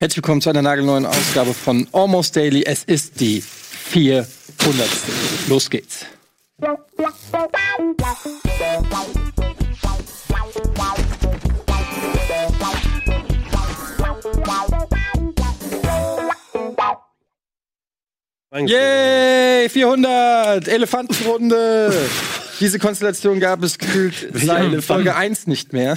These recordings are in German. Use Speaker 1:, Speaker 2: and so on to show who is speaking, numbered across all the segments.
Speaker 1: Herzlich willkommen zu einer nagelneuen Ausgabe von Almost Daily. Es ist die 400. Los geht's. Yay, 400! Elefantenrunde! Diese Konstellation gab es gefühlt seit
Speaker 2: Elefanten?
Speaker 1: Folge 1 nicht mehr.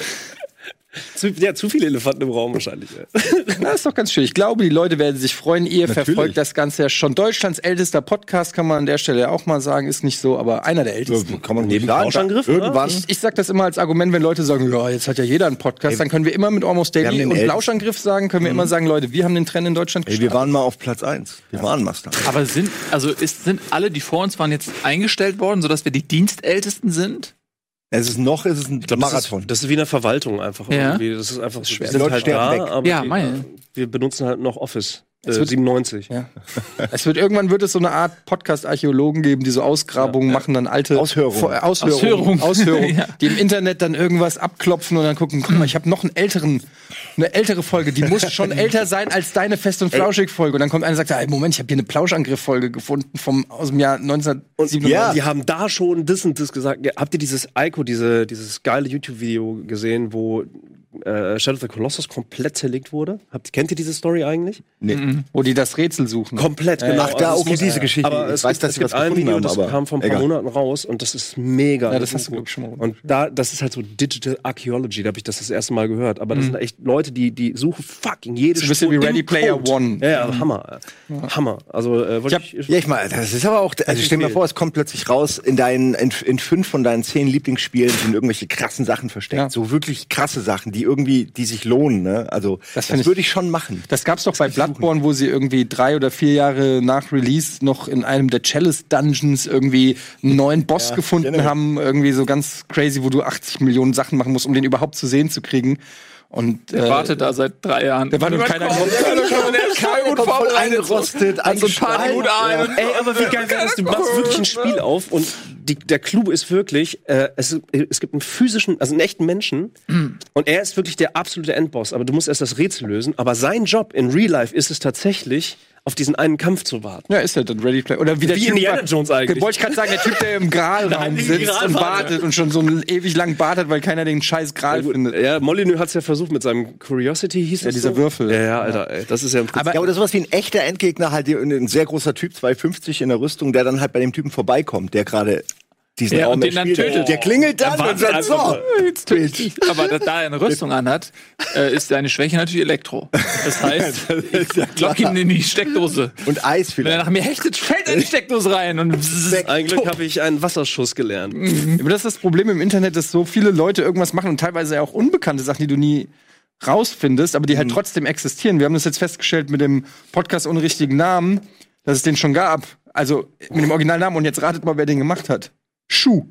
Speaker 2: Zu, ja, zu viele Elefanten im Raum wahrscheinlich. ja.
Speaker 1: Na, ist doch ganz schön. Ich glaube, die Leute werden sich freuen. Ihr
Speaker 2: Natürlich.
Speaker 1: verfolgt das Ganze ja schon. Deutschlands ältester Podcast, kann man an der Stelle auch mal sagen. Ist nicht so, aber einer der ältesten.
Speaker 3: Kann man
Speaker 2: Neben
Speaker 3: ruhig sagen.
Speaker 2: Lauschangriff, oder?
Speaker 3: Irgendwann.
Speaker 1: Ich, ich sag das immer als Argument, wenn Leute sagen, ja, jetzt hat ja jeder einen Podcast, dann können wir immer mit Almost
Speaker 3: haben
Speaker 1: Daily
Speaker 3: den
Speaker 1: und
Speaker 3: ältesten- Mhm.
Speaker 1: Lauschangriff sagen, können wir immer sagen, Leute, wir haben den Trend in Deutschland
Speaker 3: Ey, wir waren mal auf Platz 1. Wir waren Master.
Speaker 4: Aber sind, also ist, sind alle, die vor uns waren, jetzt eingestellt worden, sodass wir die Dienstältesten sind?
Speaker 3: Es ist noch, es ist ein Marathon.
Speaker 2: Das ist wie in der Verwaltung einfach.
Speaker 4: Ja.
Speaker 2: Irgendwie. Das ist einfach schwer.
Speaker 3: Die Leute sterben weg.
Speaker 2: halt aber
Speaker 4: Ja,
Speaker 2: wir-
Speaker 4: meine.
Speaker 2: wir benutzen halt noch Office äh,
Speaker 1: wird-
Speaker 2: 97.
Speaker 1: Ja. Es wird irgendwann wird es so eine Art Podcast-Archäologen geben, die so Ausgrabungen machen, dann alte
Speaker 3: Aushörungen.
Speaker 1: Vor- äh, Aushörungen, Aushörungen,
Speaker 4: Aushörungen. Ja.
Speaker 1: die im Internet dann irgendwas abklopfen und dann gucken, guck mal, ich habe noch einen älteren, eine ältere Folge, die muss schon älter sein als deine Fest und Flauschig Folge. Und dann kommt einer und sagt, ey, Moment, ich habe hier eine Plauschangriff-Folge gefunden vom aus dem Jahr 1997.
Speaker 3: ja.
Speaker 2: Die haben da schon das und das gesagt. Ja, habt ihr dieses Ico, diese, dieses geile YouTube-Video gesehen, wo äh, Shadow of the Colossus komplett zerlegt wurde? Habt, kennt ihr diese Story eigentlich?
Speaker 3: Nee.
Speaker 1: wo die das Rätsel suchen.
Speaker 2: Komplett, genau.
Speaker 3: Ach, da,
Speaker 2: es
Speaker 3: okay,
Speaker 2: muss-
Speaker 3: diese Geschichte.
Speaker 2: Aber
Speaker 3: Ich
Speaker 2: es
Speaker 3: weiß,
Speaker 2: gibt,
Speaker 3: dass
Speaker 2: es
Speaker 3: sie
Speaker 2: gibt
Speaker 3: was
Speaker 2: ein
Speaker 3: gefunden
Speaker 2: Video,
Speaker 3: haben,
Speaker 2: das
Speaker 3: aber
Speaker 2: kam vor ein paar
Speaker 3: egal.
Speaker 2: Monaten raus und das ist
Speaker 1: Ja,
Speaker 2: mega.
Speaker 1: das
Speaker 2: ist
Speaker 1: hast du, glaub ich, schon mal
Speaker 2: Und da, das ist halt so Digital Archaeology, da habe ich das das erste Mal gehört. Aber das sind echt Leute, die, die suchen fucking jede
Speaker 1: So Mhm. ein bisschen
Speaker 2: Spur
Speaker 1: wie Ready
Speaker 2: im
Speaker 1: Player
Speaker 2: Code.
Speaker 1: One.
Speaker 2: Ja, ja Hammer. Hammer. Also, äh, wollte
Speaker 1: Ich
Speaker 2: ich.
Speaker 3: Ja, ich meine, das ist aber auch, also stell dir mal vor, es kommt plötzlich raus, in deinen, in, in fünf von deinen zehn Lieblingsspielen sind irgendwelche krassen Sachen versteckt.
Speaker 1: Ja.
Speaker 3: So wirklich krasse Sachen, die irgendwie, die sich lohnen, ne? Also,
Speaker 1: Das
Speaker 3: das,
Speaker 1: find ich-
Speaker 3: würde ich schon machen.
Speaker 1: Das gab's doch bei Bloodborne, wo sie irgendwie drei oder vier Jahre nach Release noch in einem der Chalice Dungeons irgendwie einen neuen Boss gefunden
Speaker 3: genau.
Speaker 1: haben, irgendwie so ganz crazy, wo du 80 Millionen Sachen machen musst, um den überhaupt zu sehen zu kriegen. Und
Speaker 4: Der
Speaker 1: äh,
Speaker 4: wartet da seit drei Jahren.
Speaker 1: der war nun keiner kommt.
Speaker 3: Kommt voll eingerostet,
Speaker 4: so Also, ein paar
Speaker 3: eingeschlagen.
Speaker 4: Minuten ein.
Speaker 2: Ey, aber wie geil wäre das? Du machst wirklich ein Spiel auf und die, der Clou ist wirklich, äh, es, es gibt einen physischen, also einen echten Menschen und er ist wirklich der absolute Endboss, aber du musst erst das Rätsel lösen. Aber sein Job in Real Life ist es tatsächlich, auf diesen einen Kampf zu warten.
Speaker 1: Ja, ist halt dann Ready Player. Oder wie der
Speaker 2: Wie
Speaker 1: Typ
Speaker 2: Indiana
Speaker 1: war-
Speaker 2: Jones eigentlich.
Speaker 1: Wollte ich gerade sagen, der Typ, der im Gralraum
Speaker 2: Nein,
Speaker 1: sitzt
Speaker 2: Gral
Speaker 1: und
Speaker 2: wartet.
Speaker 1: wartet und schon so einen ewig lang wartet, weil keiner den scheiß Gral findet.
Speaker 2: Ja, Molyneux hat es ja versucht mit seinem Curiosity, hieß es.
Speaker 1: dieser
Speaker 2: so.
Speaker 1: Würfel.
Speaker 2: Ja, ja, Alter, ey, das ist ja im Prinzip.
Speaker 3: ja, oder sowas wie ein echter Endgegner, halt ein ein sehr großer Typ, 250 in der Rüstung, der dann halt bei dem Typen vorbeikommt, der gerade diesen
Speaker 4: Ja,
Speaker 3: Raum
Speaker 4: und den dann
Speaker 3: erspielt.
Speaker 4: tötet.
Speaker 3: Der klingelt dann und
Speaker 2: wartet
Speaker 3: sagt
Speaker 2: einfach
Speaker 3: so,
Speaker 2: mal.
Speaker 3: jetzt tötet. ich.
Speaker 4: Aber da, da er eine Rüstung anhat, äh, ist seine Schwäche natürlich Elektro. Das heißt, ich glock ihn in die Steckdose.
Speaker 3: Und Eis
Speaker 4: Wenn er
Speaker 3: vielleicht.
Speaker 4: nach mir hechtet, fällt er in die Steckdose rein und
Speaker 2: Ein Glück habe ich einen Wasserschuss gelernt.
Speaker 1: Aber das ist das Problem im Internet, dass so viele Leute irgendwas machen und teilweise ja auch unbekannte Sachen, die du nie rausfindest, aber die
Speaker 3: Mhm.
Speaker 1: halt trotzdem existieren. Wir haben das jetzt festgestellt mit dem Podcast ohne richtigen Namen, dass es den schon gab. Also mit dem Originalnamen und jetzt ratet mal, wer den gemacht hat. Schuh.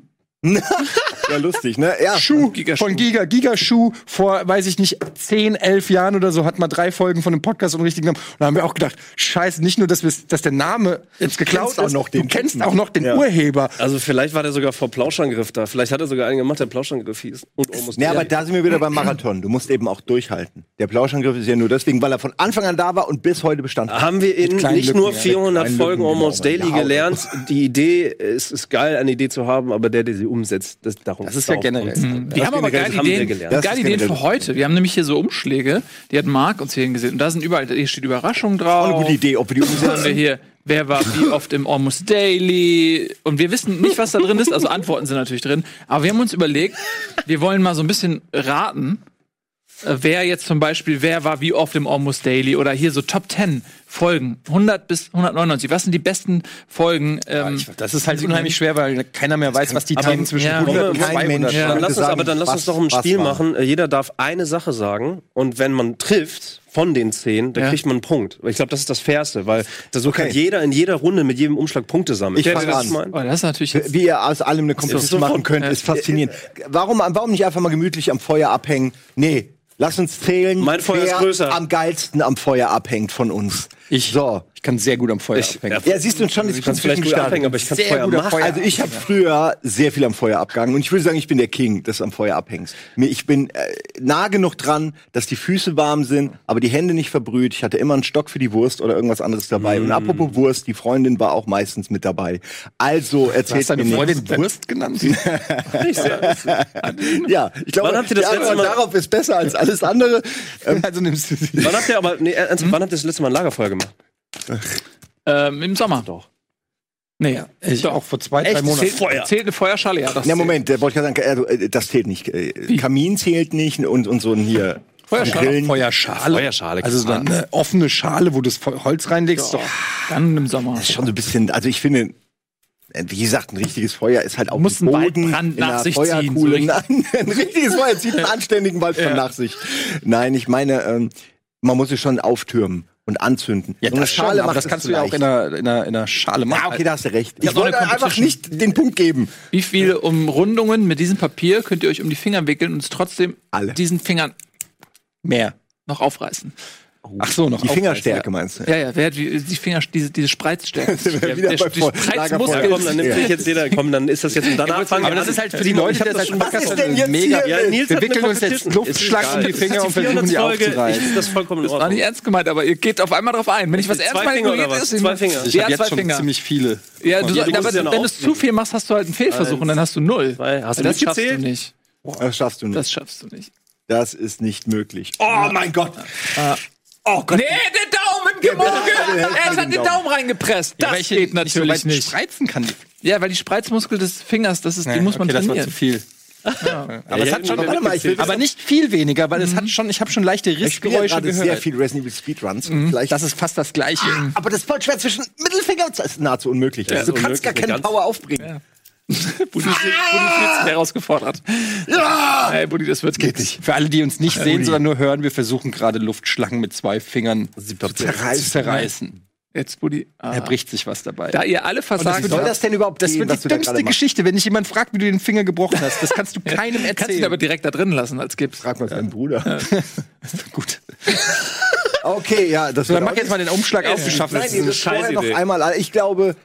Speaker 3: Ja, lustig, ne? Ja.
Speaker 1: Schuh
Speaker 4: Giga Schuh.
Speaker 1: von Giga. Giga Schuh vor, weiß ich nicht, 10, 11 Jahren oder so hat mal drei Folgen von dem Podcast ohne richtigen Namen. Und da haben wir auch gedacht, scheiße, nicht nur, dass, wir's- dass der Name jetzt geklaut
Speaker 3: kennst auch
Speaker 1: ist,
Speaker 3: noch den
Speaker 1: du kennst
Speaker 3: Typen.
Speaker 1: auch noch den
Speaker 3: Ja.
Speaker 1: Urheber.
Speaker 2: Also vielleicht war der sogar vor Plauschangriff da. Vielleicht hat er sogar einen gemacht, der Plauschangriff hieß. Und oh, Almost
Speaker 3: Ne, aber
Speaker 2: Daily.
Speaker 3: da sind wir wieder beim Marathon. Du musst eben auch durchhalten. Der Plauschangriff ist ja nur deswegen, weil er von Anfang an da war und bis heute bestand. hat.
Speaker 2: haben wir in
Speaker 1: kleinen
Speaker 2: nicht
Speaker 1: Lücken,
Speaker 2: nur
Speaker 1: ja.
Speaker 2: 400
Speaker 3: Mit kleinen
Speaker 2: Folgen
Speaker 3: Lücken,
Speaker 2: Almost
Speaker 3: genau.
Speaker 2: Daily
Speaker 3: Ja,
Speaker 2: gelernt. Die Idee, es ist geil, eine Idee zu haben, aber der, der sie umsetzt, das, darum
Speaker 1: Das ist ja
Speaker 2: darum
Speaker 1: generell.
Speaker 2: kommt's.
Speaker 4: Wir haben aber
Speaker 2: generell
Speaker 4: geile
Speaker 2: haben Mhm. wir
Speaker 4: Ideen,
Speaker 2: gelernt.
Speaker 3: Das
Speaker 4: geile
Speaker 3: ist
Speaker 4: Ideen
Speaker 3: generell
Speaker 4: für heute. Wir haben nämlich hier so Umschläge, die hat Marc uns hierhin gesehen. Und da sind überall, hier steht Überraschung drauf.
Speaker 3: Auch eine gute Idee, ob wir die
Speaker 4: haben wir
Speaker 3: umsetzen.
Speaker 4: hier, wer war wie oft im Almost Daily? Und wir wissen nicht, was da drin ist. Also Antworten sind natürlich drin. Aber wir haben uns überlegt, wir wollen mal so ein bisschen raten, äh, wer jetzt zum Beispiel, wer war wie oft im Almost Daily? Oder hier so Top 10 Folgen, 100 bis 199. Was sind die besten Folgen? Ähm,
Speaker 1: Das ist halt unheimlich schwer, weil keiner mehr weiß, was die
Speaker 3: aber-
Speaker 1: Themen zwischen
Speaker 4: Ja.
Speaker 1: 100 und
Speaker 3: Kein
Speaker 1: 200
Speaker 3: Mensch.
Speaker 1: waren.
Speaker 2: Dann lass uns
Speaker 3: sagen,
Speaker 2: aber dann lass uns
Speaker 3: was-
Speaker 2: doch ein
Speaker 3: was
Speaker 2: Spiel
Speaker 3: war.
Speaker 2: machen. Äh, Jeder darf eine Sache sagen und wenn man trifft von den zehn, dann
Speaker 4: Ja.
Speaker 2: kriegt man einen Punkt. Ich glaube, das ist das Fairste, weil so kann jeder in jeder Runde mit jedem Umschlag Punkte sammeln.
Speaker 3: Ich fang an.
Speaker 4: oh, das ist natürlich jetzt,
Speaker 3: Wie ihr aus allem eine Kompromiss
Speaker 2: so
Speaker 3: machen
Speaker 2: von-
Speaker 3: könnt, ist faszinierend. Warum, warum nicht einfach mal gemütlich am Feuer abhängen? Nee, Lass uns zählen,
Speaker 2: Mein Feuer
Speaker 3: wer
Speaker 2: ist größer.
Speaker 3: am geilsten am Feuer abhängt von uns.
Speaker 1: Ich,
Speaker 3: So.
Speaker 1: ich äh, kann sehr gut am Feuer abhängen.
Speaker 3: Ja, siehst du schon, ich
Speaker 2: kannst Also vielleicht gut abhängen, aber ich kann
Speaker 1: Sehr
Speaker 2: Feuer
Speaker 1: guter
Speaker 2: machen.
Speaker 1: Feuer-
Speaker 3: Also ich habe früher sehr viel am Feuer abgehangen und ich würde sagen, ich bin der King des am Feuer abhängst. Mir- Ich bin äh, nah genug dran, dass die Füße warm sind, aber die Hände nicht verbrüht. Ich hatte immer einen Stock für die Wurst oder irgendwas anderes dabei.
Speaker 2: Mhm.
Speaker 3: Und apropos Wurst, die Freundin war auch meistens mit dabei. Also
Speaker 1: Du hast
Speaker 3: erzählt
Speaker 1: deine
Speaker 3: mir
Speaker 1: Freundin Wurst genannt?
Speaker 3: nichts. Ja, ich glaube,
Speaker 2: Wann habt ihr das
Speaker 3: die
Speaker 2: letzte
Speaker 3: Antwort
Speaker 2: Mal-
Speaker 3: darauf ist besser als alles andere.
Speaker 1: also nimmst du sie.
Speaker 2: Wann habt ihr aber, nee, ernsthaft, wann habt ihr das letzte Mal ein Lagerfeuer gemacht?
Speaker 4: Ähm, Im Sommer.
Speaker 2: Doch.
Speaker 4: Nee,
Speaker 1: Ich auch vor zwei, drei
Speaker 4: Zählt,
Speaker 1: Monaten.
Speaker 2: Feuer.
Speaker 4: zählt eine Feuerschale, ja. Das
Speaker 3: Ja,
Speaker 4: zählt.
Speaker 3: Moment, da wollte ich gerade sagen, äh, das zählt nicht. Äh, Kamin zählt nicht und, und so ein hier.
Speaker 4: Feuerschale.
Speaker 3: Grillen.
Speaker 1: Feuerschale.
Speaker 2: Feuerschale,
Speaker 1: Also so
Speaker 2: klar.
Speaker 1: eine offene Schale, wo du das Fe- Holz reinlegst. Doch.
Speaker 4: Dann im Sommer.
Speaker 3: Das ist schon so ein bisschen, also ich finde, äh, wie gesagt, ein richtiges Feuer ist halt auch
Speaker 4: Muss einen Waldbrand nach sich ziehen, so richtig.
Speaker 3: Nein, ein richtiges Feuer zieht einen anständigen Waldbrand nach sich. Nein, ich meine, ähm, man muss es schon auftürmen und anzünden.
Speaker 1: Ja,
Speaker 3: So eine
Speaker 1: das Schale schon, aber das
Speaker 3: es
Speaker 1: kannst
Speaker 3: so
Speaker 1: du ja auch
Speaker 3: leicht.
Speaker 1: in einer, in einer, in einer Schale machen.
Speaker 3: Ja, okay, da hast du recht. Ich
Speaker 4: hab noch
Speaker 3: wollte
Speaker 4: eine
Speaker 3: einfach
Speaker 4: Competition.
Speaker 3: nicht den Punkt geben.
Speaker 4: Wie viele Umrundungen mit diesem Papier könnt ihr euch um die Finger wickeln und es trotzdem
Speaker 3: Alle.
Speaker 4: mit diesen Fingern
Speaker 1: Mehr.
Speaker 4: noch aufreißen?
Speaker 1: Ach so, noch
Speaker 3: Die
Speaker 1: aufreißen,
Speaker 3: Fingerstärke meinst du?
Speaker 4: Ja, ja, wer hat die, die Finger, diese, diese Spreizstärke?
Speaker 3: wir
Speaker 4: Der-
Speaker 3: wieder
Speaker 4: der-
Speaker 3: bei
Speaker 4: die
Speaker 3: Feu-
Speaker 2: Ja,
Speaker 4: Spreizmuskel.
Speaker 3: Lagerfeuer.
Speaker 2: komm, dann nimmt
Speaker 3: Ja.
Speaker 2: sich jetzt jeder, komm, dann ist das jetzt, und danach fangen
Speaker 1: Aber
Speaker 2: wir
Speaker 1: das
Speaker 2: an.
Speaker 1: ist halt für die Leute, die das als Podcast
Speaker 3: Was ist denn jetzt
Speaker 1: mega.
Speaker 3: hier?
Speaker 1: Ja,
Speaker 3: Wir
Speaker 2: Nils
Speaker 1: wir
Speaker 2: hat eine
Speaker 1: wickeln uns jetzt
Speaker 2: Competition.
Speaker 1: Luftschlag
Speaker 2: Ist
Speaker 1: um die
Speaker 2: egal.
Speaker 1: Finger
Speaker 2: Das ist
Speaker 1: und versuchen, die
Speaker 2: 400 Folge.
Speaker 1: aufzureißen.
Speaker 2: Ich finde das vollkommen in
Speaker 4: Das war nicht
Speaker 2: Ordnung.
Speaker 4: ernst gemeint, aber ihr geht auf einmal drauf ein. Wenn ich was
Speaker 2: Zwei
Speaker 4: ernst meine,
Speaker 2: Finger oder
Speaker 4: ignoriert
Speaker 2: was?
Speaker 4: es, ich-
Speaker 2: Zwei Finger.
Speaker 1: Ich
Speaker 4: Ja,
Speaker 1: hab
Speaker 4: zwei
Speaker 1: jetzt schon
Speaker 4: Finger.
Speaker 1: ziemlich viele.
Speaker 4: Ja, du
Speaker 2: Ja,
Speaker 4: soll,
Speaker 2: du musst
Speaker 4: aber
Speaker 2: ja noch
Speaker 4: wenn du es zu viel machst, hast du halt einen Fehlversuch
Speaker 2: Eins,
Speaker 4: und dann hast du null.
Speaker 2: zwei. Hast du
Speaker 4: das schaffst du
Speaker 2: mitgezählt?
Speaker 4: nicht.
Speaker 3: Das schaffst du nicht.
Speaker 4: Das schaffst du nicht.
Speaker 3: Das ist nicht möglich. Oh mein Gott. Oh Gott.
Speaker 4: Nee, der Daumen gemogen!
Speaker 3: Ja,
Speaker 4: Er hat
Speaker 3: den
Speaker 4: den
Speaker 3: Daumen.
Speaker 4: Daumen reingepresst. Das
Speaker 1: Welche
Speaker 4: geht
Speaker 1: nicht so weit
Speaker 4: natürlich nicht.
Speaker 1: spreizen kann. Die,
Speaker 4: Ja, weil die Spreizmuskel des Fingers, das ist, die muss man
Speaker 1: okay, das war
Speaker 4: trainieren.
Speaker 1: zu viel. Aber es
Speaker 2: Ja,
Speaker 1: hat schon,
Speaker 2: aber
Speaker 3: warte mal, ich will
Speaker 1: aber nicht viel weniger, weil
Speaker 4: Mhm.
Speaker 1: es hat schon, ich habe schon leichte
Speaker 3: Ich spiele
Speaker 1: Rissgeräusche
Speaker 3: gerade sehr
Speaker 1: gehört.
Speaker 3: viel Resident Evil Speedruns. Vielleicht
Speaker 1: Das ist fast das Gleiche.
Speaker 4: Ah.
Speaker 3: Aber das ist voll schwer zwischen Mittelfinger und das ist nahezu unmöglich.
Speaker 2: Ja,
Speaker 3: du
Speaker 2: unmöglich,
Speaker 3: kannst gar keine
Speaker 2: ganz-
Speaker 3: Power aufbringen.
Speaker 4: Buddy fühlt fühlt sich herausgefordert.
Speaker 3: Ja!
Speaker 4: Ey, Buddy, das wird geht nicht.
Speaker 1: Für alle, die uns nicht sehen, sondern nur hören, wir versuchen gerade Luftschlangen mit zwei Fingern zu
Speaker 3: Zerreißen.
Speaker 1: zerreißen.
Speaker 4: Jetzt, Buddy. Ah.
Speaker 1: Er bricht sich was dabei.
Speaker 4: Da ihr alle
Speaker 3: Wie
Speaker 4: versagt
Speaker 3: soll das denn überhaupt
Speaker 1: das
Speaker 3: gehen,
Speaker 1: wird
Speaker 3: eh, was
Speaker 1: die
Speaker 3: du da gerade
Speaker 1: dümmste
Speaker 3: machst?
Speaker 1: Geschichte, wenn dich jemand fragt, wie du den Finger gebrochen hast. Das kannst du keinem
Speaker 4: kannst du ihn aber
Speaker 1: erzählen.
Speaker 4: direkt da drin lassen als Gips.
Speaker 3: Frag mal deinen Bruder.
Speaker 1: Gut.
Speaker 3: Okay, ja, das
Speaker 1: So,
Speaker 3: wird
Speaker 1: dann
Speaker 3: auch
Speaker 1: mach jetzt mal den Umschlag aufgeschafft.
Speaker 3: Nein,
Speaker 1: Das
Speaker 3: ihr
Speaker 1: ist-
Speaker 3: müsst vorher noch
Speaker 2: Scheißidee.
Speaker 3: einmal. an- Ich glaube,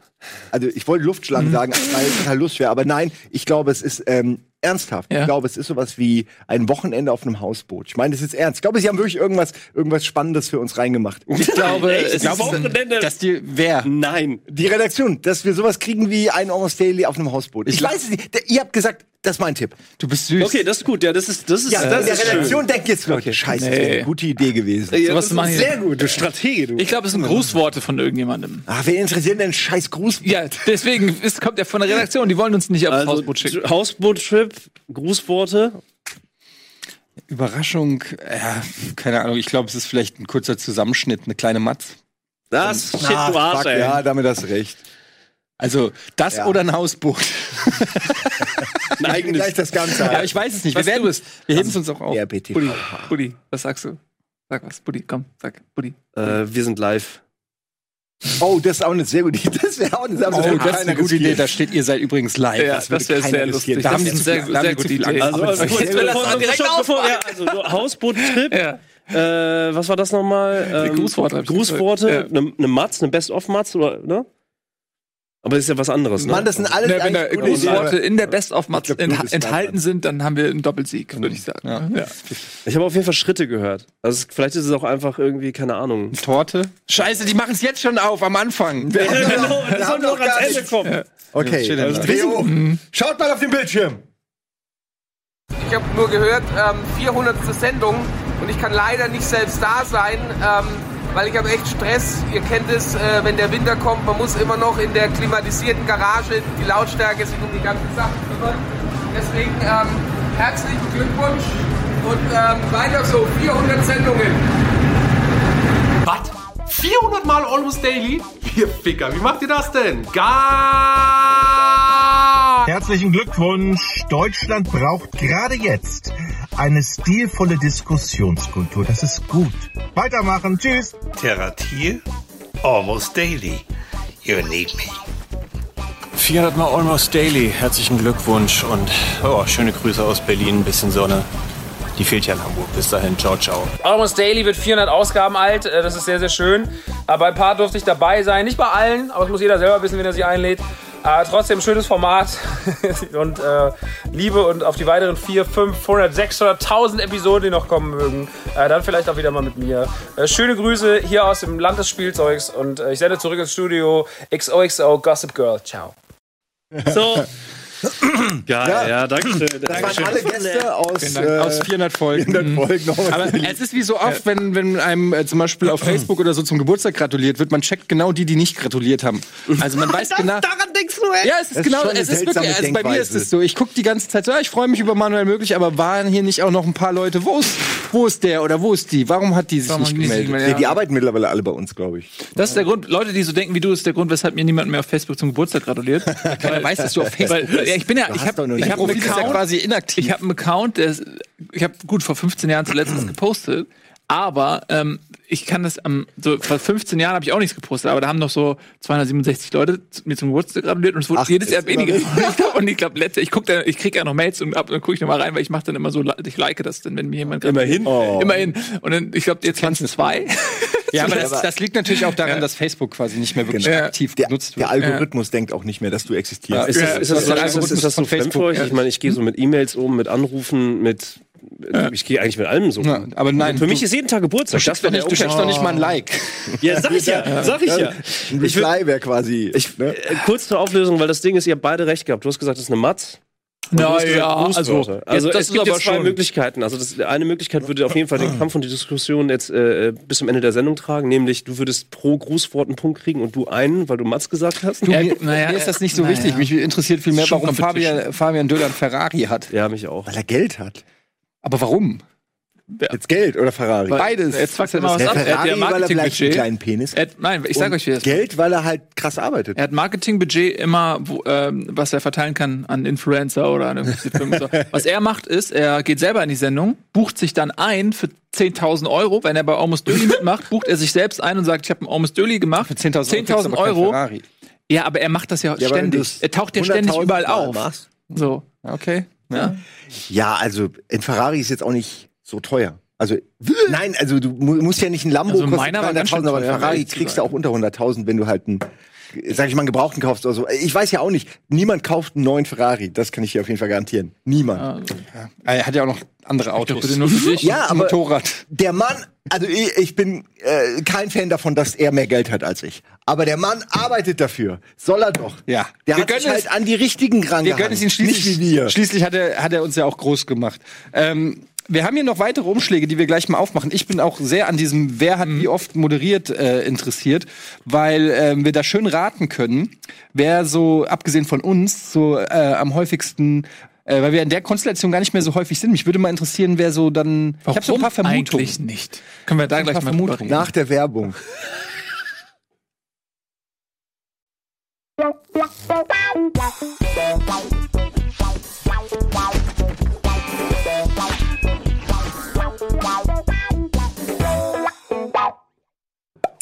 Speaker 3: also ich wollte Luftschlangen sagen, weil es total lustig wäre, aber nein, ich glaube, es ist ähm, ernsthaft.
Speaker 4: Ja.
Speaker 3: Ich glaube, es ist sowas wie ein Wochenende auf einem Hausboot. Ich meine, das ist ernst. Ich glaube, sie haben wirklich irgendwas, irgendwas Spannendes für uns reingemacht.
Speaker 4: Ich glaube,
Speaker 2: Echt?
Speaker 4: es
Speaker 2: Am
Speaker 4: ist ein,
Speaker 2: Wochenende.
Speaker 1: Dass die, wer?
Speaker 2: Nein.
Speaker 3: Die Redaktion, dass wir sowas kriegen wie ein Almost Daily auf einem Hausboot. Ich,
Speaker 1: Ich lach-
Speaker 3: weiß es nicht. Der- Ihr habt gesagt, das ist mein Tipp.
Speaker 1: Du bist süß.
Speaker 2: Okay, das ist gut. Ja, das ist, das ist,
Speaker 3: Ja,
Speaker 2: Also das
Speaker 3: in der
Speaker 2: ist schön.
Speaker 3: Redaktion denken jetzt Leute, scheiße, das ist
Speaker 4: Nee.
Speaker 3: eine gute Idee gewesen.
Speaker 2: Ja,
Speaker 4: Sowas
Speaker 2: das
Speaker 4: machen
Speaker 2: ist
Speaker 4: die-
Speaker 2: sehr gut. Du Stratege, du.
Speaker 4: ich glaube, es sind Grußworte von irgendjemandem.
Speaker 3: Ah, wen interessieren denn scheiß Gruß?
Speaker 4: Ja, deswegen ist, kommt er von der Redaktion. Die wollen uns nicht
Speaker 2: Also,
Speaker 4: aufs Hausboot schicken.
Speaker 2: Hausboot-Trip, Grußworte.
Speaker 1: Überraschung, ja, keine Ahnung. Ich glaube, es ist vielleicht ein kurzer Zusammenschnitt, eine kleine Matz.
Speaker 2: Das shit, du
Speaker 3: Ah,
Speaker 2: Arsch,
Speaker 3: fuck,
Speaker 2: ey.
Speaker 3: ja, damit hast du recht.
Speaker 1: Also, das
Speaker 3: Ja.
Speaker 1: oder ein Hausboot.
Speaker 2: Ein eigenes.
Speaker 3: Gleich das Ganze.
Speaker 1: Ja, ich weiß es nicht.
Speaker 4: Was
Speaker 1: Wir, werden,
Speaker 4: du bist.
Speaker 1: wir heben es uns auch auf.
Speaker 3: Ja, bitte.
Speaker 4: Buddy, Buddy, was sagst du? Sag was, Buddy, komm, sag, Buddy.
Speaker 2: Äh, wir sind live.
Speaker 3: Oh, das ist auch eine sehr gute Idee. Das wäre auch eine, das
Speaker 1: Oh, das ist eine gute Idee. Da steht, ihr seid übrigens live.
Speaker 4: Ja,
Speaker 1: Das wird
Speaker 4: das wäre
Speaker 1: keiner
Speaker 4: sehr
Speaker 1: riskieren.
Speaker 4: lustig.
Speaker 1: Da
Speaker 4: Das
Speaker 1: haben
Speaker 4: ist
Speaker 1: sie
Speaker 4: eine
Speaker 1: zu
Speaker 4: sehr,
Speaker 1: viel- da haben
Speaker 4: sehr
Speaker 1: sie
Speaker 4: gute
Speaker 1: zu viel
Speaker 4: Idee.
Speaker 1: Angst.
Speaker 2: Also,
Speaker 1: Aber
Speaker 2: also,
Speaker 1: das-
Speaker 2: jetzt
Speaker 4: wir
Speaker 2: will
Speaker 4: lassen
Speaker 2: das
Speaker 4: uns direkt
Speaker 2: direkt
Speaker 4: auf.
Speaker 2: bevor wir, also, so Hausboot-Trip.
Speaker 4: Ja.
Speaker 2: Äh, was war das nochmal? Ähm,
Speaker 4: Grußworte hab ich
Speaker 2: Grußworte,
Speaker 4: gesagt.
Speaker 2: eine ne Matz, eine Best-of-Matz, oder, ne? Aber das ist ja was anderes, ne?
Speaker 3: Mann, das sind alle
Speaker 4: Ne, wenn da
Speaker 3: eigentlich gute Ideen.
Speaker 4: Grußworte in der Best of Mats
Speaker 3: Ich glaub, du
Speaker 4: entha-
Speaker 3: bist
Speaker 4: enthalten
Speaker 3: weiter.
Speaker 4: sind, dann haben wir einen Doppelsieg, würde ich sagen.
Speaker 1: Ja.
Speaker 4: Ja.
Speaker 2: ich habe auf jeden Fall Schritte gehört. Also, es- vielleicht ist es auch einfach irgendwie, keine Ahnung.
Speaker 1: Torte. Scheiße, die machen es jetzt schon auf am Anfang.
Speaker 2: genau, das soll
Speaker 3: haben
Speaker 2: noch
Speaker 3: doch gar
Speaker 2: ans Ende
Speaker 3: nichts.
Speaker 2: kommen.
Speaker 3: Okay,
Speaker 1: steht da
Speaker 3: also
Speaker 1: dran.
Speaker 3: dreh um. Schaut mal auf den Bildschirm.
Speaker 5: Ich habe nur gehört, ähm, 400. Sendung und ich kann leider nicht selbst da sein, ähm, weil ich habe echt Stress. Ihr kennt es, äh, wenn der Winter kommt, man muss immer noch in der klimatisierten Garage die Lautstärke sich um die ganzen Sachen kümmern. Deswegen ähm, herzlichen Glückwunsch und ähm, weiter so 400 Sendungen.
Speaker 6: Was? 400 Mal Almost Daily? Ihr Ficker, wie macht ihr das denn? Gar
Speaker 7: Herzlichen Glückwunsch. Deutschland braucht gerade jetzt eine stilvolle Diskussionskultur. Das ist gut. Weitermachen. Tschüss.
Speaker 8: Therapie almost daily. You need me.
Speaker 9: 400 Mal Almost Daily. Herzlichen Glückwunsch und oh, schöne Grüße aus Berlin. Bisschen Sonne. Die fehlt ja in Hamburg. Bis dahin, ciao, ciao.
Speaker 10: Almost Daily wird 400 Ausgaben alt. Äh, Das ist sehr, sehr schön. Aber bei ein paar durfte ich dabei sein. Nicht bei allen, aber das muss jeder selber wissen, wenn er sich einlädt. Aber trotzdem schönes Format und äh, Liebe und auf die weiteren 4, 500, 600, 1000 Episoden, die noch kommen mögen, äh, dann vielleicht auch wieder mal mit mir. Äh, schöne Grüße hier aus dem Land des Spielzeugs und äh, ich sende zurück ins Studio XOXO Gossip Girl. Ciao.
Speaker 2: So. Geil, ja, danke schön.
Speaker 3: Das waren alle Gäste aus,
Speaker 1: Dank.
Speaker 3: äh,
Speaker 1: Aus 400 Folgen. Mhm.
Speaker 3: 400 Folgen.
Speaker 1: Aber es ist wie so oft, wenn, wenn einem äh, zum Beispiel auf Facebook oder so zum Geburtstag gratuliert wird, man checkt genau die, die nicht gratuliert haben. Also man weiß genau.
Speaker 2: Daran denkst du, ey.
Speaker 1: Ja, es ist
Speaker 3: Das ist
Speaker 1: genau,
Speaker 3: schon eine
Speaker 1: es ist
Speaker 3: seltsame
Speaker 1: wirklich, also bei mir
Speaker 3: Denkweise.
Speaker 1: ist es so. Ich gucke die ganze Zeit so, ja, ich freue mich über Manuel Möglich, aber waren hier nicht auch noch ein paar Leute, wo ist, wo ist der oder wo ist die? Warum hat die sich
Speaker 4: Warum
Speaker 1: nicht
Speaker 4: haben die sich
Speaker 1: gemeldet?
Speaker 4: nicht
Speaker 3: nee, die arbeiten mittlerweile alle bei uns, glaube ich.
Speaker 4: Das ist der Grund. Leute, die so denken wie du, ist der Grund, weshalb mir niemand mehr auf Facebook zum Geburtmeldet. Geburtstag gratuliert. Keiner
Speaker 1: weiß, dass du auf Facebook
Speaker 4: weil, ja, ich bin ja, ich
Speaker 3: hast doch
Speaker 4: habe
Speaker 3: nur
Speaker 4: ich
Speaker 3: ein
Speaker 4: hab einen
Speaker 1: Profil ist ja
Speaker 4: Account,
Speaker 1: quasi inaktiv.
Speaker 4: Ich habe einen Account, der ist, ich habe gut vor 15 Jahren zuletzt was gepostet, aber ähm, ich kann das am so vor 15 Jahren habe ich auch nichts gepostet, aber da haben noch so 267 Leute zu- mir zum Geburtstag gratuliert und es wurde
Speaker 3: Ach,
Speaker 4: jedes Jahr
Speaker 3: ist immer
Speaker 4: weniger. Und ich glaub, und ich glaube letzte, ich guck da, ich krieg ja noch Mails und ab und gucke ich noch mal rein, weil ich mache dann immer so, li- ich like das dann, wenn mir jemand gratuliert.
Speaker 2: Immerhin. Oh.
Speaker 4: immerhin und dann ich glaube jetzt kannst zwei.
Speaker 1: Ja, aber das, das liegt natürlich auch daran, dass Facebook quasi nicht mehr wirklich
Speaker 4: Genau.
Speaker 1: aktiv
Speaker 3: Der,
Speaker 1: genutzt wird.
Speaker 3: der Algorithmus denkt auch nicht mehr, dass du existierst.
Speaker 2: Ist das, ist das, ist
Speaker 1: Ja,
Speaker 2: das, ist das, ist das so
Speaker 1: von
Speaker 2: fremd für
Speaker 1: Facebook,
Speaker 2: euch? Ich meine, ich gehe so mit E-Mails um, mit Anrufen, mit. Ich gehe eigentlich mit allem so. um.
Speaker 1: Ja, aber nein,
Speaker 2: Für mich
Speaker 1: du-
Speaker 2: ist jeden Tag Geburtstag. Das
Speaker 1: Du
Speaker 2: wäre der
Speaker 1: schickst doch nicht mal ein Like.
Speaker 2: Ja, sag ich ja. Sag ich ja.
Speaker 3: Ein Reply wäre quasi.
Speaker 2: Ich,
Speaker 3: ne?
Speaker 2: äh, kurz zur Auflösung, weil das Ding ist, ihr habt beide recht gehabt. Du hast gesagt, das ist eine Matz.
Speaker 4: Naja,
Speaker 2: also,
Speaker 4: also,
Speaker 2: also es
Speaker 4: das ist
Speaker 2: gibt
Speaker 4: aber
Speaker 2: jetzt zwei
Speaker 4: schon-
Speaker 2: Möglichkeiten. Also das, eine Möglichkeit würde auf jeden Fall den Kampf und die Diskussion jetzt äh, bis zum Ende der Sendung tragen, nämlich du würdest pro Grußwort einen Punkt kriegen und du einen, weil du Matz gesagt hast.
Speaker 4: Ja,
Speaker 1: mir,
Speaker 4: naja,
Speaker 1: mir ist das nicht so wichtig. Mich interessiert viel mehr,
Speaker 4: Schon
Speaker 1: warum
Speaker 4: Competition.
Speaker 1: Fabian, Fabian Döller ein Ferrari hat.
Speaker 2: Ja, mich auch.
Speaker 3: Weil er Geld hat.
Speaker 1: Aber warum?
Speaker 3: Jetzt Geld oder Ferrari?
Speaker 1: Beides.
Speaker 4: Jetzt fuckt er mal was
Speaker 3: Der
Speaker 4: ab. Er hat ja
Speaker 3: Ferrari, weil er vielleicht einen
Speaker 4: Marketingbudget.
Speaker 3: kleinen Penis
Speaker 4: Er hat- Nein, ich sag
Speaker 3: und
Speaker 4: euch, wie das
Speaker 3: Geld, weil er halt krass arbeitet.
Speaker 4: Er hat Marketingbudget immer, wo, ähm, was er verteilen kann an Influencer oder an irgendwelche Firmen. und So. Was er macht, ist, er geht selber in die Sendung, bucht sich dann ein für 10.000 Euro. Wenn er bei Almost Döli mitmacht, bucht er sich selbst ein und sagt, ich habe einen Almost Döli gemacht. Für
Speaker 1: 10.000 Euro. Ferrari.
Speaker 4: Ja, aber er macht das ja,
Speaker 3: aber wenn
Speaker 4: ständig.
Speaker 3: du's
Speaker 4: Er taucht ja ständig
Speaker 3: 100.000
Speaker 4: überall
Speaker 3: Mal
Speaker 4: auf.
Speaker 3: machst.
Speaker 4: So.
Speaker 1: Okay.
Speaker 4: Ja.
Speaker 3: Ja, also ein Ferrari ist jetzt auch nicht so teuer. Also nein, also du mu- musst ja nicht ein Lambo
Speaker 4: Also
Speaker 3: kosten
Speaker 4: meiner war ganz schön
Speaker 3: 300.000, aber ein
Speaker 4: teuer,
Speaker 3: Ferrari
Speaker 4: ehrlich zu
Speaker 3: kriegst du
Speaker 4: sein.
Speaker 3: auch unter 100.000, wenn du halt einen, sag ich mal, einen gebrauchten kaufst oder so. Ich weiß ja auch nicht, niemand kauft einen neuen Ferrari, das kann ich dir auf jeden Fall garantieren. Niemand.
Speaker 1: Er hat ja auch noch andere Autos.
Speaker 4: bitte nur für dich.
Speaker 3: Ja, aber-
Speaker 1: Motorrad.
Speaker 3: Der Mann, also ich, ich bin äh, kein Fan davon, dass er mehr Geld hat als ich. Aber der Mann arbeitet dafür. Soll er doch.
Speaker 1: Ja.
Speaker 3: Der
Speaker 1: Wir
Speaker 3: hat sich
Speaker 1: gönnen
Speaker 3: halt
Speaker 1: es-
Speaker 3: an die richtigen Rang
Speaker 1: Wir gönnen es ihm
Speaker 3: Nicht
Speaker 1: schließlich.
Speaker 3: wie wir.
Speaker 1: Schließlich hat er, hat er uns ja auch groß gemacht. Ähm, wir haben hier noch weitere Umschläge, die wir gleich mal aufmachen. Ich bin auch sehr an diesem Wer
Speaker 4: Mhm.
Speaker 1: hat wie oft moderiert äh, interessiert, weil ähm, wir da schön raten können, wer so, abgesehen von uns, so äh, am häufigsten. Äh, weil wir in der Konstellation gar nicht mehr so häufig sind. Mich würde mal interessieren, wer so dann. ich habe so ein paar
Speaker 4: Warum
Speaker 1: Vermutungen.
Speaker 4: Eigentlich nicht. Können wir da gleich
Speaker 1: paar
Speaker 4: mal
Speaker 1: Vermutungen.
Speaker 4: drüber reden.
Speaker 3: Nach der Werbung.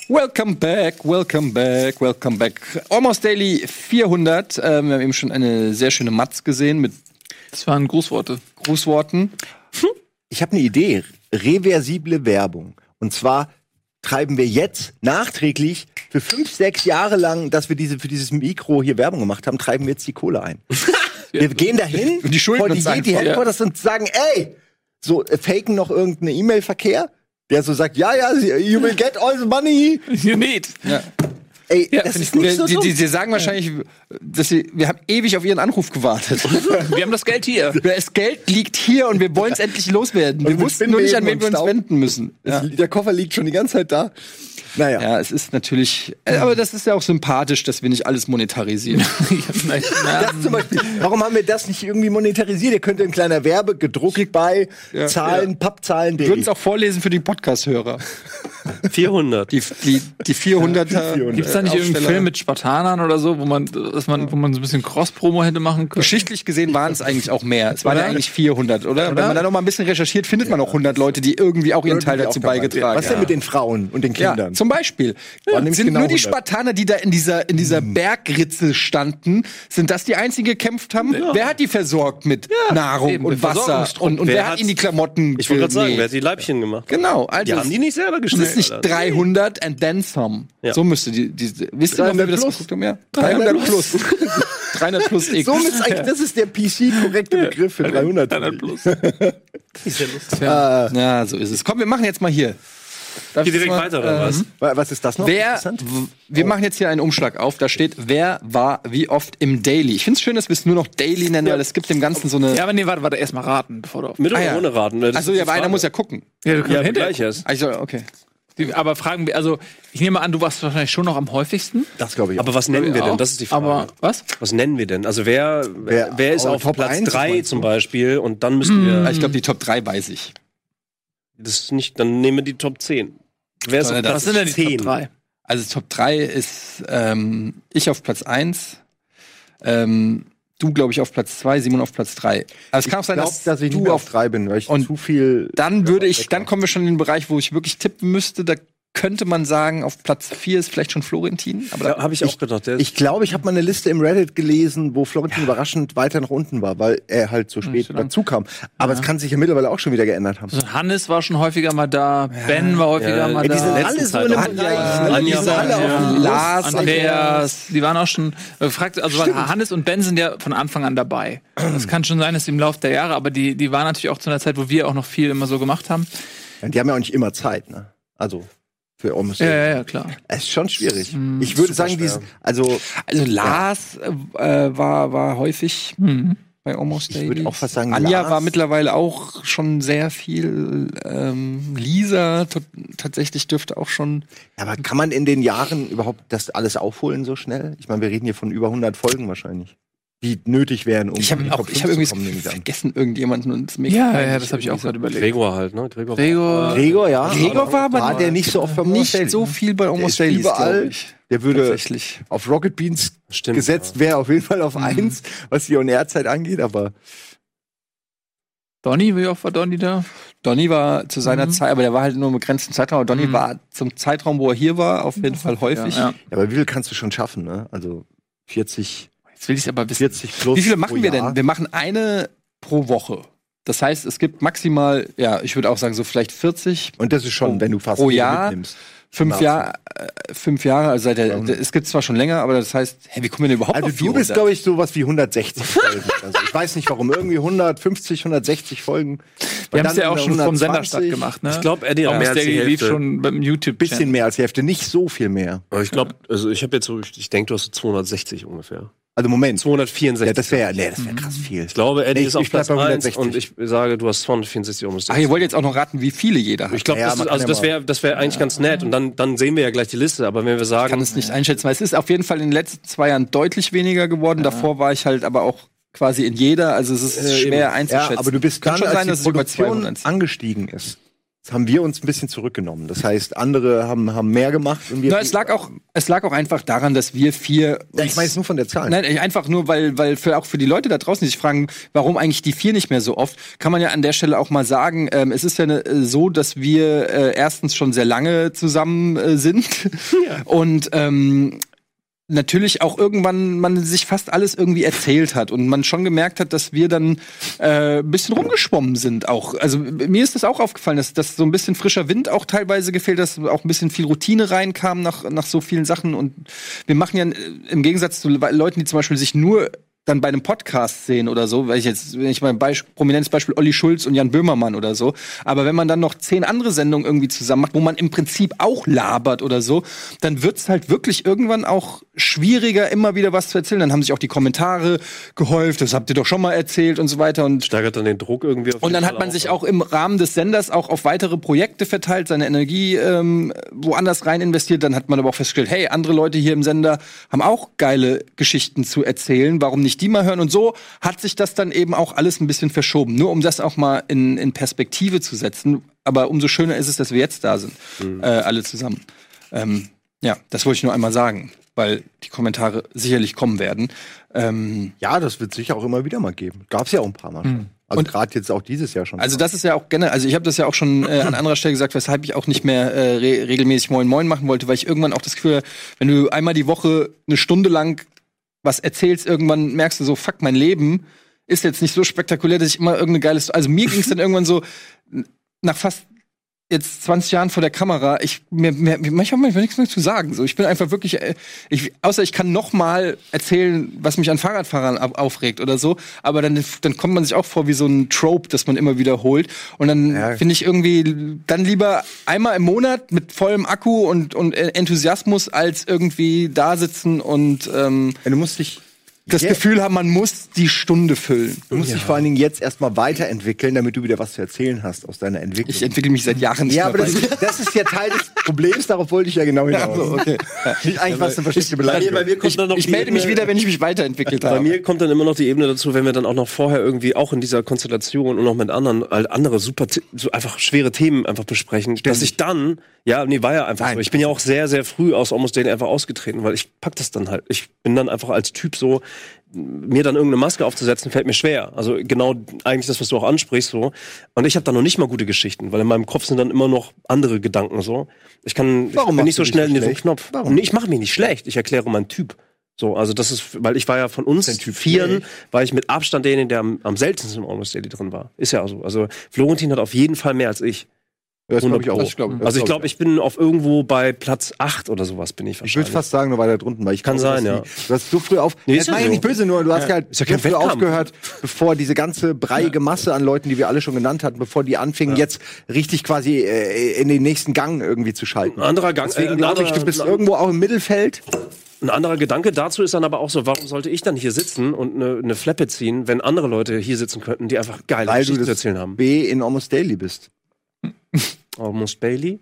Speaker 1: Welcome back, welcome back, welcome back. Almost Daily 400. Ähm, wir haben eben schon eine sehr schöne Matz gesehen mit
Speaker 4: Das waren Grußworte.
Speaker 1: Grußworten.
Speaker 3: Ich habe eine Idee. Reversible Werbung. Und zwar treiben wir jetzt nachträglich für fünf, sechs Jahre lang, dass wir diese, für dieses Mikro hier Werbung gemacht haben, treiben wir jetzt die Kohle ein. wir gehen dahin,
Speaker 1: Die schulden
Speaker 3: vor die
Speaker 1: uns
Speaker 3: Yeti
Speaker 1: einfach.
Speaker 3: Headquarters und sagen, ey, so äh, faken noch irgendeinen E-Mail-Verkehr, der so sagt, ja, ja, you will get all the money.
Speaker 4: You need.
Speaker 3: Ey,
Speaker 4: Ja,
Speaker 3: das ist
Speaker 4: find ich gut.
Speaker 3: nicht
Speaker 1: Die,
Speaker 3: so
Speaker 1: die,
Speaker 3: dumm.
Speaker 1: die, die sagen wahrscheinlich, dass sie, wir haben ewig auf ihren Anruf gewartet.
Speaker 4: Wir haben das Geld hier.
Speaker 1: das Geld liegt hier und wir wollen es endlich loswerden. Wir
Speaker 3: Also mit
Speaker 1: wussten nur nicht, an wen
Speaker 3: Spinnweben
Speaker 1: wir
Speaker 3: und
Speaker 1: uns
Speaker 3: Staub.
Speaker 1: wenden müssen.
Speaker 3: Das- Der Koffer liegt schon die ganze Zeit da. Naja.
Speaker 1: Ja, es ist natürlich, äh, aber das ist ja auch sympathisch, dass wir nicht alles monetarisieren.
Speaker 3: Das zum Beispiel. Warum haben wir das nicht irgendwie monetarisiert? Ihr könnt ein kleiner Werbe gedruckt bei Zahlen, Pappzahlen.
Speaker 1: Ich würde es auch vorlesen für die Podcast-Hörer.
Speaker 2: 400.
Speaker 1: Die, die, die 400er.
Speaker 4: Gibt es da nicht irgendeinen Film mit Spartanern oder so, wo man, dass man, wo man so ein bisschen Cross-Promo hätte machen können?
Speaker 1: Geschichtlich gesehen waren es eigentlich auch mehr. Es waren ja eigentlich 400, oder? Wenn man da noch mal ein bisschen recherchiert, findet man auch 100 Leute, die irgendwie auch ihren Teil dazu beigetragen
Speaker 3: Was denn mit den Frauen und den
Speaker 1: Ja,
Speaker 3: Kindern?
Speaker 1: zum Beispiel.
Speaker 3: Waren nämlich
Speaker 1: sind
Speaker 3: genau
Speaker 1: nur die
Speaker 3: 100.
Speaker 1: Spartaner, die da in dieser, in dieser
Speaker 2: Hm.
Speaker 1: Bergritze standen, sind das die einzigen, die gekämpft haben? Wer hat die versorgt mit Nahrung
Speaker 4: eben,
Speaker 1: und
Speaker 4: mit
Speaker 1: Wasser?
Speaker 4: Versorgungstruppen.
Speaker 1: Und, und wer,
Speaker 2: Wer
Speaker 1: hat
Speaker 2: hat-
Speaker 1: ihnen die Klamotten
Speaker 2: Ich wollte gerade sagen, wer hat
Speaker 1: genäht?
Speaker 2: die Leibchen gemacht?
Speaker 1: Genau, also
Speaker 2: Die haben die nicht selber
Speaker 1: Das
Speaker 2: gestellt.
Speaker 1: ist nicht
Speaker 2: Alter.
Speaker 1: 300 and then some.
Speaker 2: Ja.
Speaker 1: So müsste die, die wisst ihr noch, wie wir
Speaker 3: 300
Speaker 1: das
Speaker 3: plus.
Speaker 1: geguckt haben? Ja. 300 plus. 300 plus X.
Speaker 3: Somit ist eigentlich, das ist der PC-korrekte Begriff für 300.
Speaker 1: ja, so ist es. Komm, wir machen jetzt mal hier. Darf
Speaker 2: Geht
Speaker 1: ich
Speaker 2: direkt
Speaker 1: mal- äh,
Speaker 2: weiter oder was?
Speaker 3: Wa- Was ist das noch?
Speaker 1: Wer,
Speaker 3: Interessant?
Speaker 1: w- wir machen jetzt hier einen Umschlag auf, da steht, wer war wie oft im Daily. Ich finde es schön, dass wir es nur noch Daily nennen, weil es gibt dem Ganzen so eine.
Speaker 4: Ja, aber nee, warte, warte, erstmal raten, bevor du auf.
Speaker 2: Mit oder
Speaker 1: Ah, ja.
Speaker 2: ohne Raten? Das
Speaker 1: also
Speaker 2: ist die
Speaker 1: ja, aber einer
Speaker 2: Frage.
Speaker 1: muss ja gucken.
Speaker 4: Ja, du
Speaker 2: Ja,
Speaker 4: hinterher
Speaker 2: gleich erst.
Speaker 1: Also, okay.
Speaker 4: gucken. Aber fragen wir, also ich nehme an, du warst wahrscheinlich schon noch am häufigsten.
Speaker 3: Das glaube ich.
Speaker 2: Aber was nennen wir denn? Das ist die Frage.
Speaker 4: Aber was?
Speaker 2: was nennen wir denn? Also wer, wer,
Speaker 3: Wer
Speaker 2: ist
Speaker 3: auf
Speaker 2: auf
Speaker 3: Top
Speaker 2: Platz
Speaker 3: eins ist,
Speaker 2: 3
Speaker 3: meinst
Speaker 2: zum Beispiel? Und dann müssen wir.
Speaker 1: Ah, Ich glaube, die Top 3 weiß ich.
Speaker 2: Das ist nicht, dann nehmen wir die Top 10. Wer ist auf Platz
Speaker 4: Was sind denn die
Speaker 2: 10?
Speaker 4: Top 3?
Speaker 1: Also Top 3 ist ähm, ich auf Platz 1, ähm, du, glaube ich, auf Platz 2, Simon auf Platz 3. Also es kann auch sein,
Speaker 3: glaub,
Speaker 1: dass,
Speaker 3: dass ich
Speaker 1: du
Speaker 3: nur
Speaker 1: auf
Speaker 3: auf drei bin, weil ich
Speaker 1: Und
Speaker 3: zu viel.
Speaker 1: Dann würde ich, dann kommen wir schon in den Bereich, wo ich wirklich tippen müsste. Da könnte man sagen, auf Platz 4 ist vielleicht schon Florentin. Aber da,
Speaker 2: Ja, Habe ich auch gedacht. Der ist-
Speaker 3: Ich glaube, ich habe mal eine Liste im Reddit gelesen, wo Florentin überraschend weiter nach unten war, weil er halt so spät dazu kam. Aber es kann sich ja mittlerweile auch schon wieder geändert haben.
Speaker 4: Also Hannes war schon häufiger mal da, Ben war häufiger
Speaker 2: Ja,
Speaker 4: mal
Speaker 2: ey,
Speaker 4: da.
Speaker 2: die sind alle
Speaker 3: so in
Speaker 2: Zeit
Speaker 3: einem
Speaker 2: auch.
Speaker 3: Bereich, ne?
Speaker 2: Anja
Speaker 3: Die sind alle
Speaker 2: war-
Speaker 3: auf dem Lust.
Speaker 1: Lars,
Speaker 4: Andreas, die waren auch schon äh, fragt, also waren, Hannes und Ben sind ja von Anfang an dabei. Das kann schon sein, dass sie im Laufe der Jahre, aber die, die waren natürlich auch zu einer Zeit, wo wir auch noch viel immer so gemacht haben.
Speaker 3: Ja, Äh, die haben ja auch nicht immer Zeit, ne? Also für Almost.
Speaker 4: Ja,
Speaker 1: Äh,
Speaker 4: ja, ja, klar.
Speaker 3: Es ist schon schwierig.
Speaker 1: hm,
Speaker 3: ich würde sagen, die, also
Speaker 1: also Lars äh, war, war häufig
Speaker 4: Hm.
Speaker 1: bei Almost
Speaker 3: ich
Speaker 1: Daily.
Speaker 3: würde auch fast sagen,
Speaker 1: Anja
Speaker 3: Lars-
Speaker 1: war mittlerweile auch schon sehr viel. Ähm, Lisa t- tatsächlich dürfte auch schon.
Speaker 3: Aber kann man in den Jahren überhaupt das alles aufholen so schnell? Ich meine, wir reden hier von über 100 Folgen wahrscheinlich, die nötig wären, um
Speaker 1: Ich habe
Speaker 3: in die
Speaker 1: auch,
Speaker 3: Top
Speaker 1: ich
Speaker 3: 5
Speaker 1: habe irgendwie das
Speaker 3: zu kommen, nehme
Speaker 1: Gefühl,
Speaker 3: ich an.
Speaker 1: vergessen irgendjemanden und es ist mega
Speaker 4: Ja,
Speaker 1: peinlich
Speaker 4: ja, das habe ich auch gerade überlegt. Äh,
Speaker 2: Gregor halt, ne? Gregor.
Speaker 4: Gregor,
Speaker 3: Gregor, ja.
Speaker 1: Gregor war aber
Speaker 3: war der nicht so oft beim
Speaker 1: nicht so viel bei Almost
Speaker 3: Almost
Speaker 1: Daily.
Speaker 3: überall. Der würde
Speaker 1: tatsächlich. Mhm.
Speaker 3: auf Rocket Beans
Speaker 2: Stimmt,
Speaker 3: gesetzt, wäre auf jeden Fall auf eins, was die On-Air-Zeit angeht, aber
Speaker 4: Donny, wie oft war Donny da?
Speaker 1: Donny war zu
Speaker 3: Mhm.
Speaker 1: seiner Zeit, aber der war halt nur im begrenzten Zeitraum. Aber Donny war zum Zeitraum, wo er hier war, auf jeden Fall häufig.
Speaker 4: Ja.
Speaker 3: Ja, aber wie viel kannst du schon schaffen, ne? Also 40,
Speaker 4: Jetzt will ich aber wissen.
Speaker 3: 40 plus.
Speaker 1: Wie viele
Speaker 3: pro
Speaker 1: machen wir
Speaker 3: Jahr.
Speaker 1: denn? Wir machen eine pro Woche. Das heißt, es gibt maximal, ja, ich würde auch sagen, so vielleicht 40,
Speaker 3: Und das ist schon, wenn du fast
Speaker 1: Pro
Speaker 3: jede
Speaker 1: Jahr?
Speaker 3: mitnimmst.
Speaker 1: fünf,
Speaker 3: Maßen.
Speaker 1: Jahr, äh, fünf Jahre. Also seit der, es gibt zwar schon länger, aber das heißt, hä, wie kommen wir denn überhaupt
Speaker 3: Also
Speaker 1: auf
Speaker 3: du bist,
Speaker 1: 400?
Speaker 3: glaube ich, sowas wie 160 Folgen. Also ich weiß nicht warum. Irgendwie 150, 160 Folgen.
Speaker 4: Wir haben es ja auch schon vom Senderstart
Speaker 3: gemacht.
Speaker 4: gemacht, ne?
Speaker 2: Ich glaube, Eddie hat
Speaker 4: Thomas
Speaker 2: mehr als die
Speaker 4: Daily lief
Speaker 2: Hälfte.
Speaker 4: schon beim youtube
Speaker 3: Bisschen mehr als die Hälfte, nicht so viel mehr.
Speaker 2: Aber ich glaube, also ich habe jetzt so, ich, ich denke, du hast so 260 ungefähr.
Speaker 3: Also Moment.
Speaker 2: 264.
Speaker 3: Ja, das wäre nee, das wär krass viel.
Speaker 2: ich glaube, Eddie
Speaker 3: Nee, ich-
Speaker 2: ist auf
Speaker 3: ich bleib
Speaker 2: Platz
Speaker 3: bei
Speaker 2: 1
Speaker 3: 160.
Speaker 2: und ich sage, du hast um. 264 Almost
Speaker 1: Ach, ihr wollt jetzt auch noch raten, wie viele jeder hat.
Speaker 2: Ich glaube,
Speaker 3: Ja,
Speaker 2: das,
Speaker 3: man
Speaker 2: ist-
Speaker 3: kann
Speaker 2: also
Speaker 3: ja
Speaker 2: das
Speaker 3: mal-
Speaker 2: wäre das wär eigentlich ganz nett. Und dann, dann sehen wir ja gleich die Liste. Aber wenn wir sagen,
Speaker 1: kann es nicht einschätzen, weil es ist auf jeden Fall in den letzten zwei Jahren deutlich weniger geworden. Davor war ich halt aber auch quasi in jeder, also es ist schwer einzuschätzen.
Speaker 3: Ja, aber du bist
Speaker 1: Kann
Speaker 3: dann,
Speaker 1: schon sein, dass
Speaker 3: als
Speaker 1: es
Speaker 3: die
Speaker 1: über
Speaker 3: Produktion
Speaker 1: 200 ist.
Speaker 3: angestiegen ist. Das haben wir uns ein bisschen zurückgenommen. Das heißt, andere haben, haben mehr gemacht und wir.
Speaker 1: Na, es lag auch, es lag auch einfach daran, dass wir vier.
Speaker 3: Ja, ich meine es nur von der Zahl.
Speaker 1: Nein, ey, einfach nur, weil, weil für, auch für die Leute da draußen, die sich fragen, warum eigentlich die vier nicht mehr so oft, kann man ja an der Stelle auch mal sagen, ähm, es ist ja ne, äh, so, dass wir äh, erstens schon sehr lange zusammen äh, sind und ähm, natürlich auch irgendwann man sich fast alles irgendwie erzählt hat und man schon gemerkt hat, dass wir dann äh, ein bisschen rumgeschwommen sind auch. Also mir ist das auch aufgefallen, dass, dass so ein bisschen frischer Wind auch teilweise gefehlt, dass auch ein bisschen viel Routine reinkam nach, nach so vielen Sachen. Und wir machen ja äh, im Gegensatz zu Le- Leuten, die zum Beispiel sich nur dann bei einem Podcast sehen oder so, weil ich jetzt, wenn ich mal ein Beisp prominentes Beispiel Olli Schulz und Jan Böhmermann oder so, aber wenn man dann noch zehn andere Sendungen irgendwie zusammen macht, wo man im Prinzip auch labert oder so, dann wird's halt wirklich irgendwann auch schwieriger, immer wieder was zu erzählen. Dann haben sich auch die Kommentare gehäuft, das habt ihr doch schon mal erzählt und so weiter und
Speaker 2: steigert dann den Druck irgendwie auf
Speaker 1: und
Speaker 2: jeden
Speaker 1: dann
Speaker 2: Fall
Speaker 1: hat man
Speaker 2: auf. also
Speaker 1: sich auch im Rahmen des Senders auch auf weitere Projekte verteilt, seine Energie ähm, woanders rein investiert. Dann hat man aber auch festgestellt, hey, andere Leute hier im Sender haben auch geile Geschichten zu erzählen. Warum nicht ich die mal hören. Und so hat sich das dann eben auch alles ein bisschen verschoben. Nur um das auch mal in, in Perspektive zu setzen. Aber umso schöner ist es, dass wir jetzt da sind, äh, alle zusammen. Ähm, ja, das wollte ich nur einmal sagen, weil die Kommentare sicherlich kommen werden. Ähm,
Speaker 3: Ja, das wird sicher auch immer wieder mal geben. Gab's ja auch ein paar Mal schon. Also gerade jetzt auch dieses Jahr schon.
Speaker 1: Also das ist ja auch generell, also ich habe das ja auch schon äh, an anderer Stelle gesagt, weshalb ich auch nicht mehr äh, re regelmäßig Moin Moin machen wollte, weil ich irgendwann auch das Gefühl, habe, wenn du einmal die Woche eine Stunde lang was erzählst, irgendwann merkst du so, fuck, mein Leben ist jetzt nicht so spektakulär, dass ich immer irgendeine geile, Sto- also mir ging es dann irgendwann so, n- nach fast jetzt 20 Jahren vor der Kamera, ich mir, mir, mir manchmal manchmal nichts mehr zu sagen. So, ich bin einfach wirklich, äh, ich, außer ich kann noch mal erzählen, was mich an Fahrradfahrern au- aufregt oder so. Aber dann, dann kommt man sich auch vor wie so ein Trope, das man immer wiederholt. Und dann finde ich irgendwie dann lieber einmal im Monat mit vollem Akku und und äh, Enthusiasmus als irgendwie da sitzen und ähm,
Speaker 3: du musst dich
Speaker 1: das
Speaker 3: Ja.
Speaker 1: Gefühl haben, man muss die Stunde füllen.
Speaker 3: Du musst dich vor allen Dingen jetzt erstmal weiterentwickeln, damit du wieder was zu erzählen hast aus deiner Entwicklung.
Speaker 1: Ich entwickle mich seit Jahren nicht
Speaker 3: ja, aber
Speaker 1: mehr
Speaker 3: das
Speaker 1: weiter.
Speaker 3: ist, das ist ja Teil des Problems, darauf wollte ich ja genau hinaus.
Speaker 1: so, okay.
Speaker 3: Nicht eigentlich was eine versteckte Beleidigung.
Speaker 2: mir kommt dann noch äh,
Speaker 1: ich melde mich wieder, wenn ich mich weiterentwickelt habe.
Speaker 2: Bei mir kommt dann immer noch die Ebene dazu, wenn wir dann auch noch vorher irgendwie auch in dieser Konstellation und noch mit anderen halt andere super The- so einfach schwere Themen einfach besprechen, dass ich dann ja nee war ja einfach so. Ich bin ja auch sehr sehr früh aus Almost Daily einfach ausgetreten, weil ich pack das dann halt. Ich bin dann einfach als Typ so mir dann irgendeine Maske aufzusetzen, fällt mir schwer. Also genau eigentlich das, was du auch ansprichst so. Und ich habe da noch nicht mal gute Geschichten, weil in meinem Kopf sind dann immer noch andere Gedanken so. Ich kann ich
Speaker 3: Warum
Speaker 2: bin
Speaker 3: machst
Speaker 2: nicht
Speaker 3: du
Speaker 2: so
Speaker 3: dich
Speaker 2: schnell in
Speaker 3: so
Speaker 2: den
Speaker 3: schlecht?
Speaker 2: Knopf.
Speaker 3: Warum?
Speaker 2: Nee, ich mache mich nicht schlecht. Ich erkläre meinen Typ. So, also das ist, weil ich war ja von uns
Speaker 3: Typ
Speaker 2: vieren, war ich mit Abstand derjenige, der am, am seltensten im Almost Daily drin war. Ist ja so. Also Florentin hat auf jeden Fall mehr als ich.
Speaker 3: Das glaub
Speaker 2: 100
Speaker 3: ich
Speaker 2: Pro.
Speaker 3: auch. Das glaub ich.
Speaker 2: Also ich
Speaker 3: Das glaub
Speaker 2: glaube, ich bin auf irgendwo bei Platz 8 oder sowas bin ich
Speaker 3: Ich
Speaker 2: wahrscheinlich.
Speaker 3: würde fast sagen, nur weiter drunten, weil ich
Speaker 2: Kann
Speaker 3: glaube,
Speaker 2: sein,
Speaker 3: dass
Speaker 2: ja.
Speaker 3: die- Du hast so früh auf.
Speaker 2: Nee,
Speaker 3: Nee,
Speaker 2: ist
Speaker 3: das
Speaker 2: ja
Speaker 3: meine ich
Speaker 2: so.
Speaker 3: nicht böse, nur du hast ja, halt
Speaker 2: Ist ja kein
Speaker 3: so früh
Speaker 2: Wettkampf.
Speaker 3: aufgehört, bevor diese ganze breiige Masse an Leuten, die wir alle schon genannt hatten, bevor die anfingen, jetzt richtig quasi äh, in den nächsten Gang irgendwie zu schalten.
Speaker 2: Ein anderer Gang, äh,
Speaker 3: Deswegen
Speaker 2: ein
Speaker 3: glaube ich, du
Speaker 2: anderer-
Speaker 3: bist
Speaker 2: ein-
Speaker 3: irgendwo auch im Mittelfeld.
Speaker 2: Ein anderer Gedanke dazu ist dann aber auch so, warum sollte ich dann hier sitzen und eine ne Flappe ziehen, wenn andere Leute hier sitzen könnten, die einfach geile
Speaker 3: Weil du
Speaker 2: Geschichten zu
Speaker 3: das
Speaker 2: erzählen haben.
Speaker 3: B in Almost Daily bist.
Speaker 2: Almost Bailey?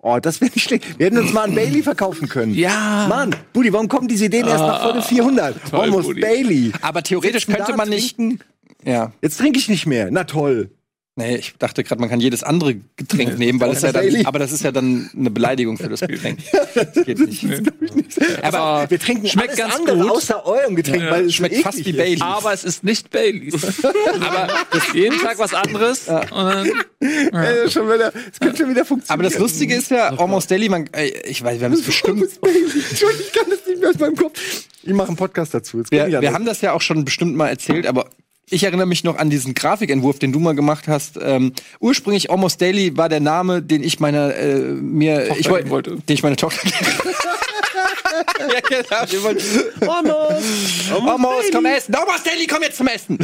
Speaker 3: Oh, das wäre nicht schlecht. Wir hätten uns mal an Bailey verkaufen können.
Speaker 4: Ja.
Speaker 3: Mann, Budi, warum kommen diese Ideen erst nach Folge 400? Almost
Speaker 4: Budi.
Speaker 3: Bailey.
Speaker 1: Aber theoretisch Ah. könnte
Speaker 3: Da
Speaker 1: man nicht.
Speaker 3: trinken.
Speaker 1: Ja.
Speaker 3: Jetzt trinke ich nicht mehr. Na toll.
Speaker 1: Nee, ich dachte gerade, man kann jedes andere Getränk nehmen, weil das ja dann,
Speaker 3: Daily.
Speaker 1: aber das ist ja dann eine Beleidigung für das Getränk. Das geht nicht.
Speaker 4: Aber
Speaker 3: Wir trinken
Speaker 4: schmeckt
Speaker 3: alles
Speaker 4: ganz
Speaker 3: andere
Speaker 4: gut.
Speaker 3: außer eurem Getränk, weil es
Speaker 1: Schmeckt
Speaker 3: eklig
Speaker 1: fast wie
Speaker 3: ist.
Speaker 1: Baileys.
Speaker 4: Aber es ist nicht Baileys. aber jeden Tag was anderes. Und dann,
Speaker 3: Äh, schon wieder, es könnte schon wieder funktionieren.
Speaker 1: Aber das Lustige ist ja, Almost Daily, man, ey, ich weiß, wir haben es bestimmt.
Speaker 3: Almost Bailey. Entschuldigung, ich kann das nicht mehr aus meinem Kopf. Ich mache einen Podcast dazu. Das
Speaker 1: Wir, wir haben das ja auch schon bestimmt mal erzählt, aber ich erinnere mich noch an diesen Grafikentwurf, den du mal gemacht hast. Ähm, ursprünglich Almost Daily war der Name, den ich meiner äh, mir ich woll- den ich meiner Tochter. ja, genau. Wir wollten-
Speaker 2: Almost!
Speaker 1: Almost, komm essen. Almost Daily, komm jetzt zum Essen.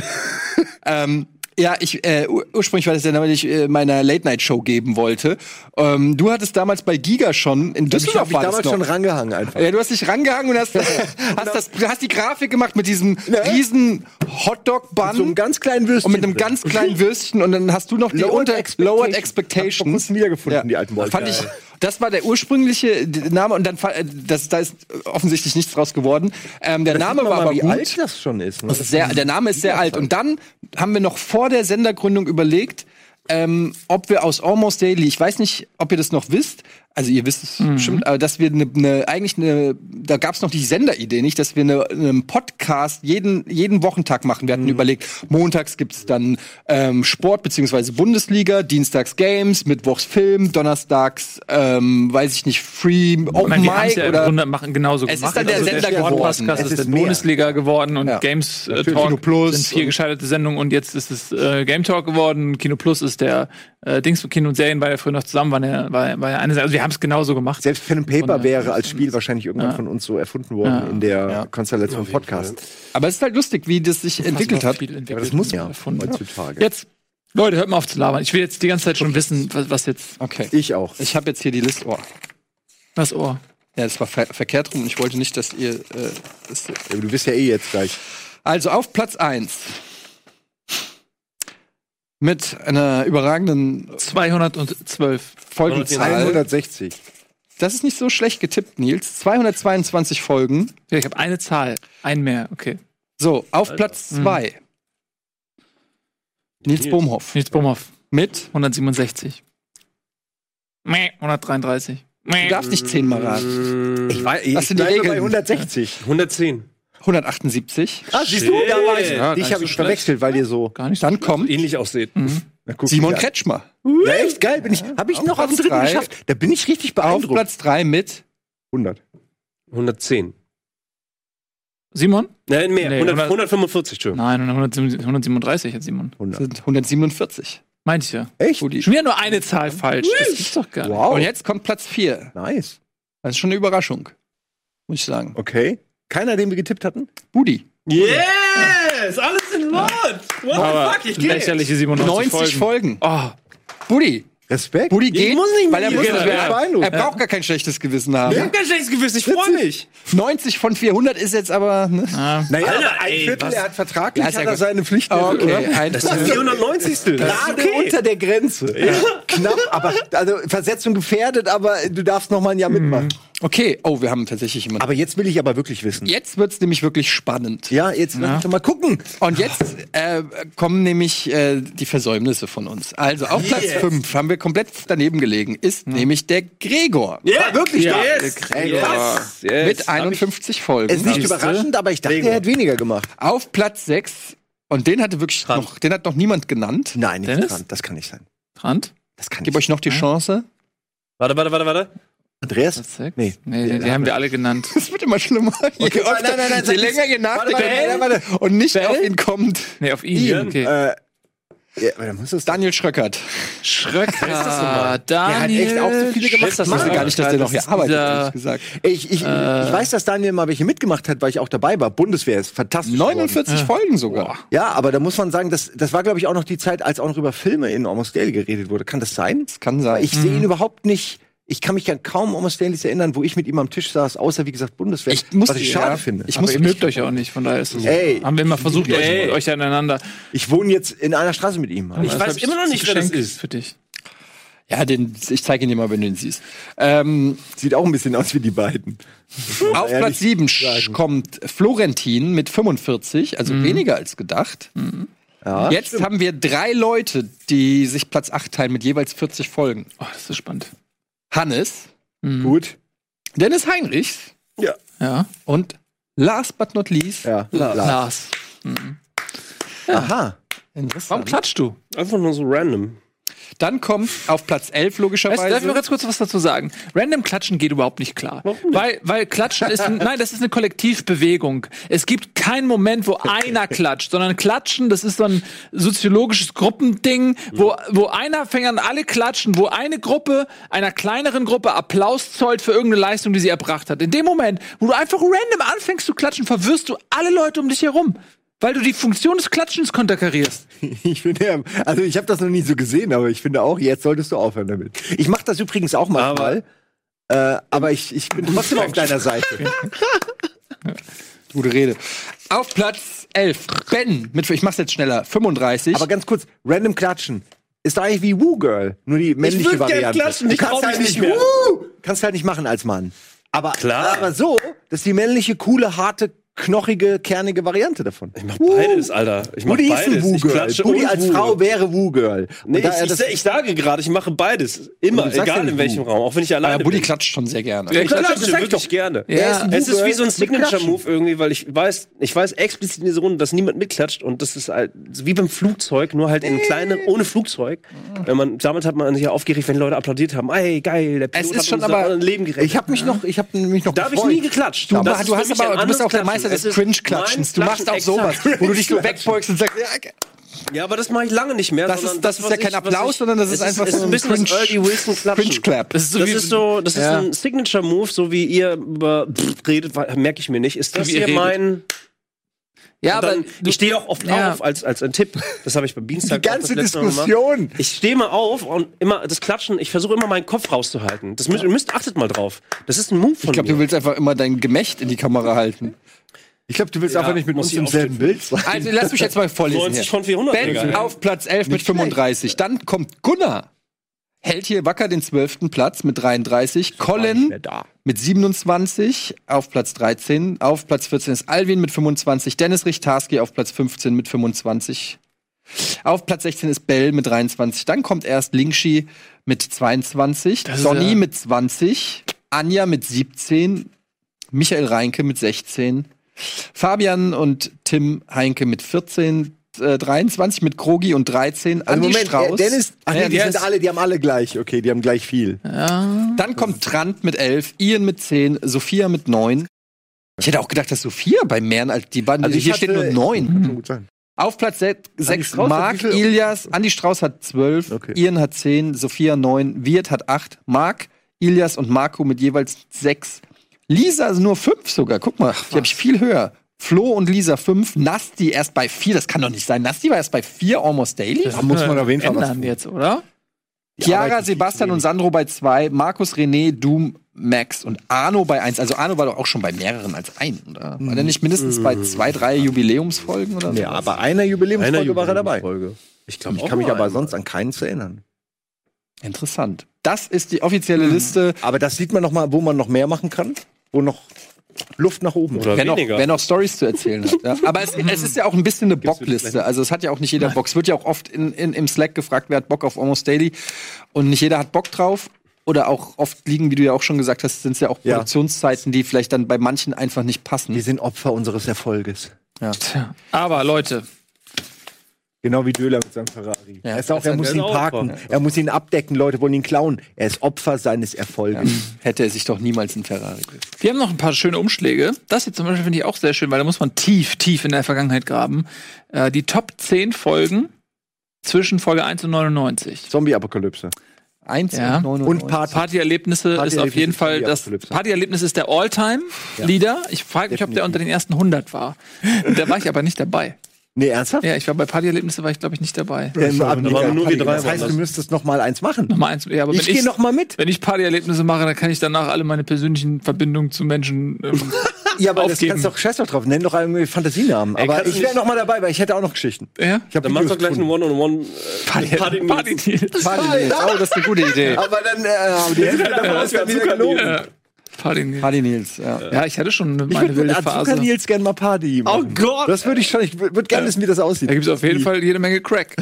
Speaker 1: ähm, ja, ich äh, ur ursprünglich war das der Name, den ich äh, meiner Late Night Show geben wollte. Ähm, du hattest damals bei Giga schon in
Speaker 3: ich hab
Speaker 1: Düsseldorf
Speaker 3: mich
Speaker 1: war das
Speaker 3: damals
Speaker 1: noch.
Speaker 3: schon rangehangen einfach.
Speaker 1: Ja, du hast dich rangehangen und hast, hast, das, du hast die Grafik gemacht mit diesem riesen Hotdog-Bun
Speaker 3: Ne? So einem ganz kleinen Würstchen.
Speaker 1: und mit einem ganz kleinen Würstchen und dann hast du noch die
Speaker 3: Lowered
Speaker 1: unter
Speaker 3: Expectation.
Speaker 1: Lowered
Speaker 3: Hab vor
Speaker 1: Expectations.
Speaker 3: kurzem wiedergefunden, die alten Leute.
Speaker 1: Fand ich, das war der ursprüngliche D- Name und dann fa- äh, das, da ist offensichtlich nichts draus geworden. Ähm, der Name
Speaker 3: Guck
Speaker 1: war
Speaker 3: mal,
Speaker 1: aber
Speaker 3: wie
Speaker 1: gut.
Speaker 3: alt das schon ist. Ne?
Speaker 1: Das ist sehr, der Name ist sehr alt. Und dann haben wir noch vor der Sendergründung überlegt, ähm, ob wir aus Almost Daily, ich weiß nicht, ob ihr das noch wisst, also ihr wisst es
Speaker 4: Mhm.
Speaker 1: bestimmt, aber dass wir ne, ne, eigentlich eine, da gab es noch die Senderidee nicht, dass wir ne- einen Podcast jeden, jeden Wochentag machen. Wir
Speaker 4: Mhm.
Speaker 1: hatten überlegt, montags gibt's dann ähm, Sport beziehungsweise Bundesliga, dienstags Games, mittwochs Film, donnerstags, ähm, weiß ich nicht, Free
Speaker 4: ich
Speaker 1: Open
Speaker 4: meine, wir haben es
Speaker 1: Mic
Speaker 4: ja im
Speaker 1: oder
Speaker 4: Grunde machen, genauso
Speaker 1: Oh Es ist
Speaker 4: gemacht. Also
Speaker 1: dann der Sender geworden.
Speaker 4: Podcast
Speaker 3: Es
Speaker 4: ist,
Speaker 3: ist
Speaker 4: der
Speaker 3: mehr.
Speaker 4: Bundesliga geworden und
Speaker 1: Ja.
Speaker 4: Games äh,
Speaker 1: Natürlich
Speaker 4: Talk
Speaker 1: Kino Plus
Speaker 4: sind vier
Speaker 1: und-
Speaker 4: gescheiterte Sendungen und jetzt ist es äh, Game Talk geworden. Kino Plus ist der äh, Dings für Kino und Serien, weil ja früher noch zusammen waren. Ja, war, war ja eine, also wir haben es genauso gemacht.
Speaker 3: Selbst Pen and Paper
Speaker 4: Von der-
Speaker 3: wäre als Spiel wahrscheinlich irgendwann von uns so erfunden worden in der Konstellation Podcast.
Speaker 1: aber es ist halt lustig, wie das sich entwickelt hat.
Speaker 4: Ja,
Speaker 3: Das muss ja
Speaker 4: erfunden.
Speaker 3: heutzutage.
Speaker 4: Jetzt, Leute, hört mal auf zu labern. Ich will jetzt die ganze Zeit schon wissen, was, was jetzt.
Speaker 1: Okay.
Speaker 3: Ich auch.
Speaker 1: Ich habe jetzt hier die Liste. Oh.
Speaker 4: Was oh, Ohr.
Speaker 1: Ja, das war ver verkehrt rum und ich wollte nicht, dass ihr. Äh, das
Speaker 3: Aber du bist ja eh jetzt gleich.
Speaker 1: also auf Platz 1. Mit einer überragenden
Speaker 4: 212.
Speaker 1: Folgenzahl.
Speaker 3: 160.
Speaker 1: Das ist nicht so schlecht getippt, Nils. 222 Folgen.
Speaker 4: Ja, ich habe eine Zahl. Ein mehr, okay.
Speaker 1: So, auf Platz 2. Nils Bohmhoff.
Speaker 4: Nils Bumhoff,
Speaker 1: Mit,
Speaker 4: 167. Meh, 133.
Speaker 1: du
Speaker 4: Meh.
Speaker 1: darfst nicht zehnmal raten.
Speaker 2: Ich weiß,
Speaker 1: Das sind die Regeln.
Speaker 3: 160.
Speaker 2: 110.
Speaker 1: 178.
Speaker 3: Ah, siehst du, da war ich.
Speaker 4: Ja,
Speaker 3: Dich
Speaker 4: nicht
Speaker 3: habe
Speaker 4: so
Speaker 3: ich
Speaker 4: schlecht.
Speaker 3: verwechselt, weil ihr so.
Speaker 4: Gar nicht so
Speaker 1: Dann kommt
Speaker 2: Ähnlich aussehen.
Speaker 3: Na, guck,
Speaker 1: Simon
Speaker 3: ja.
Speaker 1: Kretschmer.
Speaker 3: Ja, echt geil. Bin ich, hab ich noch auf
Speaker 1: Platz
Speaker 3: den dritten
Speaker 1: drei.
Speaker 3: geschafft. Da bin ich richtig
Speaker 1: Auf
Speaker 3: beeindruckt.
Speaker 1: Platz 3 mit
Speaker 3: 100.
Speaker 2: 110.
Speaker 4: Simon?
Speaker 2: Nein, mehr.
Speaker 4: Nee,
Speaker 2: 100,
Speaker 4: 100
Speaker 2: 145, Entschuldigung.
Speaker 4: Nein, 137 137 hat Simon.
Speaker 3: 100.
Speaker 1: sind 147.
Speaker 4: Meint ihr?
Speaker 3: Echt?
Speaker 4: Schon wieder nur eine Zahl falsch. Das gibt's doch gar nicht.
Speaker 3: Wow.
Speaker 1: Und jetzt kommt Platz 4.
Speaker 3: Nice.
Speaker 1: Das ist schon eine Überraschung. Muss ich sagen.
Speaker 3: Okay. Keiner, den wir getippt hatten?
Speaker 1: Budi.
Speaker 2: Yes! Alles in Wort! What
Speaker 3: Oh,
Speaker 4: Aber lächerliche 97
Speaker 1: 90 Folgen.
Speaker 4: Folgen. Oh,
Speaker 1: Budi.
Speaker 3: Respekt.
Speaker 1: Budi geht,
Speaker 2: muss nicht
Speaker 1: weil er
Speaker 2: mit
Speaker 1: muss,
Speaker 2: dir
Speaker 1: das
Speaker 2: reden.
Speaker 1: er,
Speaker 3: Beeindruckend.
Speaker 1: er braucht gar kein schlechtes Gewissen haben.
Speaker 2: hab kein schlechtes Gewissen, ich freue mich.
Speaker 1: 90 von 400 ist jetzt aber. Ne?
Speaker 3: Naja,
Speaker 2: Alter,
Speaker 3: aber ein
Speaker 2: ey,
Speaker 3: Viertel,
Speaker 2: was-
Speaker 3: er hat vertraglich,
Speaker 1: Ja, ist ja
Speaker 3: hat er
Speaker 1: gut. Ah,
Speaker 3: seine Pflichten.
Speaker 1: Okay,
Speaker 3: oder?
Speaker 1: ein
Speaker 2: Das ist die Ah, 490. Das ist
Speaker 3: Gerade unter der Grenze. Knapp, aber also Versetzung gefährdet, aber du darfst noch mal ein Jahr
Speaker 1: Mhm.
Speaker 3: mitmachen.
Speaker 1: okay. Oh, wir haben tatsächlich jemanden.
Speaker 3: Aber jetzt will ich aber wirklich wissen.
Speaker 1: Jetzt wird's nämlich wirklich spannend.
Speaker 3: Ja, jetzt lass uns doch mal gucken.
Speaker 1: Und jetzt äh, kommen nämlich äh, die Versäumnisse von uns. Also auf Platz 5 haben wir komplett daneben gelegen, ist nämlich der Gregor.
Speaker 2: Ja, wirklich. Yes.
Speaker 1: Was? Mit 51 Folgen.
Speaker 3: Es ist nicht überraschend, aber ich dachte, er hätte weniger gemacht.
Speaker 1: Auf Platz 6, und den hatte wirklich noch, den hat noch niemand genannt.
Speaker 3: Nein, nicht
Speaker 4: Dennis?
Speaker 3: dran. Das kann nicht sein.
Speaker 4: Trant?
Speaker 3: Das kann
Speaker 1: Gib
Speaker 3: nicht sein.
Speaker 1: euch noch die Chance.
Speaker 2: Warte, warte, warte, warte.
Speaker 3: Andreas?
Speaker 4: Platz sechs?
Speaker 3: Nee.
Speaker 4: Nee, den, den haben wir alle genannt.
Speaker 1: Es wird immer schlimmer. Je
Speaker 3: Okay,
Speaker 1: öfter,
Speaker 3: nein, nein, nein,
Speaker 1: je
Speaker 3: sag
Speaker 1: länger ihr
Speaker 3: warte, warte,
Speaker 1: nachdenkt und nicht auf ihn kommt.
Speaker 4: Nee, auf ihn.
Speaker 3: Ian,
Speaker 4: Okay.
Speaker 3: Äh, ja, aber dann muss das
Speaker 1: Daniel Schröckert.
Speaker 4: Schröcker,
Speaker 3: Der hat echt auch so viele gemacht.
Speaker 1: Ich Äh, wusste gar nicht, dass der noch hier arbeitet,
Speaker 4: dieser-
Speaker 1: ehrlich gesagt.
Speaker 3: Ich, ich, ich weiß, dass Daniel mal welche mitgemacht hat, weil ich auch dabei war. Bundeswehr ist fantastisch. geworden.
Speaker 1: 49 Folgen sogar.
Speaker 3: Ja, aber da muss man sagen, das, das war, glaube ich, auch noch die Zeit, als auch noch über Filme in Almost Daily geredet wurde. Kann das sein?
Speaker 1: Das kann sein.
Speaker 3: Ich sehe ihn überhaupt nicht. Ich kann mich an kaum Almost Dailies erinnern, wo ich mit ihm am Tisch saß, außer wie gesagt Bundeswehr.
Speaker 1: Ich muss-
Speaker 3: was ich
Speaker 1: ja,
Speaker 3: schade finde.
Speaker 1: ich
Speaker 4: Aber
Speaker 1: muss
Speaker 4: ihr
Speaker 1: mich-
Speaker 4: mögt euch ja auch nicht, von daher ist es.
Speaker 3: Ey.
Speaker 4: haben wir immer versucht,
Speaker 2: Ey.
Speaker 4: euch, euch aneinander.
Speaker 3: Ich wohne jetzt in einer Straße mit ihm.
Speaker 2: Ich weiß immer noch nicht, wer das ist.
Speaker 4: Für dich.
Speaker 1: Ja, den, ich zeige ihn dir mal, wenn du ihn siehst. Ähm,
Speaker 3: Sieht auch ein bisschen aus wie die beiden.
Speaker 1: auf
Speaker 3: ehrlich
Speaker 1: Platz 7 kommt Florentin mit 45, also weniger als gedacht. Jetzt haben wir drei Leute, die sich Platz 8 teilen mit jeweils 40 Folgen.
Speaker 4: Oh, das ist spannend.
Speaker 1: Hannes,
Speaker 2: Mhm.
Speaker 3: Gut.
Speaker 1: Dennis Heinrichs
Speaker 4: Ja.
Speaker 1: und last but not least
Speaker 3: Ja. Lars.
Speaker 4: Lars.
Speaker 3: Aha.
Speaker 4: Warum klatschst du?
Speaker 2: Einfach nur so random.
Speaker 1: Dann kommt auf Platz 11
Speaker 4: Weißt, du, darf ich
Speaker 1: logischerweise.
Speaker 4: noch ganz kurz was dazu sagen? Random Klatschen geht überhaupt nicht klar. Weil, weil Klatschen ist, ein, nein, das ist eine Kollektivbewegung. Es gibt keinen Moment, wo einer klatscht, sondern Klatschen, das ist so ein soziologisches Gruppending, wo, wo einer fängt an, alle klatschen, wo eine Gruppe einer kleineren Gruppe Applaus zollt für irgendeine Leistung, die sie erbracht hat. In dem Moment, wo du einfach random anfängst zu klatschen, verwirrst du alle Leute um dich herum. Weil du die Funktion des Klatschens konterkarierst.
Speaker 3: Ich finde, ja, also ich habe das noch nie so gesehen, aber ich finde auch, jetzt solltest du aufhören damit. Ich mache das übrigens auch manchmal, aber, äh, aber ich, ich bin trotzdem auf deiner Seite.
Speaker 1: Gute Rede. Auf Platz 11 Ben mit, ich mach's jetzt schneller, 35.
Speaker 3: aber ganz kurz, random klatschen ist eigentlich wie Woo Girl, nur die männliche
Speaker 2: würd gern
Speaker 3: Variante. halt
Speaker 2: klatschen, ich trau mich nicht mehr.
Speaker 3: Woo, kannst halt nicht machen als Mann. Aber
Speaker 2: Klar.
Speaker 3: aber so, dass die männliche coole, harte, knochige, kernige Variante davon.
Speaker 2: Ich mach Uh. beides, Alter. Ich mach
Speaker 3: Budi ist ein
Speaker 2: beides.
Speaker 3: Woo
Speaker 2: Ich
Speaker 3: Girl.
Speaker 2: klatsche
Speaker 3: Budi
Speaker 2: und
Speaker 3: als
Speaker 2: Woo.
Speaker 3: Frau wäre Woo Girl. Und
Speaker 2: Nee,
Speaker 3: da er
Speaker 2: ich, ich,
Speaker 3: das-
Speaker 2: ich sage gerade, ich mache beides. Immer,
Speaker 3: Aber du sagst ja
Speaker 2: egal
Speaker 3: nicht
Speaker 2: in welchem
Speaker 3: Woo.
Speaker 2: Raum. Auch wenn ich alleine
Speaker 1: ja, Buddy
Speaker 2: bin.
Speaker 1: klatscht schon sehr gerne.
Speaker 2: Ich klatsche
Speaker 4: das sag ich
Speaker 2: wirklich gerne.
Speaker 4: Ja.
Speaker 2: Es ist wie so ein
Speaker 3: Mit Klatschen.
Speaker 2: Signature-Move irgendwie, weil ich weiß, ich weiß explizit in dieser Runde, dass niemand mitklatscht und das ist halt wie beim Flugzeug, nur halt in kleine, ohne Flugzeug. Wenn man, damals hat man sich ja aufgeregt, wenn Leute applaudiert haben. Ey, geil, der Pilot
Speaker 1: Es ist
Speaker 2: hat
Speaker 1: schon
Speaker 2: unser
Speaker 1: aber-
Speaker 2: Leben gerettet.
Speaker 3: Ich habe mich noch, ich habe mich noch.
Speaker 2: da habe ich
Speaker 3: gefreut.
Speaker 2: nie geklatscht.
Speaker 1: Du,
Speaker 2: Das ist
Speaker 1: du,
Speaker 2: für
Speaker 1: hast
Speaker 2: mich ein
Speaker 1: aber, du bist
Speaker 2: anderes
Speaker 1: auch der
Speaker 2: Klatschen.
Speaker 1: Meister
Speaker 2: Es
Speaker 1: des
Speaker 2: ist
Speaker 1: Cringe-Klatschens.
Speaker 2: mein
Speaker 1: Du machst auch
Speaker 2: Klatschen,
Speaker 1: sowas,
Speaker 2: exakt.
Speaker 1: wo du dich so wegbeugst und sagst, ja,
Speaker 2: Ja, aber das mache ich lange nicht mehr.
Speaker 1: Das
Speaker 2: sondern
Speaker 1: ist- das ist ja
Speaker 2: was
Speaker 1: kein
Speaker 2: ich- was
Speaker 1: Applaus,
Speaker 2: ich-
Speaker 1: sondern das
Speaker 2: es
Speaker 1: ist einfach
Speaker 2: es ist
Speaker 1: so
Speaker 2: ein
Speaker 1: ein
Speaker 2: bisschen das
Speaker 1: Cringe-
Speaker 2: Ernie Wilson klatschen.
Speaker 1: Cringe-Clap.
Speaker 2: Das ist so, das
Speaker 4: wie-
Speaker 2: ist, so, das
Speaker 1: Ja.
Speaker 2: ist ein Signature-Move, so wie ihr über pff, redet, merke ich mir nicht. Ist das
Speaker 4: Wie ihr
Speaker 2: hier
Speaker 4: redet.
Speaker 2: mein?
Speaker 4: Ja,
Speaker 2: dann, ich stehe auch oft
Speaker 4: Ja.
Speaker 2: auf als, als ein Tipp. Das habe ich beim Dienstag
Speaker 3: Die ganze
Speaker 2: auch das letzte Mal
Speaker 3: Diskussion.
Speaker 2: Gemacht. Ich stehe mal auf und immer das Klatschen, ich versuche immer meinen Kopf rauszuhalten. Das müsst, ihr müsst achtet mal drauf. Das ist ein Move von
Speaker 1: Ich glaube,
Speaker 2: mir.
Speaker 1: du willst einfach immer dein Gemächt in die Kamera halten.
Speaker 3: Ich glaube, du willst
Speaker 2: Ja,
Speaker 3: einfach nicht mit
Speaker 2: muss
Speaker 3: uns
Speaker 2: ich
Speaker 3: im selben Bild sein.
Speaker 1: Also lass mich jetzt mal vorlesen.
Speaker 2: 90
Speaker 1: hier.
Speaker 2: von 400,
Speaker 1: Ben
Speaker 2: Digga.
Speaker 1: auf Platz 11 mit 35. Dann kommt Gunnar. hält hier Wacker den 12. Platz mit 33. Colin mit 27 auf Platz 13. Auf Platz 14 ist Alvin mit 25. Dennis Richtarski auf Platz 15 mit 25. Auf Platz 16 ist Bell mit 23. Dann kommt erst Lingshi mit 22.
Speaker 4: ist
Speaker 1: Sonny
Speaker 4: ja-
Speaker 1: mit 20. Anja mit 17. Michael Reinke mit 16. Fabian und Tim Heinke mit 14. Äh, 23 mit Krogi und 13.
Speaker 3: Also
Speaker 1: Andi
Speaker 3: Moment,
Speaker 1: Strauß.
Speaker 3: Strauß? Dennis, ach nee,
Speaker 1: Ja,
Speaker 3: die
Speaker 1: Dennis.
Speaker 3: sind alle, die haben alle gleich. Okay, die haben gleich viel.
Speaker 1: Dann kommt Trant mit 11, Ian mit 10, Sophia mit 9. Ich hätte auch gedacht, dass Sophia bei mehr als die beiden.
Speaker 3: Also ich
Speaker 1: hier
Speaker 3: hatte-
Speaker 1: steht nur 9.
Speaker 3: Kann gut sein.
Speaker 1: Auf Platz 6
Speaker 3: Strauß hat
Speaker 1: Marc,
Speaker 3: wie viel?
Speaker 1: Ilias, Andi Strauß hat 12,
Speaker 3: Okay.
Speaker 1: Ian hat 10, Sophia 9, Wirt hat 8, Marc, Ilias und Marco mit jeweils 6. Lisa also nur 5 sogar. Guck mal, die habe ich viel höher. Flo und Lisa 5, Nasti erst bei 4, das kann doch nicht sein. Nasti war erst bei 4 Almost Daily.
Speaker 3: Da muss man auf jeden Fall was
Speaker 4: ändern jetzt, oder?
Speaker 1: Chiara,
Speaker 3: arbeiten
Speaker 1: Sebastian und Sandro bei zwei, Markus, René, Doom, Max und Arno bei eins. Also Arno war doch auch schon bei mehreren als ein, oder? War der nicht mindestens bei zwei, drei Jubiläumsfolgen oder so?
Speaker 3: Mhm. Ja, aber einer Jubiläumsfolge
Speaker 2: Einer
Speaker 3: war er dabei.
Speaker 2: Ich glaube,
Speaker 3: Ich kann mich aber sonst an keinen erinnern.
Speaker 1: Interessant. Das ist die offizielle
Speaker 3: Mhm.
Speaker 1: Liste.
Speaker 3: Aber das sieht man noch mal, wo man noch mehr machen kann, wo noch Luft nach oben ist.
Speaker 2: Oder
Speaker 1: Wer noch,
Speaker 2: weniger.
Speaker 1: wer noch Stories zu erzählen hat. Ja. Aber es, es ist ja auch ein bisschen eine Bockliste. Also es hat ja auch nicht jeder Bock. Es wird ja auch oft in, in, im Slack gefragt, wer hat Bock auf Almost Daily. Und nicht jeder hat Bock drauf. Oder auch oft liegen, wie du ja auch schon gesagt hast, sind es ja auch
Speaker 3: Ja.
Speaker 1: Produktionszeiten, die vielleicht dann bei manchen einfach nicht passen.
Speaker 3: Wir sind Opfer unseres Erfolges.
Speaker 4: Aber Leute,
Speaker 3: Genau wie Döler mit seinem Ferrari. er ist auch, er muss
Speaker 2: ist
Speaker 3: ihn
Speaker 2: auch
Speaker 3: parken,
Speaker 2: Opfer.
Speaker 3: er muss ihn abdecken, Leute wollen ihn klauen. Er ist Opfer seines Erfolges.
Speaker 1: Hätte er sich doch niemals einen Ferrari gekauft.
Speaker 4: wir haben noch ein paar schöne Umschläge. Das hier zum Beispiel finde ich auch sehr schön, weil da muss man tief, tief in der Vergangenheit graben. Äh, die Top 10 Folgen zwischen Folge 1 und 99.
Speaker 3: Zombie-Apokalypse.
Speaker 1: 1
Speaker 4: Ja.
Speaker 3: Und Party.
Speaker 4: Partyerlebnisse ist auf
Speaker 3: Partyerlebnisse
Speaker 4: jeden
Speaker 3: ist
Speaker 4: Fall
Speaker 3: die
Speaker 4: das
Speaker 3: Apokalypse.
Speaker 4: Partyerlebnis ist der All-Time-Lieder. Ich frage mich, ob der unter den ersten 100 war. Da war ich aber nicht dabei.
Speaker 3: Nee, ernsthaft?
Speaker 4: Ja, ich war bei Partyerlebnisse war ich glaube ich nicht dabei.
Speaker 3: Ähm, ab-
Speaker 2: da waren nur wir drei
Speaker 3: das heißt,
Speaker 2: woanders.
Speaker 3: du müsstest noch mal eins machen.
Speaker 4: Nochmal eins. Ja, aber
Speaker 3: Ich
Speaker 4: wenn
Speaker 3: gehe
Speaker 4: ich,
Speaker 3: noch mal mit.
Speaker 4: wenn ich Partyerlebnisse mache, dann kann ich danach alle meine persönlichen Verbindungen zu Menschen. Ähm,
Speaker 3: Ja, aber das
Speaker 4: aufgeben.
Speaker 3: kannst du doch scheiß doch drauf. Nenn doch irgendwie Fantasienamen. Aber
Speaker 2: kannst du
Speaker 3: ich wäre
Speaker 2: nicht-
Speaker 3: noch mal dabei, weil ich hätte auch noch Geschichten.
Speaker 4: ja?
Speaker 3: Ich hab
Speaker 2: Dann machst du
Speaker 3: Videos
Speaker 2: gleich eine
Speaker 3: gefunden.
Speaker 2: One-on-One. Äh, Party. Party.
Speaker 1: Party Nils. Oh, das ist eine gute Idee.
Speaker 3: Aber dann äh, haben die Hälfte davon ist dann wieder gelogen.
Speaker 4: Party.
Speaker 1: Party Nils, ja.
Speaker 4: Ja, ich hatte schon
Speaker 3: Ich
Speaker 4: meine
Speaker 3: würde
Speaker 4: wilde
Speaker 3: mit Azuka
Speaker 4: Phase.
Speaker 3: Nils gerne mal Party machen.
Speaker 2: Gott!
Speaker 3: Das würde ich schon. Ich würde gerne wissen, wie das aussieht.
Speaker 4: Da gibt es auf
Speaker 3: Hm.
Speaker 4: jeden Fall jede Menge Crack.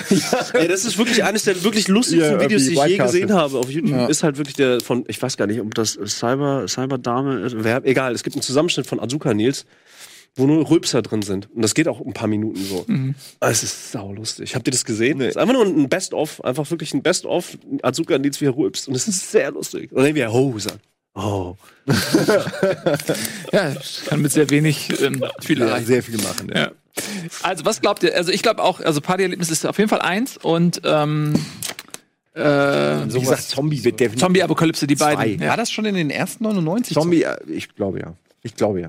Speaker 2: Ey, das ist wirklich eines der wirklich lustigsten
Speaker 3: Ja,
Speaker 2: Videos, die ich je
Speaker 3: White Castle.
Speaker 2: gesehen habe auf YouTube. Ist halt wirklich der von, ich weiß gar nicht, ob das Cyber, Cyber Dame, ist, wer, egal, es gibt einen Zusammenschnitt von Azuka Nils, wo nur Rülpser drin sind. Und das geht auch ein paar Minuten so.
Speaker 3: Mhm.
Speaker 2: Aber Es ist saulustig. Habt ihr das gesehen? Es ist einfach nur ein Best-of, einfach wirklich ein Best-of Azuka Nils, wie er rülpst. Und es ist sehr lustig. Oder nee, wie er Ho sagt. Oh.
Speaker 4: Ja, ich kann mit sehr wenig ähm, viel erreichen.
Speaker 3: sehr viel machen. Ja.
Speaker 4: Ja. Also, was glaubt ihr? Also, ich glaube auch, also Partyerlebnis ist auf jeden Fall eins und ähm, äh,
Speaker 3: Wie gesagt, Zombie wird definitiv.
Speaker 4: Zombie-Apokalypse, die beiden.
Speaker 3: Zwei.
Speaker 1: War das schon in den ersten 99?
Speaker 3: Zombie, äh, ich glaube ja. Ich glaube ja.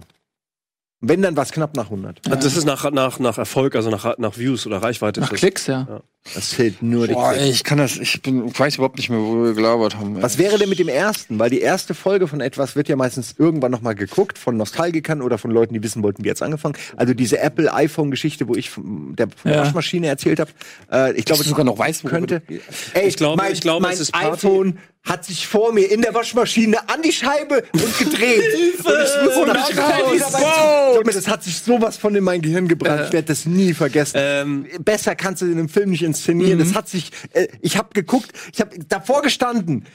Speaker 3: Wenn dann was knapp nach 100.
Speaker 2: Also das ist nach, nach, nach Erfolg, also nach, nach Views oder Reichweite.
Speaker 4: Nach
Speaker 2: ist das.
Speaker 4: Klicks, ja.
Speaker 3: Das zählt nur die
Speaker 1: Boah, ey, ich kann das, ich bin, ich weiß überhaupt nicht mehr, wo wir gelabert haben. ey.
Speaker 3: Was wäre denn mit dem ersten? Weil die erste Folge von etwas wird ja meistens irgendwann nochmal geguckt, von Nostalgikern oder von Leuten, die wissen wollten, wie jetzt angefangen. Also diese Apple-iPhone-Geschichte, wo ich von der von der
Speaker 4: Ja.
Speaker 3: Waschmaschine erzählt habe. Äh, ich glaube,
Speaker 1: du sogar noch weißt, worüber
Speaker 3: könnte. Ey,
Speaker 2: Ich glaube- ich glaube,
Speaker 3: mein
Speaker 2: es ist Party.
Speaker 3: iPhone hat sich vor mir in der Waschmaschine an die Scheibe und gedreht. und ich muss nach Hause. Ich glaub mir, Das hat sich sowas von in mein Gehirn gebrannt. Ich werde das nie vergessen. Besser kannst du in einem Film nicht inszenieren. Das hat sich. Äh, ich habe geguckt. Ich habe davor gestanden.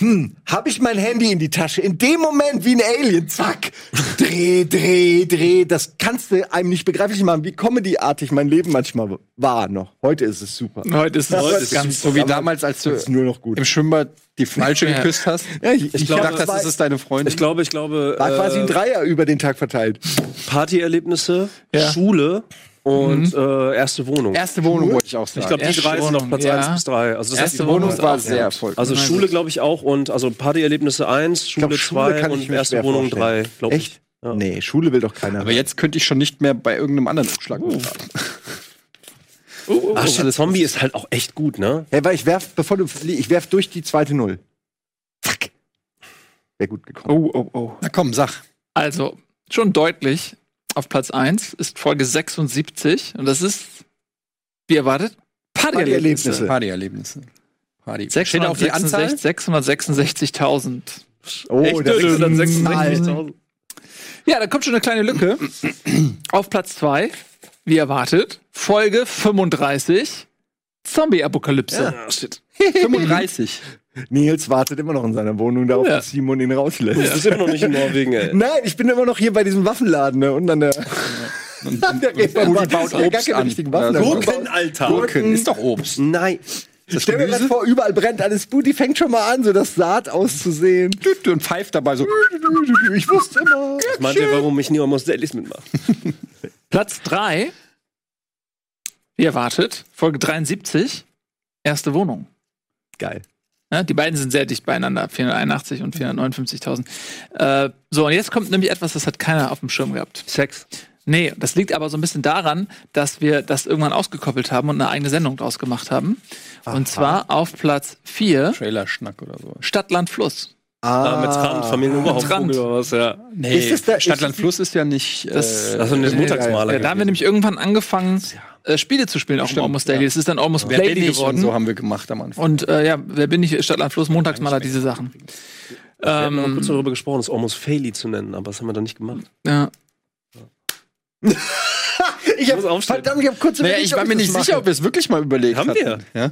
Speaker 3: Hm, habe ich mein Handy in die Tasche? In dem Moment wie ein Alien, zack, dreh, dreh, dreh. Das kannst du einem nicht begreiflich machen, wie comedyartig mein Leben manchmal war noch. Heute ist es super.
Speaker 4: Heute ist
Speaker 3: Heute
Speaker 4: es
Speaker 3: ist
Speaker 4: ganz
Speaker 1: so wie damals, als du
Speaker 3: Das ist nur noch gut.
Speaker 1: im Schwimmbad die falsche
Speaker 4: Ja.
Speaker 1: geküsst hast?
Speaker 3: Ja, ich-
Speaker 1: glaube,
Speaker 3: ich glaub,
Speaker 1: dachte,
Speaker 3: das war-
Speaker 1: das ist deine Freundin.
Speaker 2: Ich glaube, ich glaube. äh,
Speaker 3: War quasi ein
Speaker 1: äh,
Speaker 3: Dreier über den Tag verteilt.
Speaker 2: Partyerlebnisse,
Speaker 4: Ja.
Speaker 2: Schule und äh, erste Wohnung.
Speaker 1: erste Wohnung wollte ich auch sagen.
Speaker 2: ich glaube, die
Speaker 4: erste
Speaker 2: drei sind auf
Speaker 4: Wohnung,
Speaker 2: Platz
Speaker 4: ja.
Speaker 2: 1 bis 3. Also, das
Speaker 4: Erste
Speaker 2: heißt,
Speaker 4: Wohnung
Speaker 1: Wohnung war
Speaker 4: auch,
Speaker 1: sehr
Speaker 4: ja.
Speaker 1: erfolgreich.
Speaker 2: also Schule, glaube ich, auch. Und also Partyerlebnisse 1, Schule
Speaker 3: Ich glaub,
Speaker 2: 2 und
Speaker 3: mir
Speaker 2: erste
Speaker 3: schwer
Speaker 2: Wohnung
Speaker 3: vorstellen.
Speaker 2: 3. Glaub ich.
Speaker 3: Echt? Nee, Schule will doch keiner.
Speaker 1: aber jetzt könnte ich schon nicht mehr bei irgendeinem anderen Umschlag mitmachen.
Speaker 2: Ach, shit, Zombie ist halt auch echt gut, ne?
Speaker 3: Hey, weil ich werf, bevor du flie- ich werf durch die zweite Null. Fuck. Wäre gut gekommen.
Speaker 1: Oh, oh, oh. Na komm, sag.
Speaker 4: Also, schon deutlich auf Platz 1 ist Folge 76 und das ist, wie erwartet,
Speaker 3: Partyerlebnisse.
Speaker 4: Partyerlebnisse.
Speaker 1: Partyerlebnisse. Hardy.
Speaker 4: Steht auf die Anzahl? 666.000.
Speaker 1: Oh, das ist ein
Speaker 4: Ja, da kommt schon eine kleine Lücke. Auf Platz 2, wie erwartet, Folge 35, Zombie-Apokalypse.
Speaker 1: 35.
Speaker 3: Nils wartet immer noch in seiner Wohnung darauf,
Speaker 4: Ja.
Speaker 3: dass Simon ihn rauslässt.
Speaker 2: Das ist
Speaker 1: genau.
Speaker 2: immer noch nicht in Norwegen, ey.
Speaker 3: Nein, ich bin immer noch hier bei diesem Waffenladen, ne? Unten an der. Der Reeperbahn.
Speaker 1: Rudi baut
Speaker 3: Der hat gar
Speaker 1: Obst
Speaker 3: keine
Speaker 1: an.
Speaker 3: richtigen Waffen.
Speaker 1: Ja,
Speaker 2: Alter.
Speaker 1: Gurken ist doch Obst.
Speaker 2: Nein.
Speaker 1: Das
Speaker 3: Stell mir gerade vor, überall brennt alles gut, die fängt schon mal an, so das Saat auszusehen.
Speaker 1: und pfeift dabei so.
Speaker 3: Ich wusste immer.
Speaker 2: Das meint ihr, warum ich nie Almost Deadlies mitmache?
Speaker 4: Platz 3, wie erwartet, Folge 73, erste Wohnung.
Speaker 3: Geil.
Speaker 4: Ne, die beiden sind sehr dicht beieinander, 481 und 459.000. Äh, so, und jetzt kommt nämlich etwas, das hat keiner auf dem Schirm gehabt. Sex. Nee, das liegt aber so ein bisschen daran, dass wir das irgendwann ausgekoppelt haben und eine eigene Sendung draus gemacht haben. Und zwar auf Platz 4,
Speaker 1: Trailer-Schnack oder so.
Speaker 4: Stadt, Land, Fluss.
Speaker 2: Ah, mit Trant, Familie überhaupt.
Speaker 4: Trant.
Speaker 2: Vogel oder was, ja.
Speaker 1: Nee,
Speaker 3: Ist es da-
Speaker 1: Stadtland
Speaker 3: ist-
Speaker 1: Fluss ist ja nicht.
Speaker 4: Das-
Speaker 1: äh,
Speaker 2: Das ist ein Montagsmaler.
Speaker 4: Ja, da haben wir nämlich irgendwann angefangen, äh, Spiele zu spielen, auch im Almost Daily. Es ist dann Almost
Speaker 1: Wer bin
Speaker 4: Daily
Speaker 1: ich und
Speaker 4: geworden.
Speaker 1: so haben wir gemacht am Anfang.
Speaker 4: hm? Und äh, ja, wer bin ich? Stadt, Land, Fluss, Montagsmaler, diese Sachen. Ähm,
Speaker 2: Wir haben noch kurz darüber gesprochen, es Almost Faily zu nennen, aber das haben wir dann nicht gemacht.
Speaker 4: Ja.
Speaker 3: Ich hab, verdammt, ich hab kurz
Speaker 1: Naja, ich war mir nicht sicher, ob wir es wirklich mal überlegt
Speaker 2: Haben
Speaker 1: haben.
Speaker 2: wir.
Speaker 1: Ja?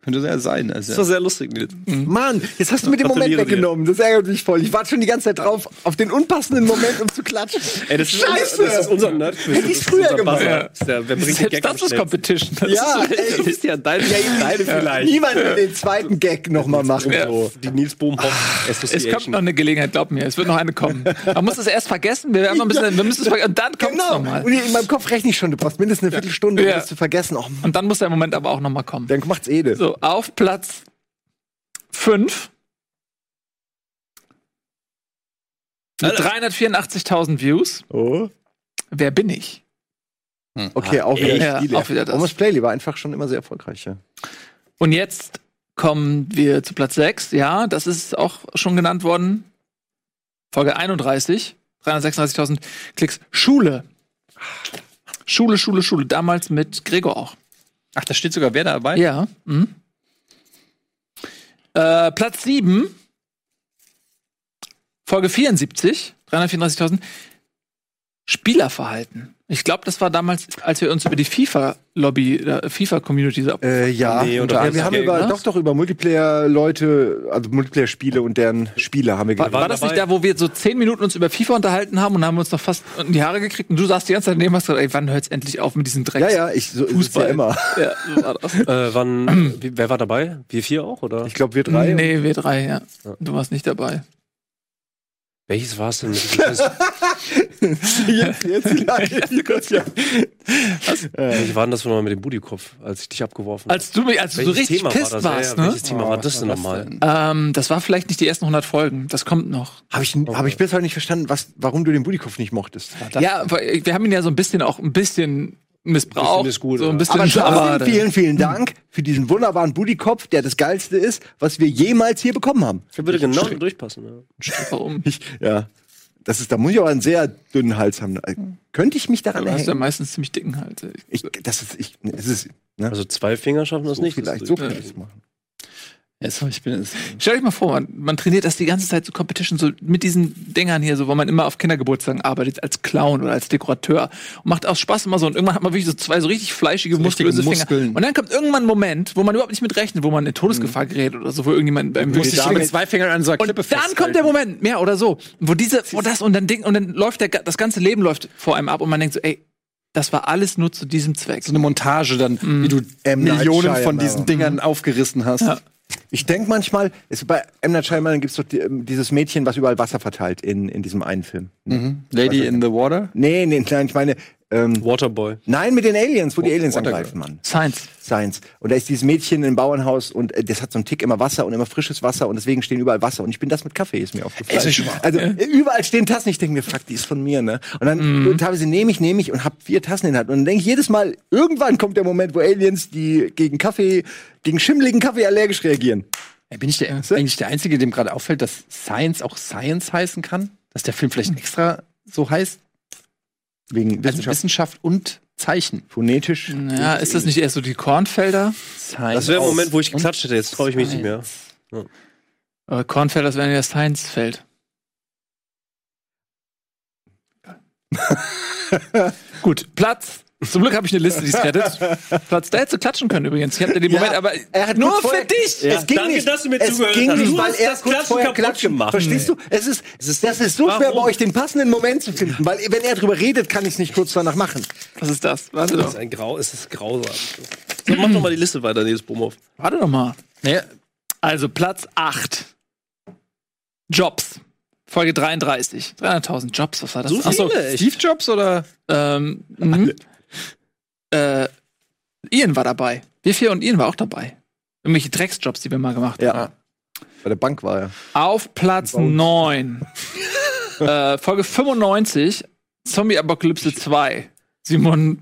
Speaker 1: Könnte ja sein. Also,
Speaker 2: Das war sehr lustig, Nils.
Speaker 3: Mann, jetzt hast du mir den Moment
Speaker 2: Gratuliere dir.
Speaker 3: weggenommen. Das ärgert mich voll. Ich warte schon die ganze Zeit drauf, auf den unpassenden Moment, um zu klatschen.
Speaker 2: Ey, das
Speaker 3: Scheiße!
Speaker 2: Ist, das ist unser nerd
Speaker 3: Hätte ich's früher gemacht.
Speaker 2: Der, wer bringt den Gag
Speaker 4: Selbst
Speaker 2: am
Speaker 4: das ist
Speaker 2: schnellsten?
Speaker 4: Competition. Das
Speaker 2: Ah,
Speaker 3: Ja,
Speaker 4: ist,
Speaker 3: ey.
Speaker 4: das ist ja dein,
Speaker 2: Deine vielleicht.
Speaker 3: Niemand will den zweiten Gag nochmal machen.
Speaker 2: So, die Nils Bohmhoff E
Speaker 4: Es kommt
Speaker 2: Association.
Speaker 4: noch eine Gelegenheit, glaub mir. Es wird noch eine kommen. Man muss es erst vergessen. Wir, werden noch ein bisschen, wir müssen es vergessen. Und dann kommt es
Speaker 3: Genau.
Speaker 4: nochmal.
Speaker 3: Und in meinem Kopf rechne ich schon, du brauchst mindestens eine Viertelstunde, um
Speaker 4: Ja.
Speaker 3: das zu vergessen. Oh, Mann,
Speaker 4: Und dann muss der Moment aber auch nochmal kommen.
Speaker 3: dann macht's eh Ede.
Speaker 4: So, auf Platz 5. Mit 384.000 Views.
Speaker 3: Oh.
Speaker 4: Wer bin ich?
Speaker 3: Okay, auch wieder
Speaker 4: Ja,
Speaker 3: Spiele.
Speaker 4: auch wieder das.
Speaker 3: Almost Playley war einfach schon immer sehr erfolgreich. Ja.
Speaker 4: Und jetzt kommen wir zu Platz 6. Ja, das ist auch schon genannt worden. Folge 31, 336.000 Klicks. Schule. Schule, Schule, Schule. Damals mit Gregor auch.
Speaker 1: Ach, da steht sogar wer dabei?
Speaker 4: Ja. Mhm. Äh, Platz 7, Folge 74, 334.000. Spielerverhalten. Ich glaube, das war damals, als wir uns über die FIFA-Lobby, äh, FIFA-Community so ab.
Speaker 3: Äh, ja,
Speaker 2: Nee, und
Speaker 3: ja,
Speaker 2: alles
Speaker 3: wir haben
Speaker 2: Geld,
Speaker 3: über,
Speaker 4: ne?
Speaker 3: doch, doch über Multiplayer-Leute, also Multiplayer-Spiele und deren Spiele haben wir
Speaker 4: War,
Speaker 3: geredet.
Speaker 4: war das nicht da, wo wir so zehn Minuten uns über FIFA unterhalten haben und haben uns noch fast in die Haare gekriegt und du saßt die ganze Zeit daneben und hast gesagt, ey, wann hört's endlich auf mit diesem Dreck?
Speaker 3: Ja, ja, ich so, Fußball ja immer.
Speaker 4: ja so war das.
Speaker 2: Äh, wann, wie- wer war dabei? Wir vier auch, oder?
Speaker 3: Ich glaube, wir drei.
Speaker 4: Nee, W3, ja. Du warst nicht dabei.
Speaker 2: Welches war es denn? mit diesem Test?
Speaker 3: Jetzt, jetzt, ja.
Speaker 2: Welche waren das nochmal mit dem Budikopf, als ich dich abgeworfen
Speaker 4: Als du, mich- als du so richtig pisst
Speaker 2: war das?
Speaker 4: warst,
Speaker 2: ja, ja,
Speaker 4: ne?
Speaker 2: Welches Thema Oh, war das denn nochmal?
Speaker 4: Ähm, das war vielleicht nicht die ersten 100 Folgen. Das kommt noch.
Speaker 3: Habe ich, hab ich bis heute nicht verstanden, was, warum du den Budikopf nicht mochtest.
Speaker 4: Oh. ja, weil wir haben ihn ja so ein bisschen auch ein bisschen missbraucht.
Speaker 2: Ein bisschen ist gut,
Speaker 4: so
Speaker 2: ja.
Speaker 4: ein bisschen
Speaker 3: Aber trotzdem
Speaker 4: schade.
Speaker 3: vielen, vielen Dank für diesen wunderbaren Budikopf, der das Geilste ist, was wir jemals hier bekommen haben.
Speaker 2: Der würde genau durchpassen. Ja.
Speaker 4: Warum?
Speaker 3: Ich, ja. Das ist, da muss ich aber einen sehr dünnen Hals haben. Äh, Könnte ich mich daran
Speaker 4: Du hast ja
Speaker 3: hängen?
Speaker 4: meistens ziemlich dicken Hals. ey.
Speaker 3: Ich, das ist, ich, es ist, ne?
Speaker 2: Also zwei Finger schaffen das
Speaker 3: so
Speaker 2: nicht.
Speaker 3: vielleicht,
Speaker 2: das
Speaker 3: so kann ich es machen.
Speaker 1: Jetzt, ich bin jetzt.
Speaker 4: Stell euch mal vor, man, man trainiert das die ganze Zeit so Competition, so mit diesen Dingern hier, so wo man immer auf Kindergeburtstagen arbeitet, als Clown oder als Dekorateur. Und macht auch Spaß immer so. Und irgendwann hat man wirklich so zwei so richtig fleischige,
Speaker 1: richtige
Speaker 4: muskulöse Finger.
Speaker 1: Muskeln. Mhm.
Speaker 4: Und dann kommt irgendwann ein Moment, wo man überhaupt nicht mit rechnet, wo man in Todesgefahr gerät oder so, wo irgendjemand beim
Speaker 1: Muss ich mit zwei Fingern an so einer
Speaker 4: Und
Speaker 1: Klippe
Speaker 4: dann kommt der Moment, mehr oder so, wo diese, wo das und dann Ding, und dann läuft der, ga- das ganze Leben läuft vor einem ab und man denkt so, ey, das war alles nur zu diesem Zweck.
Speaker 1: So eine Montage dann, wie du
Speaker 3: M. Night
Speaker 1: Millionen von
Speaker 3: Shyamalan.
Speaker 1: diesen Dingern aufgerissen hast.
Speaker 3: Ich denke manchmal, es, bei M. Night Shyamalan gibt es doch die, ähm, dieses Mädchen, was überall Wasser verteilt in, in diesem einen Film.
Speaker 1: Lady in the Water.
Speaker 3: Nee, nee, nein, ich meine, ähm,
Speaker 2: Waterboy.
Speaker 3: nein, mit den Aliens, wo die Aliens angreifen, Mann.
Speaker 4: Science.
Speaker 3: Science. Und da ist dieses Mädchen im Bauernhaus und äh, das hat so einen Tick immer Wasser und immer frisches Wasser und deswegen stehen überall Wasser. Und ich bin das mit Kaffee, ist mir aufgefallen. also
Speaker 1: ne?
Speaker 3: äh, überall stehen Tassen. Ich denke mir, fuck, die ist von mir, ne? Und
Speaker 1: Mhm.
Speaker 3: dann äh, teilweise nehme ich, nehme ich und hab vier Tassen in der Hand. Und dann denke ich jedes Mal, irgendwann kommt der Moment, wo Aliens, die gegen Kaffee, gegen schimmeligen Kaffee allergisch reagieren.
Speaker 1: Ey, Bin ich der, eigentlich der Einzige, dem gerade auffällt, dass Science auch Science heißen kann? Dass der Film vielleicht extra so heißt?
Speaker 3: Wegen
Speaker 1: Also
Speaker 3: Wissenschaft.
Speaker 1: Wissenschaft und Zeichen.
Speaker 3: Phonetisch.
Speaker 4: Ja, ist das nicht erst so die Kornfelder?
Speaker 2: Das wäre der Moment, wo ich geklatscht hätte. Jetzt traue ich mich nicht mehr.
Speaker 4: Aber Äh, Kornfelder ist wenn das Heinzfeld. Gut, Platz. Zum Glück habe ich eine Liste, die es rettet. Platz, da hättest du klatschen können übrigens. Ich hatte den Moment, aber
Speaker 3: er hat
Speaker 4: nur
Speaker 3: kurz
Speaker 4: für
Speaker 3: vorher-
Speaker 4: dich.
Speaker 3: Ja. Es ging
Speaker 2: Danke,
Speaker 3: nicht,
Speaker 2: dass du mir
Speaker 3: es
Speaker 2: zugehört
Speaker 3: ging
Speaker 2: hast.
Speaker 3: nicht,
Speaker 2: Du
Speaker 3: weil
Speaker 2: hast
Speaker 3: er
Speaker 2: das
Speaker 3: kurz
Speaker 2: Klatschen
Speaker 3: vorher
Speaker 2: kaputt
Speaker 3: Klatschen
Speaker 2: gemacht.
Speaker 3: macht. Verstehst du? Es ist, es ist, das ist so schwer bei euch, den passenden Moment zu finden. Weil wenn er drüber redet, kann ich es nicht kurz danach machen.
Speaker 4: Was ist das? Warte
Speaker 2: Das
Speaker 4: doch.
Speaker 2: ist ein Grau, es ist grausam. So, mach doch mal die Liste weiter, Nils Bumhoff.
Speaker 4: Warte doch mal. Naja, also Platz 8. Jobs. Folge 33. 300.000 Jobs, was war das?
Speaker 2: So
Speaker 4: Ach so,
Speaker 2: viele, echt?
Speaker 4: Steve Jobs oder? Ähm, mhm. äh, Ian war dabei. Wir vier und Ian war auch dabei. Irgendwelche Drecksjobs, die wir mal gemacht haben.
Speaker 3: Ja. Bei der Bank war er.
Speaker 4: Auf Platz 9. äh, Folge 95. Zombie Apokalypse 2. Simon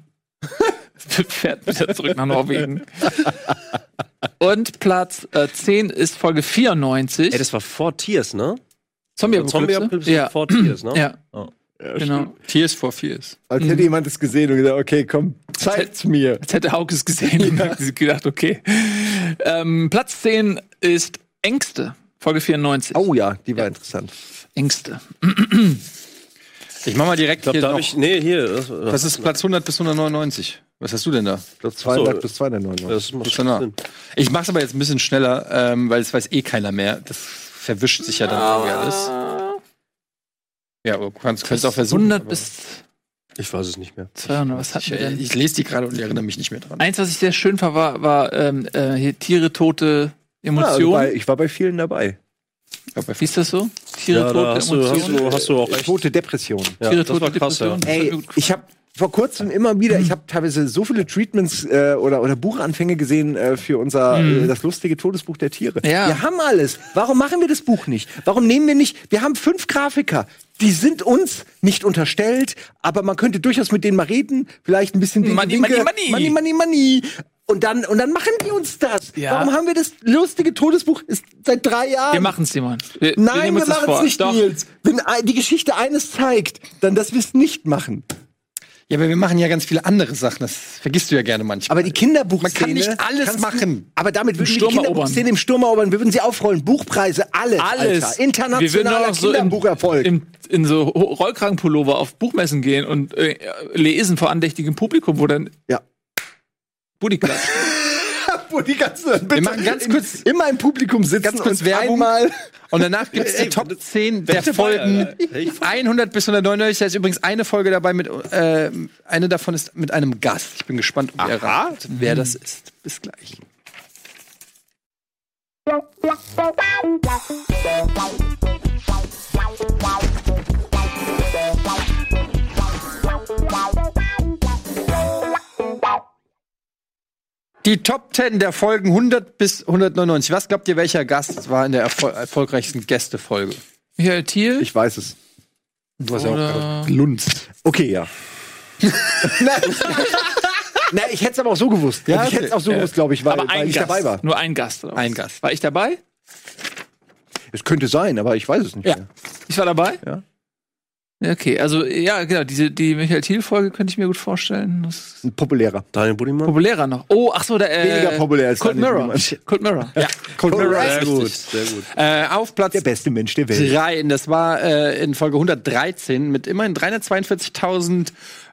Speaker 4: fährt wieder zurück nach Norwegen. Und Platz äh, 10 ist Folge 94.
Speaker 2: Ey, das war Four Tears, ne?
Speaker 4: Zombie
Speaker 2: Zombie-Apokalypse
Speaker 4: Ja.
Speaker 2: Four Tears, ne?
Speaker 4: ja.
Speaker 2: Oh.
Speaker 4: Genau.
Speaker 1: Tears for Fears.
Speaker 3: Als hätte jemand das gesehen und gesagt, okay, komm, zeig's mir.
Speaker 4: Jetzt hätte Hauke es gesehen und hat sich gedacht, okay. Ähm, Platz 10 ist Ängste. Folge 94.
Speaker 3: Oh ja, die war interessant.
Speaker 4: Ängste.
Speaker 1: Ich mach mal direkt
Speaker 2: Ich glaub,
Speaker 1: hier
Speaker 2: da hab
Speaker 1: noch.
Speaker 2: ich. Nee, hier. Das, das,
Speaker 1: das ist Platz 100 bis 199. Was hast du denn da?
Speaker 3: Ich glaube, 200
Speaker 2: so.
Speaker 3: bis 299.
Speaker 2: das macht
Speaker 1: Bist du nah.
Speaker 2: Sinn.
Speaker 1: Ich mach's aber jetzt ein bisschen schneller, ähm, weil es weiß eh keiner mehr. Das verwischt sich ja dann irgendwie alles. Ja, aber du kannst, kannst auch versuchen.
Speaker 4: 100
Speaker 1: aber-
Speaker 4: bis
Speaker 2: Ich weiß es nicht mehr.
Speaker 4: 200. Was hatten
Speaker 1: Ich,
Speaker 4: wir
Speaker 1: äh,
Speaker 4: denn?
Speaker 1: ich lese die gerade und erinnere mich nicht mehr dran.
Speaker 4: Eins, was ich sehr schön fand, war, war ähm, äh, hier Tiere, Tote,
Speaker 3: Ja, also bei,
Speaker 4: Emotionen.
Speaker 3: ich war bei vielen dabei.
Speaker 4: Hieß das so? Tiere,
Speaker 2: Ja, da
Speaker 4: Tote,
Speaker 2: hast, du, hast,
Speaker 4: Emotionen.
Speaker 2: du, hast du auch recht.
Speaker 3: Äh, Tote Depression.
Speaker 2: Ja,
Speaker 4: Tiere,
Speaker 2: das war krass, ja.
Speaker 4: Depressionen. Das hat mir
Speaker 3: Ey,
Speaker 4: gut gefallen.
Speaker 3: ich habe vor kurzem immer wieder, ich habe teilweise so viele Treatments äh, oder, oder Buchanfänge gesehen äh, für unser äh, das lustige Todesbuch der Tiere.
Speaker 4: Mhm. Ja.
Speaker 3: Wir haben alles. Warum machen wir das Buch nicht? Warum nehmen wir nicht? Wir haben fünf Grafiker. Die sind uns nicht unterstellt, aber man könnte durchaus mit denen mal reden, vielleicht ein bisschen
Speaker 4: Money,
Speaker 3: winke,
Speaker 4: money,
Speaker 3: money,
Speaker 4: money.
Speaker 3: money, money. Und dann und dann machen die uns das.
Speaker 4: Ja.
Speaker 3: Warum haben wir das lustige Todesbuch ist seit drei Jahren?
Speaker 4: wir machen es, Simon. Wir,
Speaker 3: Nein,
Speaker 4: nehmen
Speaker 3: wir
Speaker 4: uns das
Speaker 3: machen es
Speaker 4: vor.
Speaker 3: nicht,
Speaker 4: Doch.
Speaker 3: Nils. Wenn ein- die Geschichte eines zeigt, dann dass wir es nicht machen.
Speaker 1: Ja, aber wir machen ja ganz viele andere Sachen. Das vergisst du ja gerne manchmal.
Speaker 3: Aber die Kinderbuchszene.
Speaker 1: Man kann nicht alles
Speaker 3: kannst du-
Speaker 1: machen.
Speaker 3: Aber damit würden wir
Speaker 4: Sturm
Speaker 3: die Kinderbuchszene
Speaker 4: erobern.
Speaker 3: im Sturm erobern. Wir würden sie aufrollen. Buchpreise, alles.
Speaker 4: Alles.
Speaker 3: Alter.
Speaker 4: Wir würden doch
Speaker 3: Internationaler
Speaker 4: noch so im-
Speaker 3: Kinderbucherfolg.
Speaker 4: Im, in so Ho- Rollkragenpullover auf Buchmessen gehen und äh, lesen vor andächtigem Publikum, wo dann
Speaker 3: ja.
Speaker 4: Booty klatscht.
Speaker 3: Wo die ganzen, bitte,
Speaker 1: machen ganz
Speaker 3: im-
Speaker 1: kurz-
Speaker 3: immer im Publikum sitzen
Speaker 1: ganz kurz
Speaker 3: und
Speaker 1: Werbung.
Speaker 3: einmal.
Speaker 1: Und danach gibt es die Top 10 der
Speaker 2: Wette
Speaker 1: Folgen
Speaker 2: Bayern, Alter. Echt?
Speaker 1: 100 bis 199. Da ist übrigens eine Folge dabei mit, äh, eine davon ist mit einem Gast. Ich bin gespannt, ob ihr ratet, wer das ist. Bis gleich. Die Top 10 der Folgen 100 bis 199. Was glaubt ihr, welcher Gast war in der erfol erfolgreichsten Gästefolge?
Speaker 4: Michael Thiel.
Speaker 3: Ich weiß es.
Speaker 1: Du hast ja auch
Speaker 4: Oder-
Speaker 1: gerade gelunzt.
Speaker 3: Okay, ja. Nein, Na, ich hätte es aber auch so gewusst.
Speaker 1: Ja,
Speaker 3: ich hätte es auch so gewusst, glaube ich, weil,
Speaker 4: aber
Speaker 3: weil
Speaker 4: ein
Speaker 3: ich
Speaker 4: Gast.
Speaker 3: dabei war.
Speaker 4: Nur ein Gast. Oder was?
Speaker 1: Ein Gast.
Speaker 4: War ich dabei?
Speaker 3: Es könnte sein, aber ich weiß es nicht.
Speaker 4: Ja.
Speaker 3: mehr.
Speaker 4: Ich war dabei?
Speaker 3: Ja.
Speaker 4: Ja, Okay, also ja, genau, diese, die Michael Thiel-Folge könnte ich mir gut vorstellen. Das ist
Speaker 3: Ein populärer.
Speaker 2: Daniel Buddimann.
Speaker 4: populärer noch. Oh, ach so, der äh,
Speaker 3: Weniger populär als
Speaker 4: Cold
Speaker 3: Daniel
Speaker 4: Mirror.
Speaker 3: Niemann.
Speaker 4: Cold Mirror. Ja.
Speaker 2: Sehr
Speaker 1: Richtig.
Speaker 2: gut, sehr gut.
Speaker 1: Äh, auf Platz
Speaker 3: Der beste Mensch der Welt.
Speaker 1: 3, das war äh, in Folge 113 mit immerhin 342.000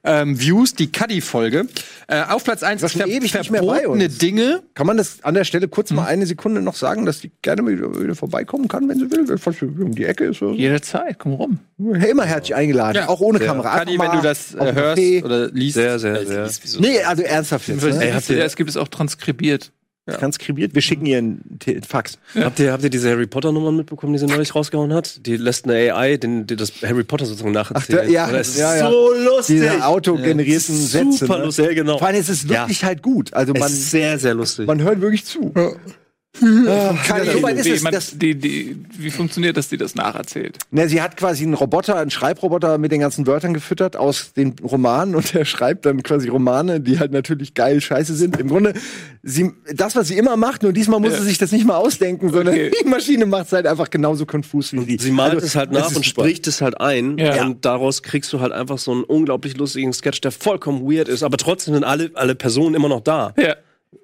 Speaker 1: ähm, Views, die Cuddy-Folge. Äh, auf Platz 1
Speaker 3: schon ewig nicht mehr bei
Speaker 1: verbotene
Speaker 3: uns.
Speaker 1: Dinge.
Speaker 3: Kann man das an der Stelle kurz
Speaker 1: Hm.
Speaker 3: mal eine Sekunde noch sagen, dass die gerne mal wieder, wieder vorbeikommen kann, wenn sie will, wenn falls sie um die Ecke ist? Oder so.
Speaker 4: Jederzeit, komm rum.
Speaker 3: Immer herzlich eingeladen,
Speaker 1: Ja.
Speaker 3: auch ohne Kamera.
Speaker 1: Cuddy, wenn du das
Speaker 3: auf
Speaker 1: äh,
Speaker 3: dem
Speaker 1: hörst
Speaker 3: Café.
Speaker 1: oder liest.
Speaker 2: Sehr, sehr,
Speaker 1: Äh,
Speaker 2: sehr.
Speaker 1: liest, wieso?
Speaker 3: Nee, also ernsthaft jetzt.
Speaker 4: Ey,
Speaker 3: Ne?
Speaker 4: habt ihr es gibt es auch transkribiert.
Speaker 3: Transkribiert, wir schicken ihr einen Te- Fax.
Speaker 2: Habt, ihr, habt ihr diese Harry Potter-Nummern mitbekommen, die sie neulich rausgehauen hat? Die lässt eine AI den, die das Harry Potter sozusagen nacherzählen.
Speaker 3: Ach, da- ja,
Speaker 2: das ist
Speaker 3: ja, ja.
Speaker 2: so lustig.
Speaker 3: Diese autogenerierten
Speaker 2: Super
Speaker 3: Sätze. ne?
Speaker 2: lustig, ja, genau.
Speaker 3: Vor allem, es ist wirklich halt gut. Also
Speaker 2: Es
Speaker 3: man,
Speaker 2: ist sehr, sehr lustig.
Speaker 3: man hört wirklich zu. Keine so weit ist
Speaker 4: wie,
Speaker 3: es,
Speaker 4: man,
Speaker 3: dass,
Speaker 4: die, die, wie funktioniert das, die das nacherzählt?
Speaker 3: ne, sie hat quasi einen Roboter, einen Schreibroboter mit den ganzen Wörtern gefüttert aus den Romanen und er schreibt dann quasi Romane, die halt natürlich geil scheiße sind. Im Grunde, sie, das, was sie immer macht, nur diesmal muss sie sich das nicht mal ausdenken, sondern die Maschine macht es halt einfach genauso konfus wie die.
Speaker 2: Sie malt
Speaker 3: Also,
Speaker 2: es halt
Speaker 3: das
Speaker 2: nach
Speaker 3: ist
Speaker 2: und
Speaker 3: super.
Speaker 2: spricht es halt ein.
Speaker 4: Ja.
Speaker 2: Und daraus kriegst du halt einfach so einen unglaublich lustigen Sketch, der vollkommen weird ist, aber trotzdem sind alle, alle Personen immer noch da.
Speaker 4: Ja.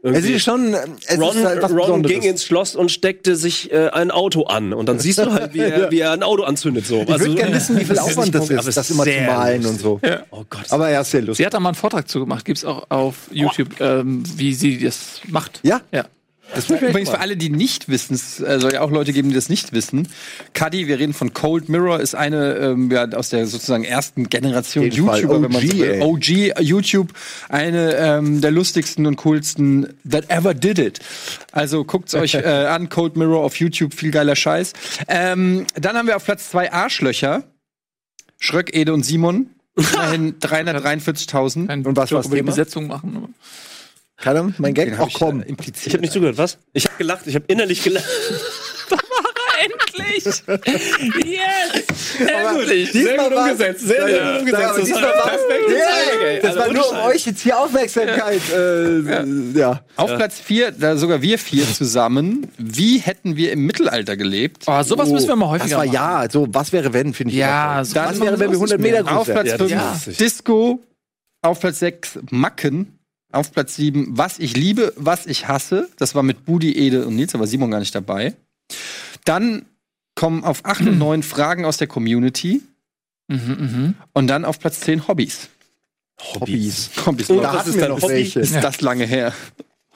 Speaker 3: Es ist schon, ähm, es
Speaker 2: Ron,
Speaker 3: ist halt was
Speaker 2: Ron
Speaker 3: Besonderes.
Speaker 2: ging ins Schloss und steckte sich äh, ein Auto an. Und dann siehst du halt, wie er,
Speaker 3: Ja.
Speaker 2: wie er ein Auto anzündet. So. Also,
Speaker 3: ich würde gerne wissen, wie viel Aufwand das ist, das immer zu malen und so.
Speaker 2: Oh Gott.
Speaker 3: Aber ja, ist sehr lustig.
Speaker 4: Sie hat da mal einen Vortrag zu gemacht, gibt's auch auf YouTube, ähm, wie sie das macht.
Speaker 3: Ja?
Speaker 4: Ja.
Speaker 3: Das wird
Speaker 1: Übrigens für alle, die nicht wissen, es äh, soll ja auch Leute geben, die das nicht wissen. Cuddy, wir reden von Cold Mirror, ist eine ähm, ja, aus der sozusagen ersten Generation
Speaker 3: Jeden Fall.
Speaker 1: YouTuber, wenn man so
Speaker 3: OG,
Speaker 1: will.
Speaker 3: ey.
Speaker 1: OG YouTube, eine ähm, der lustigsten und coolsten that ever did it. Also guckt's euch äh, an, Cold Mirror auf YouTube, viel geiler Scheiß. Ähm, dann haben wir auf Platz zwei Arschlöcher. Schröck, Ede und Simon. Immerhin 343.000.
Speaker 4: Ein
Speaker 3: Und was war das
Speaker 4: über die
Speaker 3: Thema?
Speaker 4: Besetzung machen.
Speaker 3: Keiner, mein Gag?
Speaker 1: Den hab
Speaker 3: Ach
Speaker 1: ich, äh,
Speaker 3: komm.
Speaker 2: Ich habe nicht zugehört, was? Ich habe gelacht, ich habe innerlich gelacht.
Speaker 4: Endlich! Yes!
Speaker 3: Endlich! Sehr gut umgesetzt, sehr gut umgesetzt. Aber diesmal war yeah, das war nur um euch jetzt hier Aufmerksamkeit. Äh, ja.
Speaker 1: Auf Platz vier, da sogar wir vier zusammen. Wie hätten wir im Mittelalter gelebt?
Speaker 4: Oh, sowas müssen wir mal häufiger
Speaker 3: Das war
Speaker 4: machen.
Speaker 3: ja, so was wäre wenn, finde ich.
Speaker 4: Ja,
Speaker 3: immer toll.
Speaker 4: so-
Speaker 3: was wäre wenn wir 100 Meter groß
Speaker 1: Auf Platz
Speaker 3: wären?
Speaker 1: fünf Disco, auf Platz sechs Macken, auf Platz sieben Was ich liebe, was ich hasse. Das war mit Budi, Ede und Nils, aber Simon gar nicht dabei. Dann kommen auf acht und neun Fragen aus der Community.
Speaker 4: Mhm,
Speaker 1: Und dann auf Platz zehn Hobbys.
Speaker 3: Hobbys.
Speaker 1: Hobbys.
Speaker 3: Da hatten wir noch welche.
Speaker 1: ist das lange her.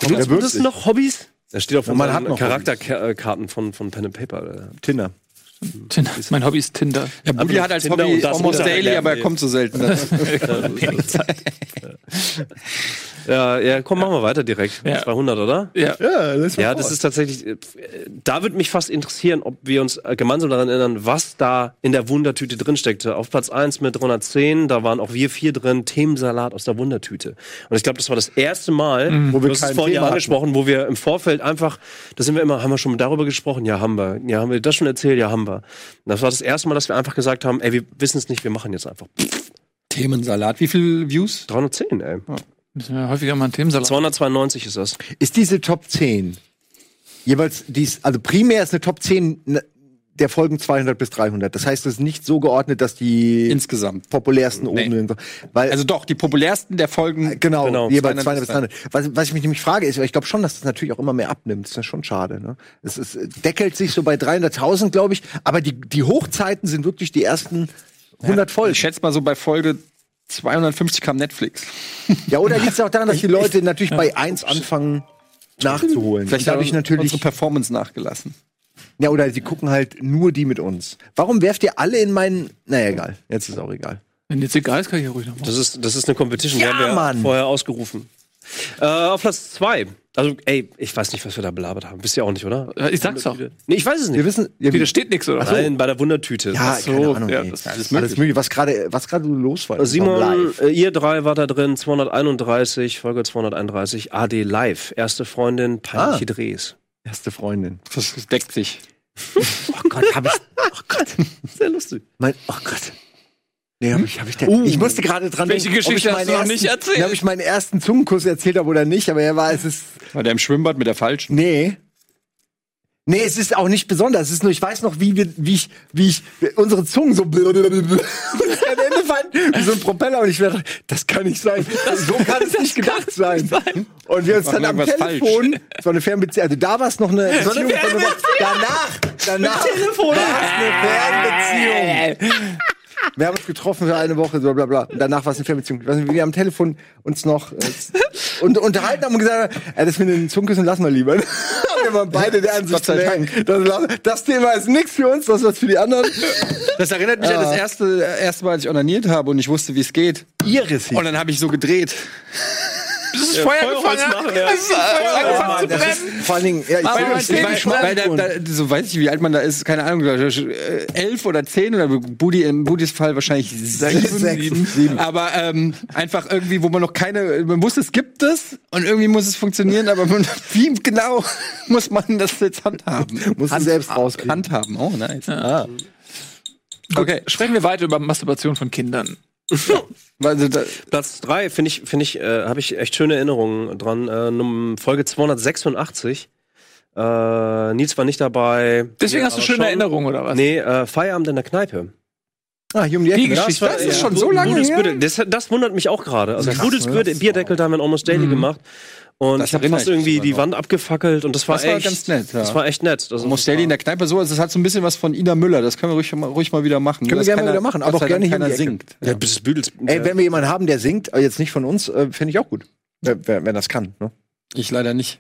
Speaker 3: Ja,
Speaker 2: Sind das
Speaker 3: wirklich.
Speaker 2: noch Hobbys? Da steht auf
Speaker 3: Und man hat
Speaker 2: unseren
Speaker 3: noch
Speaker 2: Charakterkarten von, von Pen and Paper. äh. Alter.
Speaker 3: Tinder.
Speaker 4: Tinder. Mein Hobby ist Tinder.
Speaker 1: Ja, Budi hat als Hobby
Speaker 2: und das
Speaker 1: Almost
Speaker 2: Internet
Speaker 1: Daily,
Speaker 2: lernen
Speaker 1: aber er
Speaker 2: wir
Speaker 1: kommt so selten. dazu.
Speaker 2: Ja, ja, komm, machen wir weiter direkt.
Speaker 4: Ja.
Speaker 2: 200, oder?
Speaker 4: Ja.
Speaker 3: Ja, das
Speaker 2: Ja, das ist tatsächlich. äh, Da würde mich fast interessieren, ob wir uns äh, gemeinsam daran erinnern, was da in der Wundertüte drinsteckte. Auf Platz 1 mit 310, da waren auch wir vier drin, Themensalat aus der Wundertüte. Und ich glaube, das war das erste Mal,
Speaker 3: Wo wir
Speaker 2: du hast es
Speaker 3: kein
Speaker 2: vorhin ja
Speaker 3: Thema
Speaker 2: angesprochen, wo wir im Vorfeld einfach, da sind wir immer, haben wir schon mal darüber gesprochen, ja, haben wir, ja, haben wir das schon erzählt, ja, haben wir. Und das war das erste Mal, dass wir einfach gesagt haben, ey, wir wissen es nicht, wir machen jetzt einfach.
Speaker 1: Themensalat. Wie viele Views?
Speaker 2: 310, ey.
Speaker 4: Müssen wir häufiger mal einen Themensalat
Speaker 2: 292 ist das.
Speaker 3: Ist diese Top 10 jeweils dies, also primär ist eine Top 10 ne- der Folgen 200 bis 300. Das heißt, es ist nicht so geordnet, dass die
Speaker 1: Insgesamt.
Speaker 3: populärsten oben
Speaker 1: Nee.
Speaker 3: sind. Weil,
Speaker 1: Also doch, die populärsten der Folgen.
Speaker 3: Genau,
Speaker 2: Genau,
Speaker 3: jeweils
Speaker 1: 200
Speaker 3: 200
Speaker 1: bis
Speaker 3: bis 300. Was, was ich mich nämlich frage, ist, weil ich glaube schon, dass das natürlich auch immer mehr abnimmt. ist ja schon schade. Ne? Es, es deckelt sich so bei 300.000, glaube ich. Aber die, die Hochzeiten sind wirklich die ersten 100 Folgen.
Speaker 1: Ich schätze mal so bei Folge 250 kam Netflix.
Speaker 3: Ja, oder liegt es auch daran, dass die Leute natürlich bei 1 anfangen nachzuholen?
Speaker 1: Vielleicht
Speaker 3: Und dadurch
Speaker 1: haben
Speaker 3: natürlich.
Speaker 1: unsere Performance nachgelassen.
Speaker 3: Ja, oder sie gucken halt nur die mit uns. Warum werft ihr alle in meinen. Naja, egal. Jetzt ist auch egal.
Speaker 4: Wenn jetzt egal ist, kann ich ja ruhig noch machen.
Speaker 2: Das ist, das ist eine Competition,
Speaker 3: Ja,
Speaker 2: die haben wir
Speaker 3: Mann.
Speaker 2: vorher ausgerufen. Äh, auf Platz 2. Also, ey, ich weiß nicht, was wir da belabert haben. Wisst ihr auch nicht, oder?
Speaker 4: Äh, Ich sag's doch.
Speaker 2: Nee, ich weiß es
Speaker 3: Wir
Speaker 2: nicht.
Speaker 3: wissen. Ja,
Speaker 4: Wieder steht nichts, oder?
Speaker 2: Nein, bei der Wundertüte.
Speaker 3: ja,
Speaker 4: so,
Speaker 3: keine Ahnung.
Speaker 4: ja,
Speaker 3: ey.
Speaker 4: das ist
Speaker 3: alles möglich. Was gerade was gerade los war.
Speaker 2: Simon, äh, ihr drei war da drin, 231, Folge 231, AD Live, erste Freundin,
Speaker 3: Ah.
Speaker 2: peinliche Drehs.
Speaker 3: Erste Freundin.
Speaker 1: Das deckt sich.
Speaker 3: Oh Gott, hab ich. Oh Gott.
Speaker 2: Sehr lustig.
Speaker 3: Mein, oh Gott. Nee, hab ich, hab ich, denn, ich musste gerade dran
Speaker 4: Welche
Speaker 3: denken,
Speaker 4: Geschichte
Speaker 3: ob
Speaker 4: hast
Speaker 3: ich meinen
Speaker 4: du noch
Speaker 3: ersten,
Speaker 4: nicht erzählt?
Speaker 3: Ob ich meinen ersten Zungenkuss erzählt habe oder nicht, aber er war, es ist,
Speaker 1: War der im Schwimmbad mit der falschen?
Speaker 3: nee. Nee, es ist auch nicht besonders. Es ist nur, ich weiß noch, wie wir, wie ich, wie ich, unsere Zungen so blablabla und am Ende fanden, wie so ein Propeller und ich werde, das kann nicht sein. so kann es nicht gedacht sein. Und wir uns
Speaker 1: machen
Speaker 3: dann am
Speaker 1: irgendwas
Speaker 3: Telefon, es war eine Fernbeziehung, also da war es noch eine, Beziehung von einer- danach, danach war es eine Fernbeziehung. Wir haben uns getroffen für eine Woche, bla bla bla. Und danach war es eine Fernbeziehung. Ich weiß nicht, wie wir am Telefon uns noch äh, und, unterhalten haben und gesagt haben, äh, das mit den Zungenküssen lassen wir lieber. Und wir waren beide der Ansicht,
Speaker 1: Gott sei
Speaker 3: nee, das, lassen- das Thema ist nichts für uns, das ist was für die anderen. Äh,
Speaker 1: Das erinnert mich an das äh, erste, äh, erste Mal, als ich onaniert habe und ich wusste, wie es geht.
Speaker 3: Iris
Speaker 1: Und dann habe ich so gedreht.
Speaker 4: Es ist Feuer
Speaker 2: Feuerholz
Speaker 4: gefangen.
Speaker 2: machen, ja.
Speaker 4: Es ist Feuer angefangen zu brennen.
Speaker 3: Vor allen Dingen, ja, ich
Speaker 4: Weil-
Speaker 3: weiß, ich
Speaker 4: weil-
Speaker 3: weiß,
Speaker 1: Weil da, da, so weiß ich, wie alt man da ist, keine Ahnung, äh, elf oder zehn oder Budi, im Budis Fall wahrscheinlich sieben.
Speaker 3: sieben, sieben.
Speaker 1: Aber ähm, einfach irgendwie, wo man noch keine, man wusste, es gibt es und irgendwie muss es funktionieren, aber man, wie genau muss man das jetzt handhaben?
Speaker 3: Muss es selbst rauskriegen.
Speaker 1: Handhaben, oh nice. Ah.
Speaker 4: Okay, sprechen wir weiter über Masturbation von Kindern.
Speaker 1: Also, da,
Speaker 2: Platz 3 finde ich, finde ich, äh, habe ich echt schöne Erinnerungen dran. Äh, num- Folge 286. Äh, Nils war nicht dabei.
Speaker 4: Deswegen
Speaker 2: Ja,
Speaker 4: hast du
Speaker 2: aber
Speaker 4: schöne
Speaker 2: schon.
Speaker 4: Erinnerungen, oder was?
Speaker 2: Nee, äh, Feierabend in der Kneipe.
Speaker 3: Ah, hier um die Ecke.
Speaker 4: Die
Speaker 3: ne?
Speaker 4: Geschichte.
Speaker 1: das ist schon so lange her.
Speaker 2: Budelsbüttel. Das, das wundert mich auch gerade. Also Budelsbüttel, Bierdeckel, da haben wir einen Almost Daily gemacht. Und
Speaker 1: Mhm. Das
Speaker 2: ich habe
Speaker 1: erinnert
Speaker 2: fast irgendwie
Speaker 1: mich
Speaker 2: die
Speaker 1: sogar
Speaker 2: Wand abgefackelt und das war
Speaker 1: Das war
Speaker 2: echt.
Speaker 1: ganz nett, ja.
Speaker 2: Das war echt nett. Also,
Speaker 1: Muss Daily in der Kneipe so, also es hat so ein bisschen was von Ina Müller, das können wir ruhig, mal- ruhig mal wieder machen.
Speaker 3: Können wir
Speaker 1: Dass
Speaker 3: gerne mal
Speaker 1: keiner-
Speaker 3: wieder machen, aber
Speaker 1: Gott
Speaker 3: auch
Speaker 1: sei
Speaker 3: gerne
Speaker 1: Dank
Speaker 3: hier um
Speaker 1: keiner
Speaker 3: die Ecke.
Speaker 1: singt.
Speaker 2: ja, bis Büdels.
Speaker 3: Ey, wenn wir jemanden haben, der singt, aber jetzt nicht von uns, äh, finde ich auch gut. Wer, wer, wenn das kann, ne?
Speaker 1: Ich leider nicht,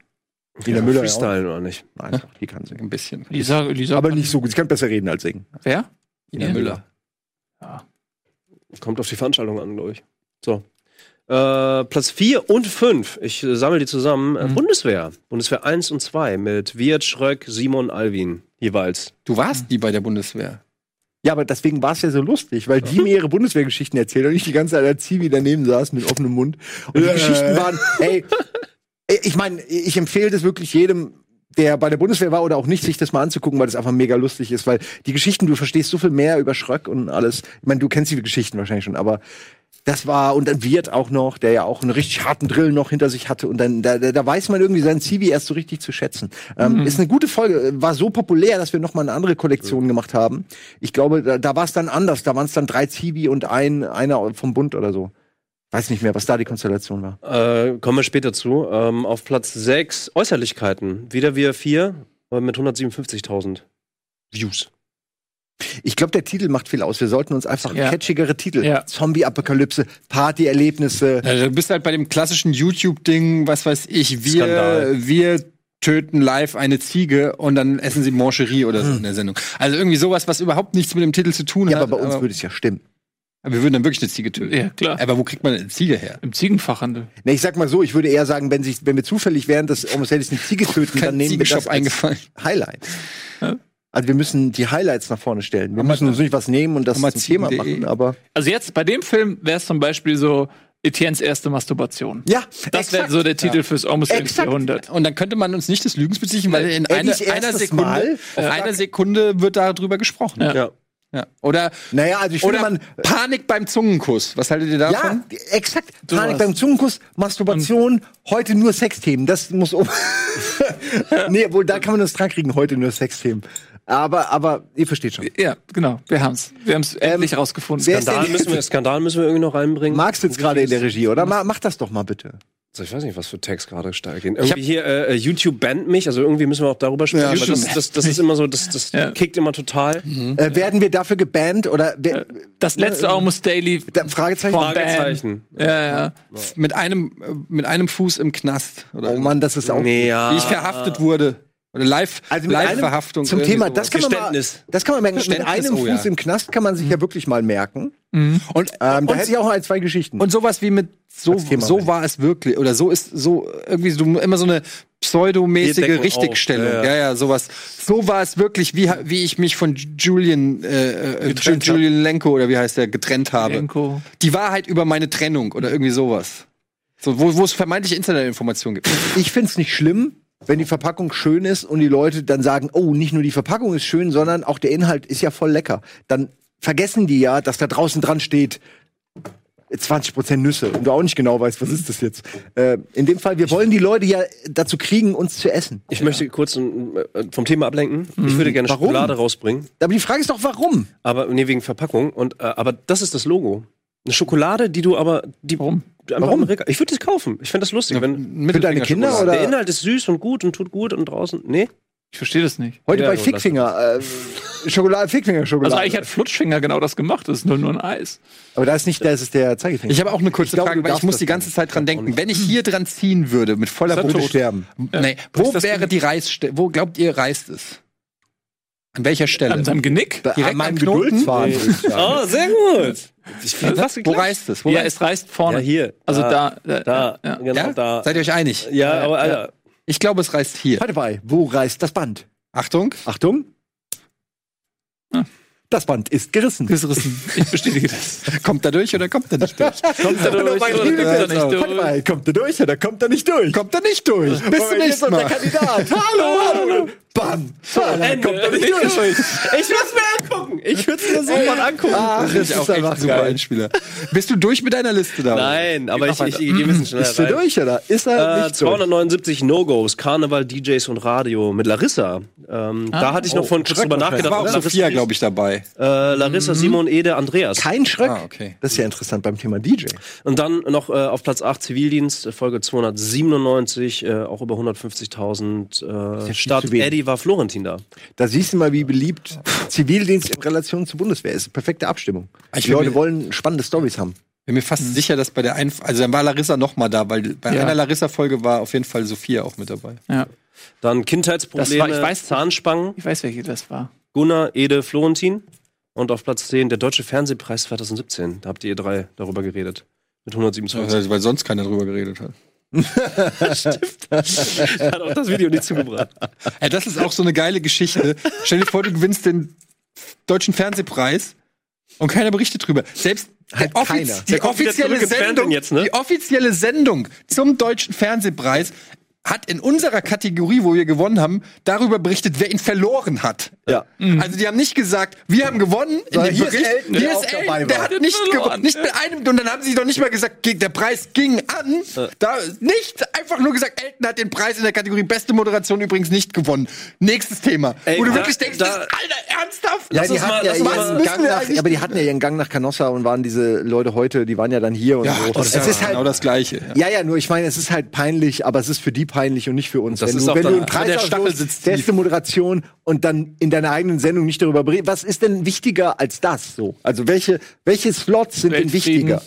Speaker 3: Wiener Müller ja auch.
Speaker 2: Freestyle oder nicht?
Speaker 3: Nein, doch, die kann singen.
Speaker 1: ein bisschen.
Speaker 4: Lisa, Lisa.
Speaker 3: Aber nicht so gut. Sie kann besser reden als singen.
Speaker 4: Wer?
Speaker 1: Ina
Speaker 4: Ja.
Speaker 1: Müller.
Speaker 2: Kommt auf die Veranstaltung an, glaube ich. So. Äh, Platz 4 und 5. Ich äh, sammle die zusammen.
Speaker 1: Mhm.
Speaker 2: Äh, Bundeswehr. Bundeswehr 1 und 2 mit Wirt, Schröck, Simon, Alwin jeweils.
Speaker 1: Du warst nie bei der Bundeswehr.
Speaker 3: Ja, aber deswegen war es ja so lustig, weil die mir ihre Bundeswehrgeschichten erzählt und ich die ganze Zeit als Zivi daneben saß mit offenem Mund. Und die Geschichten waren, ey, ey, Äh, ich meine, ich empfehle das wirklich jedem, der bei der Bundeswehr war oder auch nicht, sich das mal anzugucken, weil das einfach mega lustig ist, weil die Geschichten, du verstehst so viel mehr über Schröck und alles. Ich meine, du kennst die Geschichten wahrscheinlich schon, aber das war, und dann Wirt auch noch, der ja auch einen richtig harten Drill noch hinter sich hatte. Und dann, da, da da weiß man irgendwie seinen Zivi erst so richtig zu schätzen. Ähm, Ist eine gute Folge, war so populär, dass wir noch mal eine andere Kollektion gemacht haben. Ich glaube, da, da war es dann anders. Da waren es dann drei Zivi und ein, einer vom Bund oder so. Weiß nicht mehr, was da die Konstellation war.
Speaker 2: Äh, kommen wir später zu. Ähm, auf Platz 6 Äußerlichkeiten. Wieder wir 4 mit 157.000 Views.
Speaker 3: Ich glaube, der Titel macht viel aus. Wir sollten uns einfach
Speaker 4: Ja.
Speaker 3: catchigere Titel.
Speaker 4: Ja.
Speaker 3: Zombie-Apokalypse, Party-Erlebnisse.
Speaker 1: Ja, du bist halt bei dem klassischen YouTube-Ding, was weiß ich, wir,
Speaker 2: Skandal.
Speaker 1: wir töten live eine Ziege und dann essen sie Mancherie oder so in der Sendung. Also irgendwie sowas, was überhaupt nichts mit dem Titel zu tun
Speaker 3: Hm. Ja,
Speaker 1: hat.
Speaker 3: aber bei uns würde es ja stimmen.
Speaker 1: aber wir würden dann wirklich eine Ziege töten.
Speaker 4: Ja, klar.
Speaker 1: Aber wo kriegt man eine Ziege her?
Speaker 4: Im Ziegenfachhandel.
Speaker 3: Nee, ich sag mal so, ich würde eher sagen, wenn, sich, wenn wir zufällig wären, dass Almost Ladies eine Ziege töten, dann
Speaker 1: Kein
Speaker 3: nehmen wir
Speaker 1: Ziegenshop
Speaker 3: das als
Speaker 1: eingefallen.
Speaker 3: Highlight. Also wir müssen die Highlights nach vorne stellen. Wir müssen uns nicht was nehmen und das
Speaker 1: Hammer
Speaker 3: zum Thema
Speaker 1: Ziegen.de.
Speaker 3: machen, aber
Speaker 4: Also jetzt bei dem Film wäre es zum Beispiel so Etiennes erste Masturbation.
Speaker 3: ja,
Speaker 4: Das wäre so der Titel fürs Almost Exakt.
Speaker 3: Exakt.
Speaker 4: 400.
Speaker 1: Und dann könnte man uns nicht des Lügens bezichtigen, weil in
Speaker 3: Ey,
Speaker 1: einer,
Speaker 3: nicht
Speaker 1: einer
Speaker 3: Äh, erstes
Speaker 1: Sekunde,
Speaker 3: Mal.
Speaker 1: auf einer Sekunde wird darüber gesprochen.
Speaker 4: Ja.
Speaker 2: Ja.
Speaker 1: Ja. Oder,
Speaker 3: Naja, also ich finde,
Speaker 1: oder
Speaker 3: man
Speaker 1: Panik beim Zungenkuss. Was haltet ihr davon?
Speaker 3: Ja, exakt. Panik
Speaker 4: was.
Speaker 3: beim Zungenkuss, Masturbation, heute nur Sexthemen. Das muss um. nee, wohl, da kann man das dran kriegen, heute nur Sexthemen. Aber, aber, ihr versteht schon.
Speaker 4: Ja, genau. Wir haben's. Wir haben's endlich rausgefunden.
Speaker 3: wer ist
Speaker 2: Skandal müssen, wir, Skandal müssen wir irgendwie noch reinbringen.
Speaker 3: Marc sitzt gerade in der Regie, oder? Ma mach das doch mal bitte.
Speaker 2: So, Ich weiß nicht, was für Tags gerade steil gehen. Irgendwie hier, äh, YouTube bannt mich, also irgendwie müssen wir auch darüber sprechen. aber das, das, das ist immer so, das, das
Speaker 4: Ja.
Speaker 2: kickt immer total.
Speaker 1: Hm?
Speaker 3: Äh, werden wir dafür gebannt oder wer,
Speaker 1: Äh,
Speaker 4: Das letzte Almost Daily. äh,
Speaker 3: da, Fragezeichen?
Speaker 4: Von-
Speaker 2: Fragezeichen.
Speaker 4: Ja, ja.
Speaker 1: Mit einem, äh, mit einem Fuß im Knast. Oder
Speaker 3: Oh Mann, das ist auch.
Speaker 2: Nee, ja.
Speaker 1: wie ich verhaftet wurde. Oder live,
Speaker 3: Also mit
Speaker 1: live
Speaker 3: einem,
Speaker 1: Verhaftung.
Speaker 3: zum Thema, das kann, man mal,
Speaker 2: Geständnis.
Speaker 3: das kann man merken. Mit
Speaker 1: Geständnis,
Speaker 3: einem
Speaker 1: oh ja.
Speaker 3: Fuß im Knast kann man sich ja wirklich mal merken.
Speaker 1: und,
Speaker 3: Ähm, da
Speaker 1: und,
Speaker 3: hätte ich auch ein, zwei Geschichten.
Speaker 1: und sowas wie mit so,
Speaker 3: Als Thema
Speaker 1: so
Speaker 3: rein.
Speaker 1: war es wirklich oder so ist so irgendwie so, immer so eine
Speaker 2: Wir
Speaker 1: pseudomäßige
Speaker 2: decken
Speaker 1: Richtigstellung.
Speaker 2: auf,
Speaker 1: Ja
Speaker 2: ja,
Speaker 1: ja. sowas. So war es wirklich, wie, ha- wie ich mich von Julian äh, äh, Ju-
Speaker 4: Getrennt hab.
Speaker 1: Julian Lenko oder wie heißt der getrennt habe.
Speaker 4: Lenko.
Speaker 1: Die Wahrheit über meine Trennung oder irgendwie sowas. So, wo, wo es vermeintlich Internetinformationen gibt.
Speaker 3: ich finde es nicht schlimm, wenn die Verpackung schön ist und die Leute dann sagen, oh, nicht nur die Verpackung ist schön, sondern auch der Inhalt ist ja voll lecker. Dann vergessen die ja, dass da draußen dran steht 20% Nüsse und du auch nicht genau weißt, was ist das jetzt. Äh, in dem Fall, wir wollen die Leute ja dazu kriegen, uns zu essen.
Speaker 2: Ich möchte kurz äh, vom Thema ablenken. Ich würde gerne
Speaker 3: Warum?
Speaker 2: Schokolade rausbringen.
Speaker 3: Aber die Frage ist doch, warum?
Speaker 2: Aber nee, wegen Verpackung. Und, äh, aber das ist das Logo. Eine Schokolade, die du aber. Die, Warum? Einfach Warum? Ich würde das kaufen. Ich finde das lustig. wenn,
Speaker 3: Für deine Kinder
Speaker 1: Mittelfingerschokolade.
Speaker 3: oder?
Speaker 2: der Inhalt ist süß und gut und tut gut und draußen. Nee.
Speaker 4: Ich verstehe das nicht.
Speaker 3: Heute
Speaker 2: Ja,
Speaker 3: bei
Speaker 2: so,
Speaker 3: Fickfinger. Äh, Schokolade, Fickfinger,
Speaker 4: Also
Speaker 3: Schokolade.
Speaker 4: eigentlich hat Flutschfinger genau das gemacht. Das ist nur, nur ein Eis.
Speaker 3: Aber da ist nicht, das ist der Zeigefinger.
Speaker 1: Ich habe auch eine kurze
Speaker 3: glaube,
Speaker 1: Frage,
Speaker 3: du
Speaker 1: weil ich
Speaker 3: darfst
Speaker 1: muss
Speaker 3: das
Speaker 1: die ganze
Speaker 3: nicht.
Speaker 1: Zeit dran denken. Wenn ich hier dran ziehen würde, mit voller
Speaker 3: würde
Speaker 1: Brust,
Speaker 3: sterben.
Speaker 1: Nee, wo wäre die Reisstelle? Wo glaubt ihr, reist es? An welcher Stelle?
Speaker 4: An seinem Genick?
Speaker 3: Bei
Speaker 1: Direkt am
Speaker 3: meinem
Speaker 1: Knoten?
Speaker 3: Geduldsfaden. würde ich sagen.
Speaker 2: Oh, sehr gut. Ich fühle fast
Speaker 1: Wo
Speaker 2: geklatscht.
Speaker 1: reißt es? Wo
Speaker 4: Ja,
Speaker 1: reißt
Speaker 4: es reißt vorne.
Speaker 2: Ja, hier.
Speaker 4: Also da.
Speaker 2: Da.
Speaker 4: da, äh,
Speaker 2: Da,
Speaker 4: Ja.
Speaker 2: genau
Speaker 1: ja?
Speaker 2: da.
Speaker 1: Seid ihr euch einig?
Speaker 2: ja, aber Alter.
Speaker 1: Ich glaube, es reißt hier.
Speaker 3: Warte mal, wo reißt das Band?
Speaker 1: Achtung.
Speaker 3: Achtung. Das Band ist gerissen.
Speaker 1: Ah. Ist rissen. Ich bestätige das. kommt er durch oder kommt er nicht durch?
Speaker 4: Kommt da durch
Speaker 3: Warte
Speaker 4: oder kommt da nicht
Speaker 3: Also, Warte
Speaker 4: durch?
Speaker 3: mal, kommt er durch oder kommt er nicht durch?
Speaker 1: kommt er nicht durch. Bis zum Ah.
Speaker 3: Hier ist
Speaker 1: nächsten
Speaker 3: unser
Speaker 1: Mal.
Speaker 3: Kandidat. Hallo, hallo. Bam. So, dann kommt er nicht durch.
Speaker 2: Ich würde es mir angucken. Ich würde es mir sofort angucken.
Speaker 1: Ach, Ah, das ist auch echt ein super Einspieler. Bist du durch mit deiner Liste da?
Speaker 2: Nein, aber ich, ich, wir müssen schnell
Speaker 3: Ist er
Speaker 2: rein.
Speaker 3: durch oder ist er
Speaker 2: Äh,
Speaker 3: nicht durch?
Speaker 2: 279 No-Gos, Karneval, DJs und Radio mit Larissa. Ähm, da hatte ich noch von kurz drüber
Speaker 1: Da
Speaker 2: nachgedacht.
Speaker 1: war auch
Speaker 2: ob
Speaker 1: Sophia, glaube ich, dabei.
Speaker 2: ich. Äh, Larissa, Simon, Ede, Andreas.
Speaker 3: Kein Schreck.
Speaker 1: Ah, okay.
Speaker 3: Das ist ja interessant beim Thema DJ.
Speaker 2: Und dann noch äh, auf Platz 8 Zivildienst, äh, Folge 297, äh, auch über 150.000. Äh,
Speaker 3: viel
Speaker 2: Start
Speaker 3: zu wenig.
Speaker 2: Eddie war Florentin da.
Speaker 3: Da siehst du mal, wie beliebt Zivildienst in Relation zur Bundeswehr ist. Perfekte Abstimmung.
Speaker 1: Ich
Speaker 3: Die
Speaker 1: will
Speaker 3: Leute
Speaker 1: mir-
Speaker 3: wollen spannende Stories haben.
Speaker 1: Bin mir fast sicher, dass bei der einen, also dann war Larissa noch mal da, weil bei einer Larissa-Folge war auf jeden Fall Sophia auch mit dabei.
Speaker 4: Ja.
Speaker 2: Dann Kindheitsprobleme,
Speaker 4: Das war- ich weiß-
Speaker 2: Zahnspangen,
Speaker 4: Ich weiß, welche das war.
Speaker 2: Gunnar, Ede, Florentin. Und auf Platz 10 der Deutsche Fernsehpreis 2017. Da habt ihr drei darüber geredet. Mit 127.
Speaker 1: Weil sonst keiner drüber geredet hat.
Speaker 2: Hat auch das Video nicht zugebracht.
Speaker 1: Ey, das ist auch so eine geile Geschichte. Stell dir vor, du gewinnst den deutschen Fernsehpreis und keiner berichtet drüber. Selbst der offiz-
Speaker 3: keiner.
Speaker 1: die
Speaker 2: Halt Der kommt wieder zurück
Speaker 1: offizielle
Speaker 2: ins Fernsehen
Speaker 1: Sendung,
Speaker 2: jetzt, ne?
Speaker 1: die offizielle Sendung zum deutschen Fernsehpreis hat in unserer Kategorie, wo wir gewonnen haben, darüber berichtet, wer ihn verloren hat.
Speaker 3: Ja.
Speaker 1: Also die haben nicht gesagt, wir haben gewonnen. In
Speaker 3: Sondern
Speaker 1: dem
Speaker 3: hier ist
Speaker 1: Bericht,
Speaker 3: Elton, der
Speaker 1: hier
Speaker 3: auch
Speaker 1: ist
Speaker 3: dabei
Speaker 1: Elton,
Speaker 3: war.
Speaker 1: der hat nicht gewonnen, nicht mit einem. Und dann haben sie doch nicht mal gesagt, ge- der Preis ging an. Da nicht einfach nur gesagt, Elton hat den Preis in der Kategorie beste Moderation übrigens nicht gewonnen. Nächstes Thema,
Speaker 2: Ey,
Speaker 1: wo du
Speaker 2: da-
Speaker 1: wirklich denkst,
Speaker 2: da-
Speaker 1: das, Alter, ernsthaft?
Speaker 3: Ja,
Speaker 2: Lass
Speaker 3: die
Speaker 2: uns mal-
Speaker 3: hatten ja
Speaker 2: lass uns mal-
Speaker 3: ihren
Speaker 1: müssen
Speaker 3: Gang
Speaker 1: wir
Speaker 3: nach,
Speaker 1: eigentlich-
Speaker 3: aber die hatten ja ihren Gang nach Canossa und waren diese Leute heute, die waren ja dann hier und so. es ist halt,
Speaker 1: genau das Gleiche. ja.
Speaker 3: ja, ja, nur ich meine, es ist halt peinlich, aber es ist für die peinlich und nicht für uns.
Speaker 2: Das
Speaker 3: wenn
Speaker 2: ist
Speaker 3: du,
Speaker 2: auch
Speaker 3: wenn
Speaker 2: dann-
Speaker 3: du einen
Speaker 2: aber
Speaker 3: Preis
Speaker 1: der Stachel
Speaker 3: auslost,
Speaker 1: sitzt
Speaker 3: beste Moderation und dann in deiner eigenen Sendung nicht darüber berichtest, was ist denn wichtiger als das so? Also welche, welche Slots sind denn
Speaker 4: Weltfrieden.
Speaker 3: wichtiger?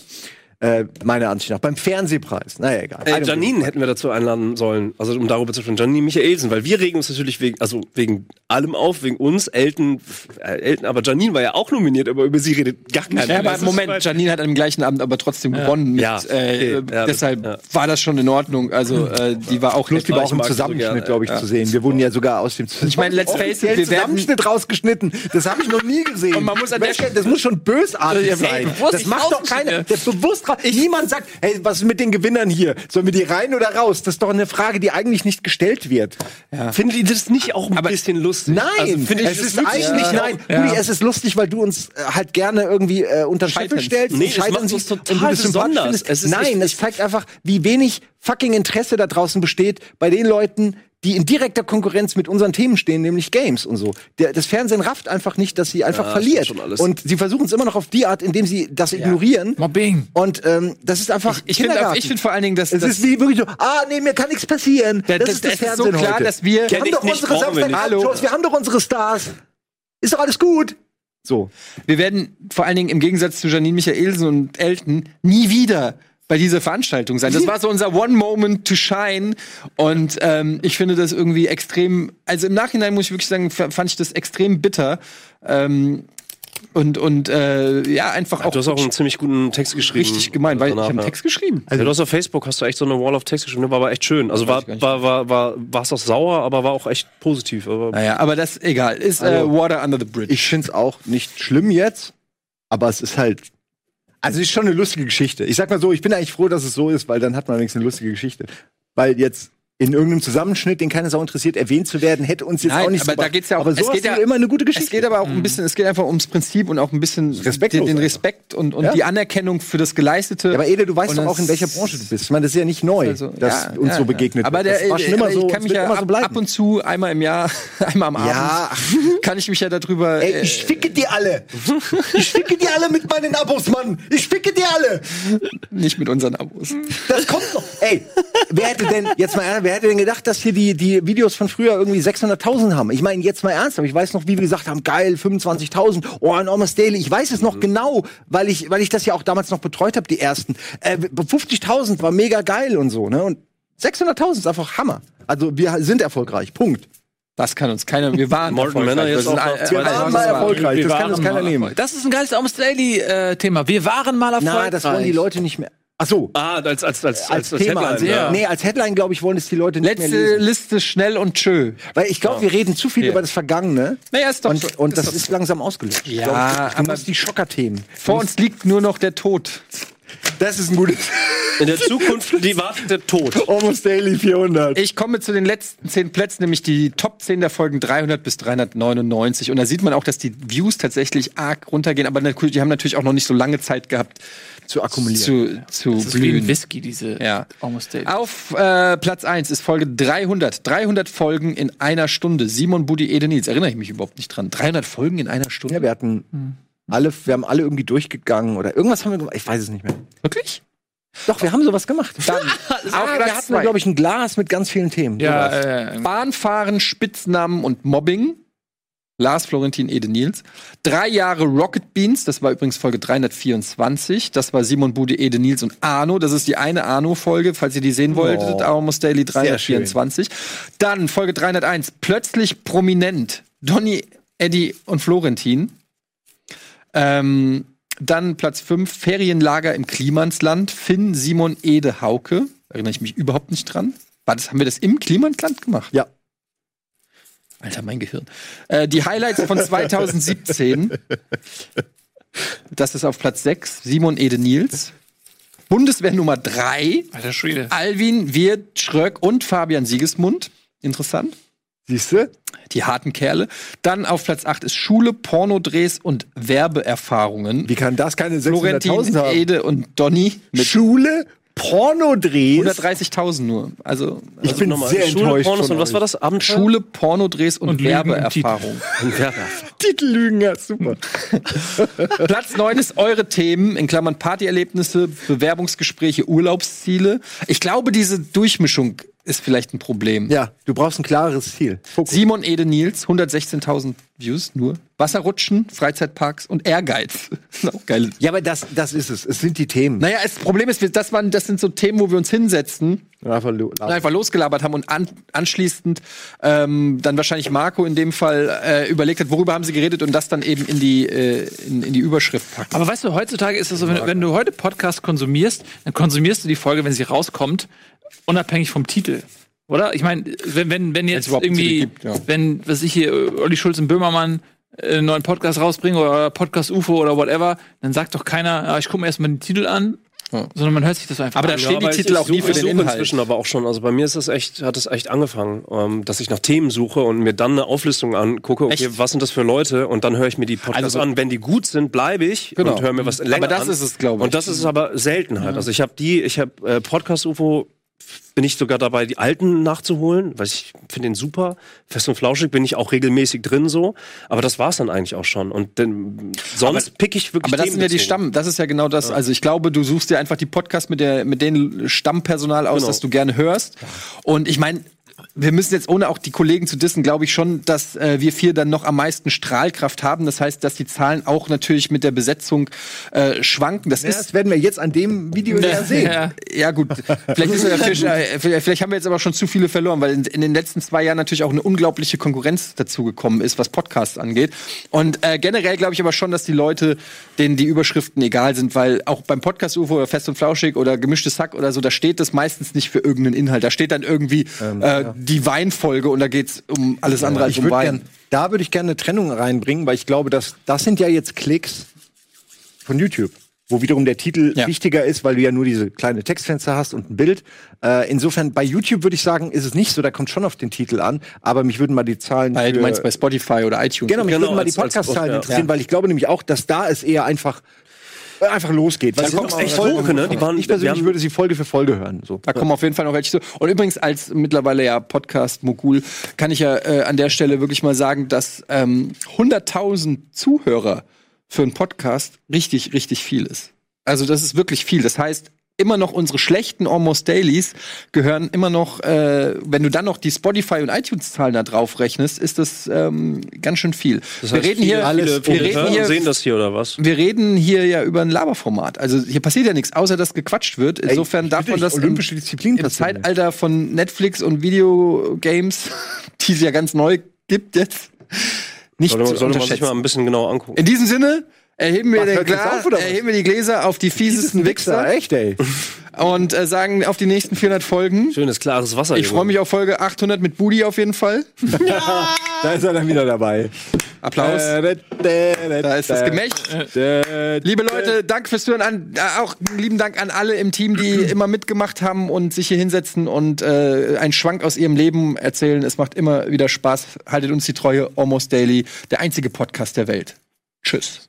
Speaker 3: Äh, meiner Ansicht nach. Beim Fernsehpreis. Naja, egal.
Speaker 2: Äh,
Speaker 3: I don't
Speaker 2: Janine hätten wir dazu einladen sollen, also um darüber zu sprechen. Janine Michaelsen, weil wir regen uns natürlich wegen, also wegen allem auf, wegen uns, Elton, äh, Elton, aber Janine war ja auch nominiert, aber über sie redet gar keiner.
Speaker 1: Ja, aber
Speaker 2: Das ist-
Speaker 1: Moment, Janine hat am gleichen Abend aber trotzdem gewonnen. Mit,
Speaker 2: Ja,
Speaker 1: äh,
Speaker 2: okay. Ja,
Speaker 1: deshalb
Speaker 2: ja.
Speaker 1: war das schon in Ordnung. Also äh, die war auch
Speaker 3: Plus, die war auch im
Speaker 2: mag sie so
Speaker 3: Zusammenschnitt,
Speaker 2: gerne,
Speaker 3: glaube ich, zu sehen. Wir wurden ja sogar aus dem
Speaker 1: Ich meine, let's face it, wir werden-
Speaker 3: Zusammenschnitt rausgeschnitten. Das habe ich noch nie gesehen.
Speaker 1: Und man muss an der
Speaker 3: Welche- das muss schon bösartig
Speaker 4: Ja,
Speaker 3: sein.
Speaker 4: bewusst
Speaker 3: Das
Speaker 4: nicht
Speaker 3: macht doch
Speaker 4: rausgeschnitten.
Speaker 3: keiner. Das bewusst ra- Niemand sagt, hey, was ist mit den Gewinnern hier? Sollen wir die rein oder raus? Das ist doch eine Frage, die eigentlich nicht gestellt wird.
Speaker 2: Findet ihr das nicht auch ein bisschen lustig?
Speaker 3: Nein,
Speaker 2: also, finde ich
Speaker 3: es
Speaker 2: das
Speaker 3: ist
Speaker 2: wirklich-
Speaker 3: eigentlich nein. Rudi, es ist lustig, weil du uns äh, halt gerne irgendwie äh, unter den Scheffel
Speaker 1: Scheitern.
Speaker 3: stellst.
Speaker 2: Nee,
Speaker 3: und
Speaker 2: das macht uns
Speaker 3: siehst
Speaker 2: total
Speaker 3: und du das sympathisch
Speaker 2: besonders.
Speaker 3: findest.
Speaker 2: Es ist
Speaker 3: nein,
Speaker 2: echt-
Speaker 3: es zeigt einfach, wie wenig fucking Interesse da draußen besteht bei den Leuten, die in direkter Konkurrenz mit unseren Themen stehen, nämlich Games und so. Der, das Fernsehen rafft einfach nicht, dass sie einfach verliert.
Speaker 2: stimmt schon alles.
Speaker 3: Und sie versuchen es immer noch auf die Art, indem sie das ignorieren.
Speaker 4: Mobbing.
Speaker 3: Und ähm, das ist einfach
Speaker 1: Ich finde ich find vor allen Dingen, dass
Speaker 3: es
Speaker 1: dass-
Speaker 3: ist wie wirklich so, ah, nee, mir kann nichts passieren.
Speaker 1: Ja,
Speaker 3: das,
Speaker 1: das-
Speaker 3: ist das
Speaker 1: es ist so
Speaker 3: Fernsehen
Speaker 1: klar,
Speaker 3: heute.
Speaker 1: dass wir-
Speaker 3: wir haben
Speaker 2: Kenn
Speaker 3: doch
Speaker 2: ich nicht,
Speaker 3: unsere
Speaker 2: brauchen wir
Speaker 3: Samstagabendshows, wir haben doch unsere Stars. Ist doch alles gut. So.
Speaker 1: Wir werden vor allen Dingen im Gegensatz zu Janine Michaelsen und Elton nie wieder bei dieser Veranstaltung sein. Das war so unser One Moment to Shine. Und ähm, ich finde das irgendwie extrem, also im Nachhinein muss ich wirklich sagen, f- fand ich das extrem bitter. Ähm, und und äh, ja, einfach auch,
Speaker 2: Du hast auch einen ziemlich guten Text geschrieben.
Speaker 1: richtig gemeint, weil ich
Speaker 2: danach,
Speaker 1: habe einen
Speaker 2: ja.
Speaker 1: Text geschrieben.
Speaker 2: Also, du hast auf Facebook hast du echt so eine Wall of Text geschrieben, der war aber echt schön. Also war war war war warst auch sauer, aber war auch echt positiv. Aber
Speaker 1: Naja, aber das egal. Ist äh,
Speaker 3: Also,
Speaker 1: Water Under the Bridge.
Speaker 3: Ich finde es auch nicht schlimm jetzt, aber es ist halt. Also, es ist schon eine lustige Geschichte. Ich sag mal so, ich bin eigentlich froh, dass es so ist, weil dann hat man wenigstens eine lustige Geschichte. Weil jetzt in irgendeinem Zusammenschnitt, den keine Sau interessiert, erwähnt zu werden, hätte uns jetzt
Speaker 1: Nein,
Speaker 3: auch nicht
Speaker 1: aber
Speaker 3: gebracht.
Speaker 1: da geht's ja auch-
Speaker 3: Aber
Speaker 1: es
Speaker 3: sowas
Speaker 1: geht ja-
Speaker 3: ist immer eine gute
Speaker 1: Es
Speaker 3: Geschichte.
Speaker 1: geht aber auch
Speaker 2: Mhm.
Speaker 1: ein bisschen, es geht einfach ums Prinzip und auch ein bisschen
Speaker 3: Respektlos
Speaker 1: den, den
Speaker 3: einfach.
Speaker 1: Respekt und, und
Speaker 3: Ja.
Speaker 1: die Anerkennung für das Geleistete.
Speaker 3: Ja, aber Ede, du weißt
Speaker 1: Und
Speaker 3: doch
Speaker 1: das-
Speaker 3: auch, in welcher Branche du bist. Ich meine, das ist ja nicht neu,
Speaker 1: Also,
Speaker 3: dass
Speaker 1: ja,
Speaker 3: uns
Speaker 1: ja,
Speaker 3: so begegnet
Speaker 1: ja. Aber der,
Speaker 3: wird.
Speaker 1: äh,
Speaker 3: das war schon immer
Speaker 1: aber
Speaker 3: so.
Speaker 1: ich kann
Speaker 3: es
Speaker 1: mich
Speaker 3: wird
Speaker 1: ja
Speaker 3: immer so
Speaker 1: ab,
Speaker 3: bleiben.
Speaker 1: ab und zu einmal im Jahr, einmal am Abend,
Speaker 3: Ja.
Speaker 1: kann ich mich ja darüber.
Speaker 3: Ey,
Speaker 1: äh,
Speaker 3: ich ficke die alle. Ich ficke die alle mit meinen Abos, Mann. Ich ficke die alle.
Speaker 1: nicht mit unseren Abos.
Speaker 3: Das kommt noch. Ey, wer hätte denn, jetzt mal ernsthaft, wer hätte denn gedacht, dass hier die, die Videos von früher irgendwie 600.000 haben? Ich meine, jetzt mal ernsthaft. Ich weiß noch, wie wir gesagt haben, geil, 25.000. Oh, ein Almost Daily. Ich weiß es noch genau, weil ich, weil ich das ja auch damals noch betreut habe, die ersten. Äh, 50.000 war mega geil und so, ne? Und 600.000 ist einfach Hammer. Also wir sind erfolgreich. Punkt.
Speaker 1: Das kann uns keiner. Wir waren
Speaker 2: Morton Manor jetzt
Speaker 1: Wir sind
Speaker 2: auch
Speaker 1: all-
Speaker 2: noch
Speaker 1: äh,
Speaker 3: Wir waren
Speaker 1: alles
Speaker 3: mal
Speaker 1: was war.
Speaker 3: erfolgreich, das kann
Speaker 4: waren
Speaker 3: uns keiner
Speaker 4: mal
Speaker 3: nehmen.
Speaker 4: erfolgreich. Das ist ein geiles Almost Daily-Thema. wir waren mal erfolgreich.
Speaker 3: Na, das wollen die Leute nicht mehr. Ach so,
Speaker 2: Ah, als, als, als,
Speaker 3: als, Thema. also,
Speaker 2: Headline,
Speaker 3: an sich.
Speaker 2: ja.
Speaker 4: ja.
Speaker 3: Nee, als Headline, glaube ich, wollen es die Leute nicht mehr
Speaker 1: Letzte
Speaker 3: lesen.
Speaker 1: Liste schnell und tschö.
Speaker 3: Weil ich glaube, wir reden zu viel über das Vergangene.
Speaker 1: Naja, ist doch so.
Speaker 3: Und, und das ist langsam ausgelöscht. Ich
Speaker 1: Ja,
Speaker 3: glaub, du musst die Schockerthemen.
Speaker 1: Vor uns liegt nur noch der Tod.
Speaker 3: Das ist ein gutes.
Speaker 2: In der Zukunft, die wartet der Tod.
Speaker 3: Almost Daily 400.
Speaker 1: Ich komme zu den letzten zehn Plätzen, nämlich die Top 10 der Folgen 300 bis 399. Und da sieht man auch, dass die Views tatsächlich arg runtergehen. Aber natürlich- die haben natürlich auch noch nicht so lange Zeit gehabt,
Speaker 3: Zu akkumulieren.
Speaker 1: zu, zu
Speaker 4: Das ist wie ein
Speaker 1: blühen.
Speaker 4: Whisky, diese
Speaker 1: Ja.
Speaker 4: Almost Daily.
Speaker 1: Auf äh, Platz 1 ist Folge 300. 300 Folgen in einer Stunde. Simon Budi Edenitz. Erinnere ich mich überhaupt nicht dran. 300 Folgen in einer Stunde?
Speaker 3: Ja, wir hatten alle, wir haben alle irgendwie durchgegangen oder irgendwas haben wir gemacht. Ich weiß es nicht mehr.
Speaker 1: Wirklich?
Speaker 3: Doch, wir haben sowas gemacht. Dann,
Speaker 1: auf
Speaker 3: ah,
Speaker 1: Platz
Speaker 3: wir hatten,
Speaker 1: zwei.
Speaker 3: glaube ich, ein Glas mit ganz vielen Themen.
Speaker 4: ja,
Speaker 3: Sowas.
Speaker 4: äh,
Speaker 1: Bahnfahren, Spitznamen und Mobbing. Lars Florentin Ede Nils. Drei Jahre Rocket Beans, das war übrigens Folge 324. Das war Simon Bude, Ede Nils und Arno. Das ist die eine Arno-Folge, falls ihr die sehen wolltet. Almost Daily 324. Dann Folge 301. Plötzlich prominent. Donny, Eddie und Florentin. Ähm, dann Platz 5, Ferienlager im Klimansland. Finn, Simon, Ede, Hauke. Erinnere ich mich überhaupt nicht dran. War das, haben wir das im Klimansland gemacht?
Speaker 3: Ja.
Speaker 1: Alter, mein Gehirn. Äh, die Highlights von 2017. Das ist auf Platz 6, Simon Ede Nils. Bundeswehr Nummer 3,
Speaker 4: Alter Schwede.
Speaker 1: Alwin Wirt Schröck und Fabian Siegesmund. Interessant.
Speaker 3: Siehst du?
Speaker 1: Die harten Kerle. Dann auf Platz 8 ist Schule, Pornodrehs und Werbeerfahrungen.
Speaker 3: Wie kann das keine
Speaker 1: Florentin,
Speaker 3: 600.000 haben?
Speaker 1: Ede und Donny mit
Speaker 3: Schule, Pornodrehs.
Speaker 1: 130.000 nur. Also,
Speaker 3: Ich bin sehr
Speaker 2: Schule,
Speaker 3: enttäuscht
Speaker 2: Pornos
Speaker 3: von
Speaker 2: und was war das? Abendschule?
Speaker 1: Schule, Pornodrehs und,
Speaker 4: Und Lügen im
Speaker 1: Werbeerfahrung.
Speaker 3: Titellügen, ja, super.
Speaker 1: Platz 9 ist eure Themen, in Klammern Partyerlebnisse, Bewerbungsgespräche, Urlaubsziele. Ich glaube, diese Durchmischung ist vielleicht ein Problem.
Speaker 3: Ja, du brauchst ein klares Ziel. Fokus.
Speaker 1: Simon Ede Nils, 116.000 Views nur. Wasserrutschen, Freizeitparks und Ehrgeiz. Das ist auch geil.
Speaker 3: Ja, aber das, das ist es. Es sind die Themen.
Speaker 1: Naja, das Problem ist, wir- das, waren, das sind so Themen, wo wir uns hinsetzen
Speaker 3: Rafa Lo-
Speaker 1: und einfach losgelabert haben und an, anschließend ähm, dann wahrscheinlich Marco in dem Fall äh, überlegt hat, worüber haben sie geredet und das dann eben in die, äh, in, in die Überschrift packen.
Speaker 4: Aber weißt du, heutzutage ist das so, wenn, wenn du heute Podcast konsumierst, dann konsumierst du die Folge, wenn sie rauskommt, unabhängig vom Titel. Oder? Ich meine, wenn, wenn, wenn jetzt
Speaker 1: überhaupt einen
Speaker 4: irgendwie,
Speaker 1: Titel gibt, ja.
Speaker 4: wenn, was ich hier, äh, Olli Schulz und Böhmermann äh, einen neuen Podcast rausbringen oder Podcast UFO oder whatever, dann sagt doch keiner, ah, ich gucke mir erstmal den Titel an, sondern man hört sich das einfach
Speaker 1: Aber da
Speaker 4: an.
Speaker 1: stehen die Titel auch nie für
Speaker 2: Ich
Speaker 1: den
Speaker 2: suche
Speaker 1: Inhalt.
Speaker 2: inzwischen aber auch schon. Also bei mir ist das echt, hat es echt angefangen, ähm, dass ich nach Themen suche und mir dann eine Auflistung angucke, okay,
Speaker 1: Echt?
Speaker 2: was sind das für Leute? Und dann höre ich mir die Podcasts
Speaker 1: Also-
Speaker 2: an. Wenn die gut sind, bleibe ich
Speaker 1: Genau.
Speaker 2: und höre mir was länger
Speaker 1: Aber das
Speaker 2: an.
Speaker 1: ist es, glaube ich.
Speaker 2: Und das ist es aber selten halt. Also ich habe die, ich habe äh, Podcast UFO bin ich sogar dabei, die alten nachzuholen, weil ich finde den super. Fest und flauschig bin ich auch regelmäßig drin so. Aber das war's dann eigentlich auch schon. Und dann, sonst pick ich wirklich
Speaker 1: Aber das sind ja die
Speaker 2: themenbezogen.
Speaker 1: Stamm, das ist ja genau das. Also ich glaube, du suchst dir einfach die Podcasts mit der mit dem Stammpersonal aus,
Speaker 2: Genau.
Speaker 1: das du gerne hörst. Und ich meine, wir müssen jetzt ohne auch die Kollegen zu dissen, glaube ich schon, dass äh, wir vier dann noch am meisten Strahlkraft haben. Das heißt, dass die Zahlen auch natürlich mit der Besetzung äh, schwanken. Das
Speaker 3: Das
Speaker 1: ist
Speaker 3: werden wir jetzt an dem Video ja sehen.
Speaker 4: Ja.
Speaker 1: ja, gut. Vielleicht, ist er natürlich, äh, vielleicht haben wir jetzt aber schon zu viele verloren, weil in, in den letzten zwei Jahren natürlich auch eine unglaubliche Konkurrenz dazugekommen ist, was Podcasts angeht. Und äh, generell glaube ich aber schon, dass die Leute, denen die Überschriften egal sind, weil auch beim Podcast UFO oder Fest und Flauschig oder Gemischtes Hack oder so, da steht das meistens nicht für irgendeinen Inhalt. Da steht dann irgendwie äh, die Weinfolge und da geht's um alles andere als
Speaker 3: Ähm,
Speaker 1: um
Speaker 3: Ich würd
Speaker 1: Wein.
Speaker 3: gern, da würde ich gerne eine Trennung reinbringen, weil ich glaube, dass das sind ja jetzt Klicks von YouTube, wo wiederum der Titel
Speaker 1: Ja.
Speaker 3: wichtiger ist, weil du ja nur diese kleine Textfenster hast und ein Bild. Äh, insofern bei YouTube würde ich sagen, ist es nicht so, da kommt schon auf den Titel an, aber mich würden mal die Zahlen
Speaker 1: Weil du
Speaker 3: für-
Speaker 1: meinst bei Spotify oder iTunes.
Speaker 3: Genau, mich
Speaker 2: Genau,
Speaker 3: würden mal die
Speaker 2: als- als-
Speaker 3: Podcast-Zahlen
Speaker 2: ja.
Speaker 3: interessieren, weil ich glaube nämlich auch, dass da es eher einfach äh, einfach losgeht. Weil
Speaker 2: Da
Speaker 3: es
Speaker 2: kommt's
Speaker 3: sind
Speaker 2: echt
Speaker 3: auch Folgen-
Speaker 2: hoch, ne? Die waren-
Speaker 3: ich
Speaker 2: wir
Speaker 3: persönlich
Speaker 2: haben-
Speaker 3: würde sie Folge für Folge hören. So.
Speaker 1: Da kommen auf jeden Fall noch welche zu. Und übrigens, als mittlerweile ja Podcast-Mogul, kann ich ja äh, an der Stelle wirklich mal sagen, dass ähm, 100.000 Zuhörer für einen Podcast richtig, richtig viel ist. Also, das ist wirklich viel. Das heißt, immer noch unsere schlechten Almost Dailies gehören immer noch, äh, wenn du dann noch die Spotify und iTunes-Zahlen da drauf rechnest, ist das ähm, ganz schön viel. wir reden hier, wir reden hier,
Speaker 2: um sehen das hier oder was?
Speaker 1: wir reden hier ja über ein Laberformat. Also hier passiert ja nichts, außer dass gequatscht wird. Insofern darf man das im-
Speaker 3: olympische Disziplin
Speaker 1: im Zeitalter von Netflix und Videogames, die es ja ganz neu gibt jetzt, nicht
Speaker 2: Sollte, man-
Speaker 1: zu
Speaker 2: sollte man sich
Speaker 1: unterschätzen.
Speaker 2: mal ein bisschen genauer angucken.
Speaker 1: In diesem Sinne erheben wir,
Speaker 3: Was,
Speaker 1: den
Speaker 3: hört jetzt
Speaker 1: Glas,
Speaker 3: auf, oder was?
Speaker 1: erheben wir die Gläser auf die fiesesten Wichser
Speaker 3: echt, ey.
Speaker 1: und äh, sagen auf die nächsten 400 Folgen.
Speaker 2: Schönes, klares Wasser.
Speaker 1: Ich freue mich auf Folge 800 mit Budi auf jeden Fall.
Speaker 3: Da ist er dann wieder dabei.
Speaker 1: Applaus.
Speaker 3: Äh, Da
Speaker 1: Äh, da ist das Gemächt.
Speaker 2: Äh,
Speaker 1: Liebe Leute, danke fürs Hören. An, äh, auch einen lieben Dank an alle im Team, die immer mitgemacht haben und sich hier hinsetzen und äh, einen Schwank aus ihrem Leben erzählen. Es macht immer wieder Spaß. Haltet uns die Treue. Almost Daily, der einzige Podcast der Welt. Tschüss.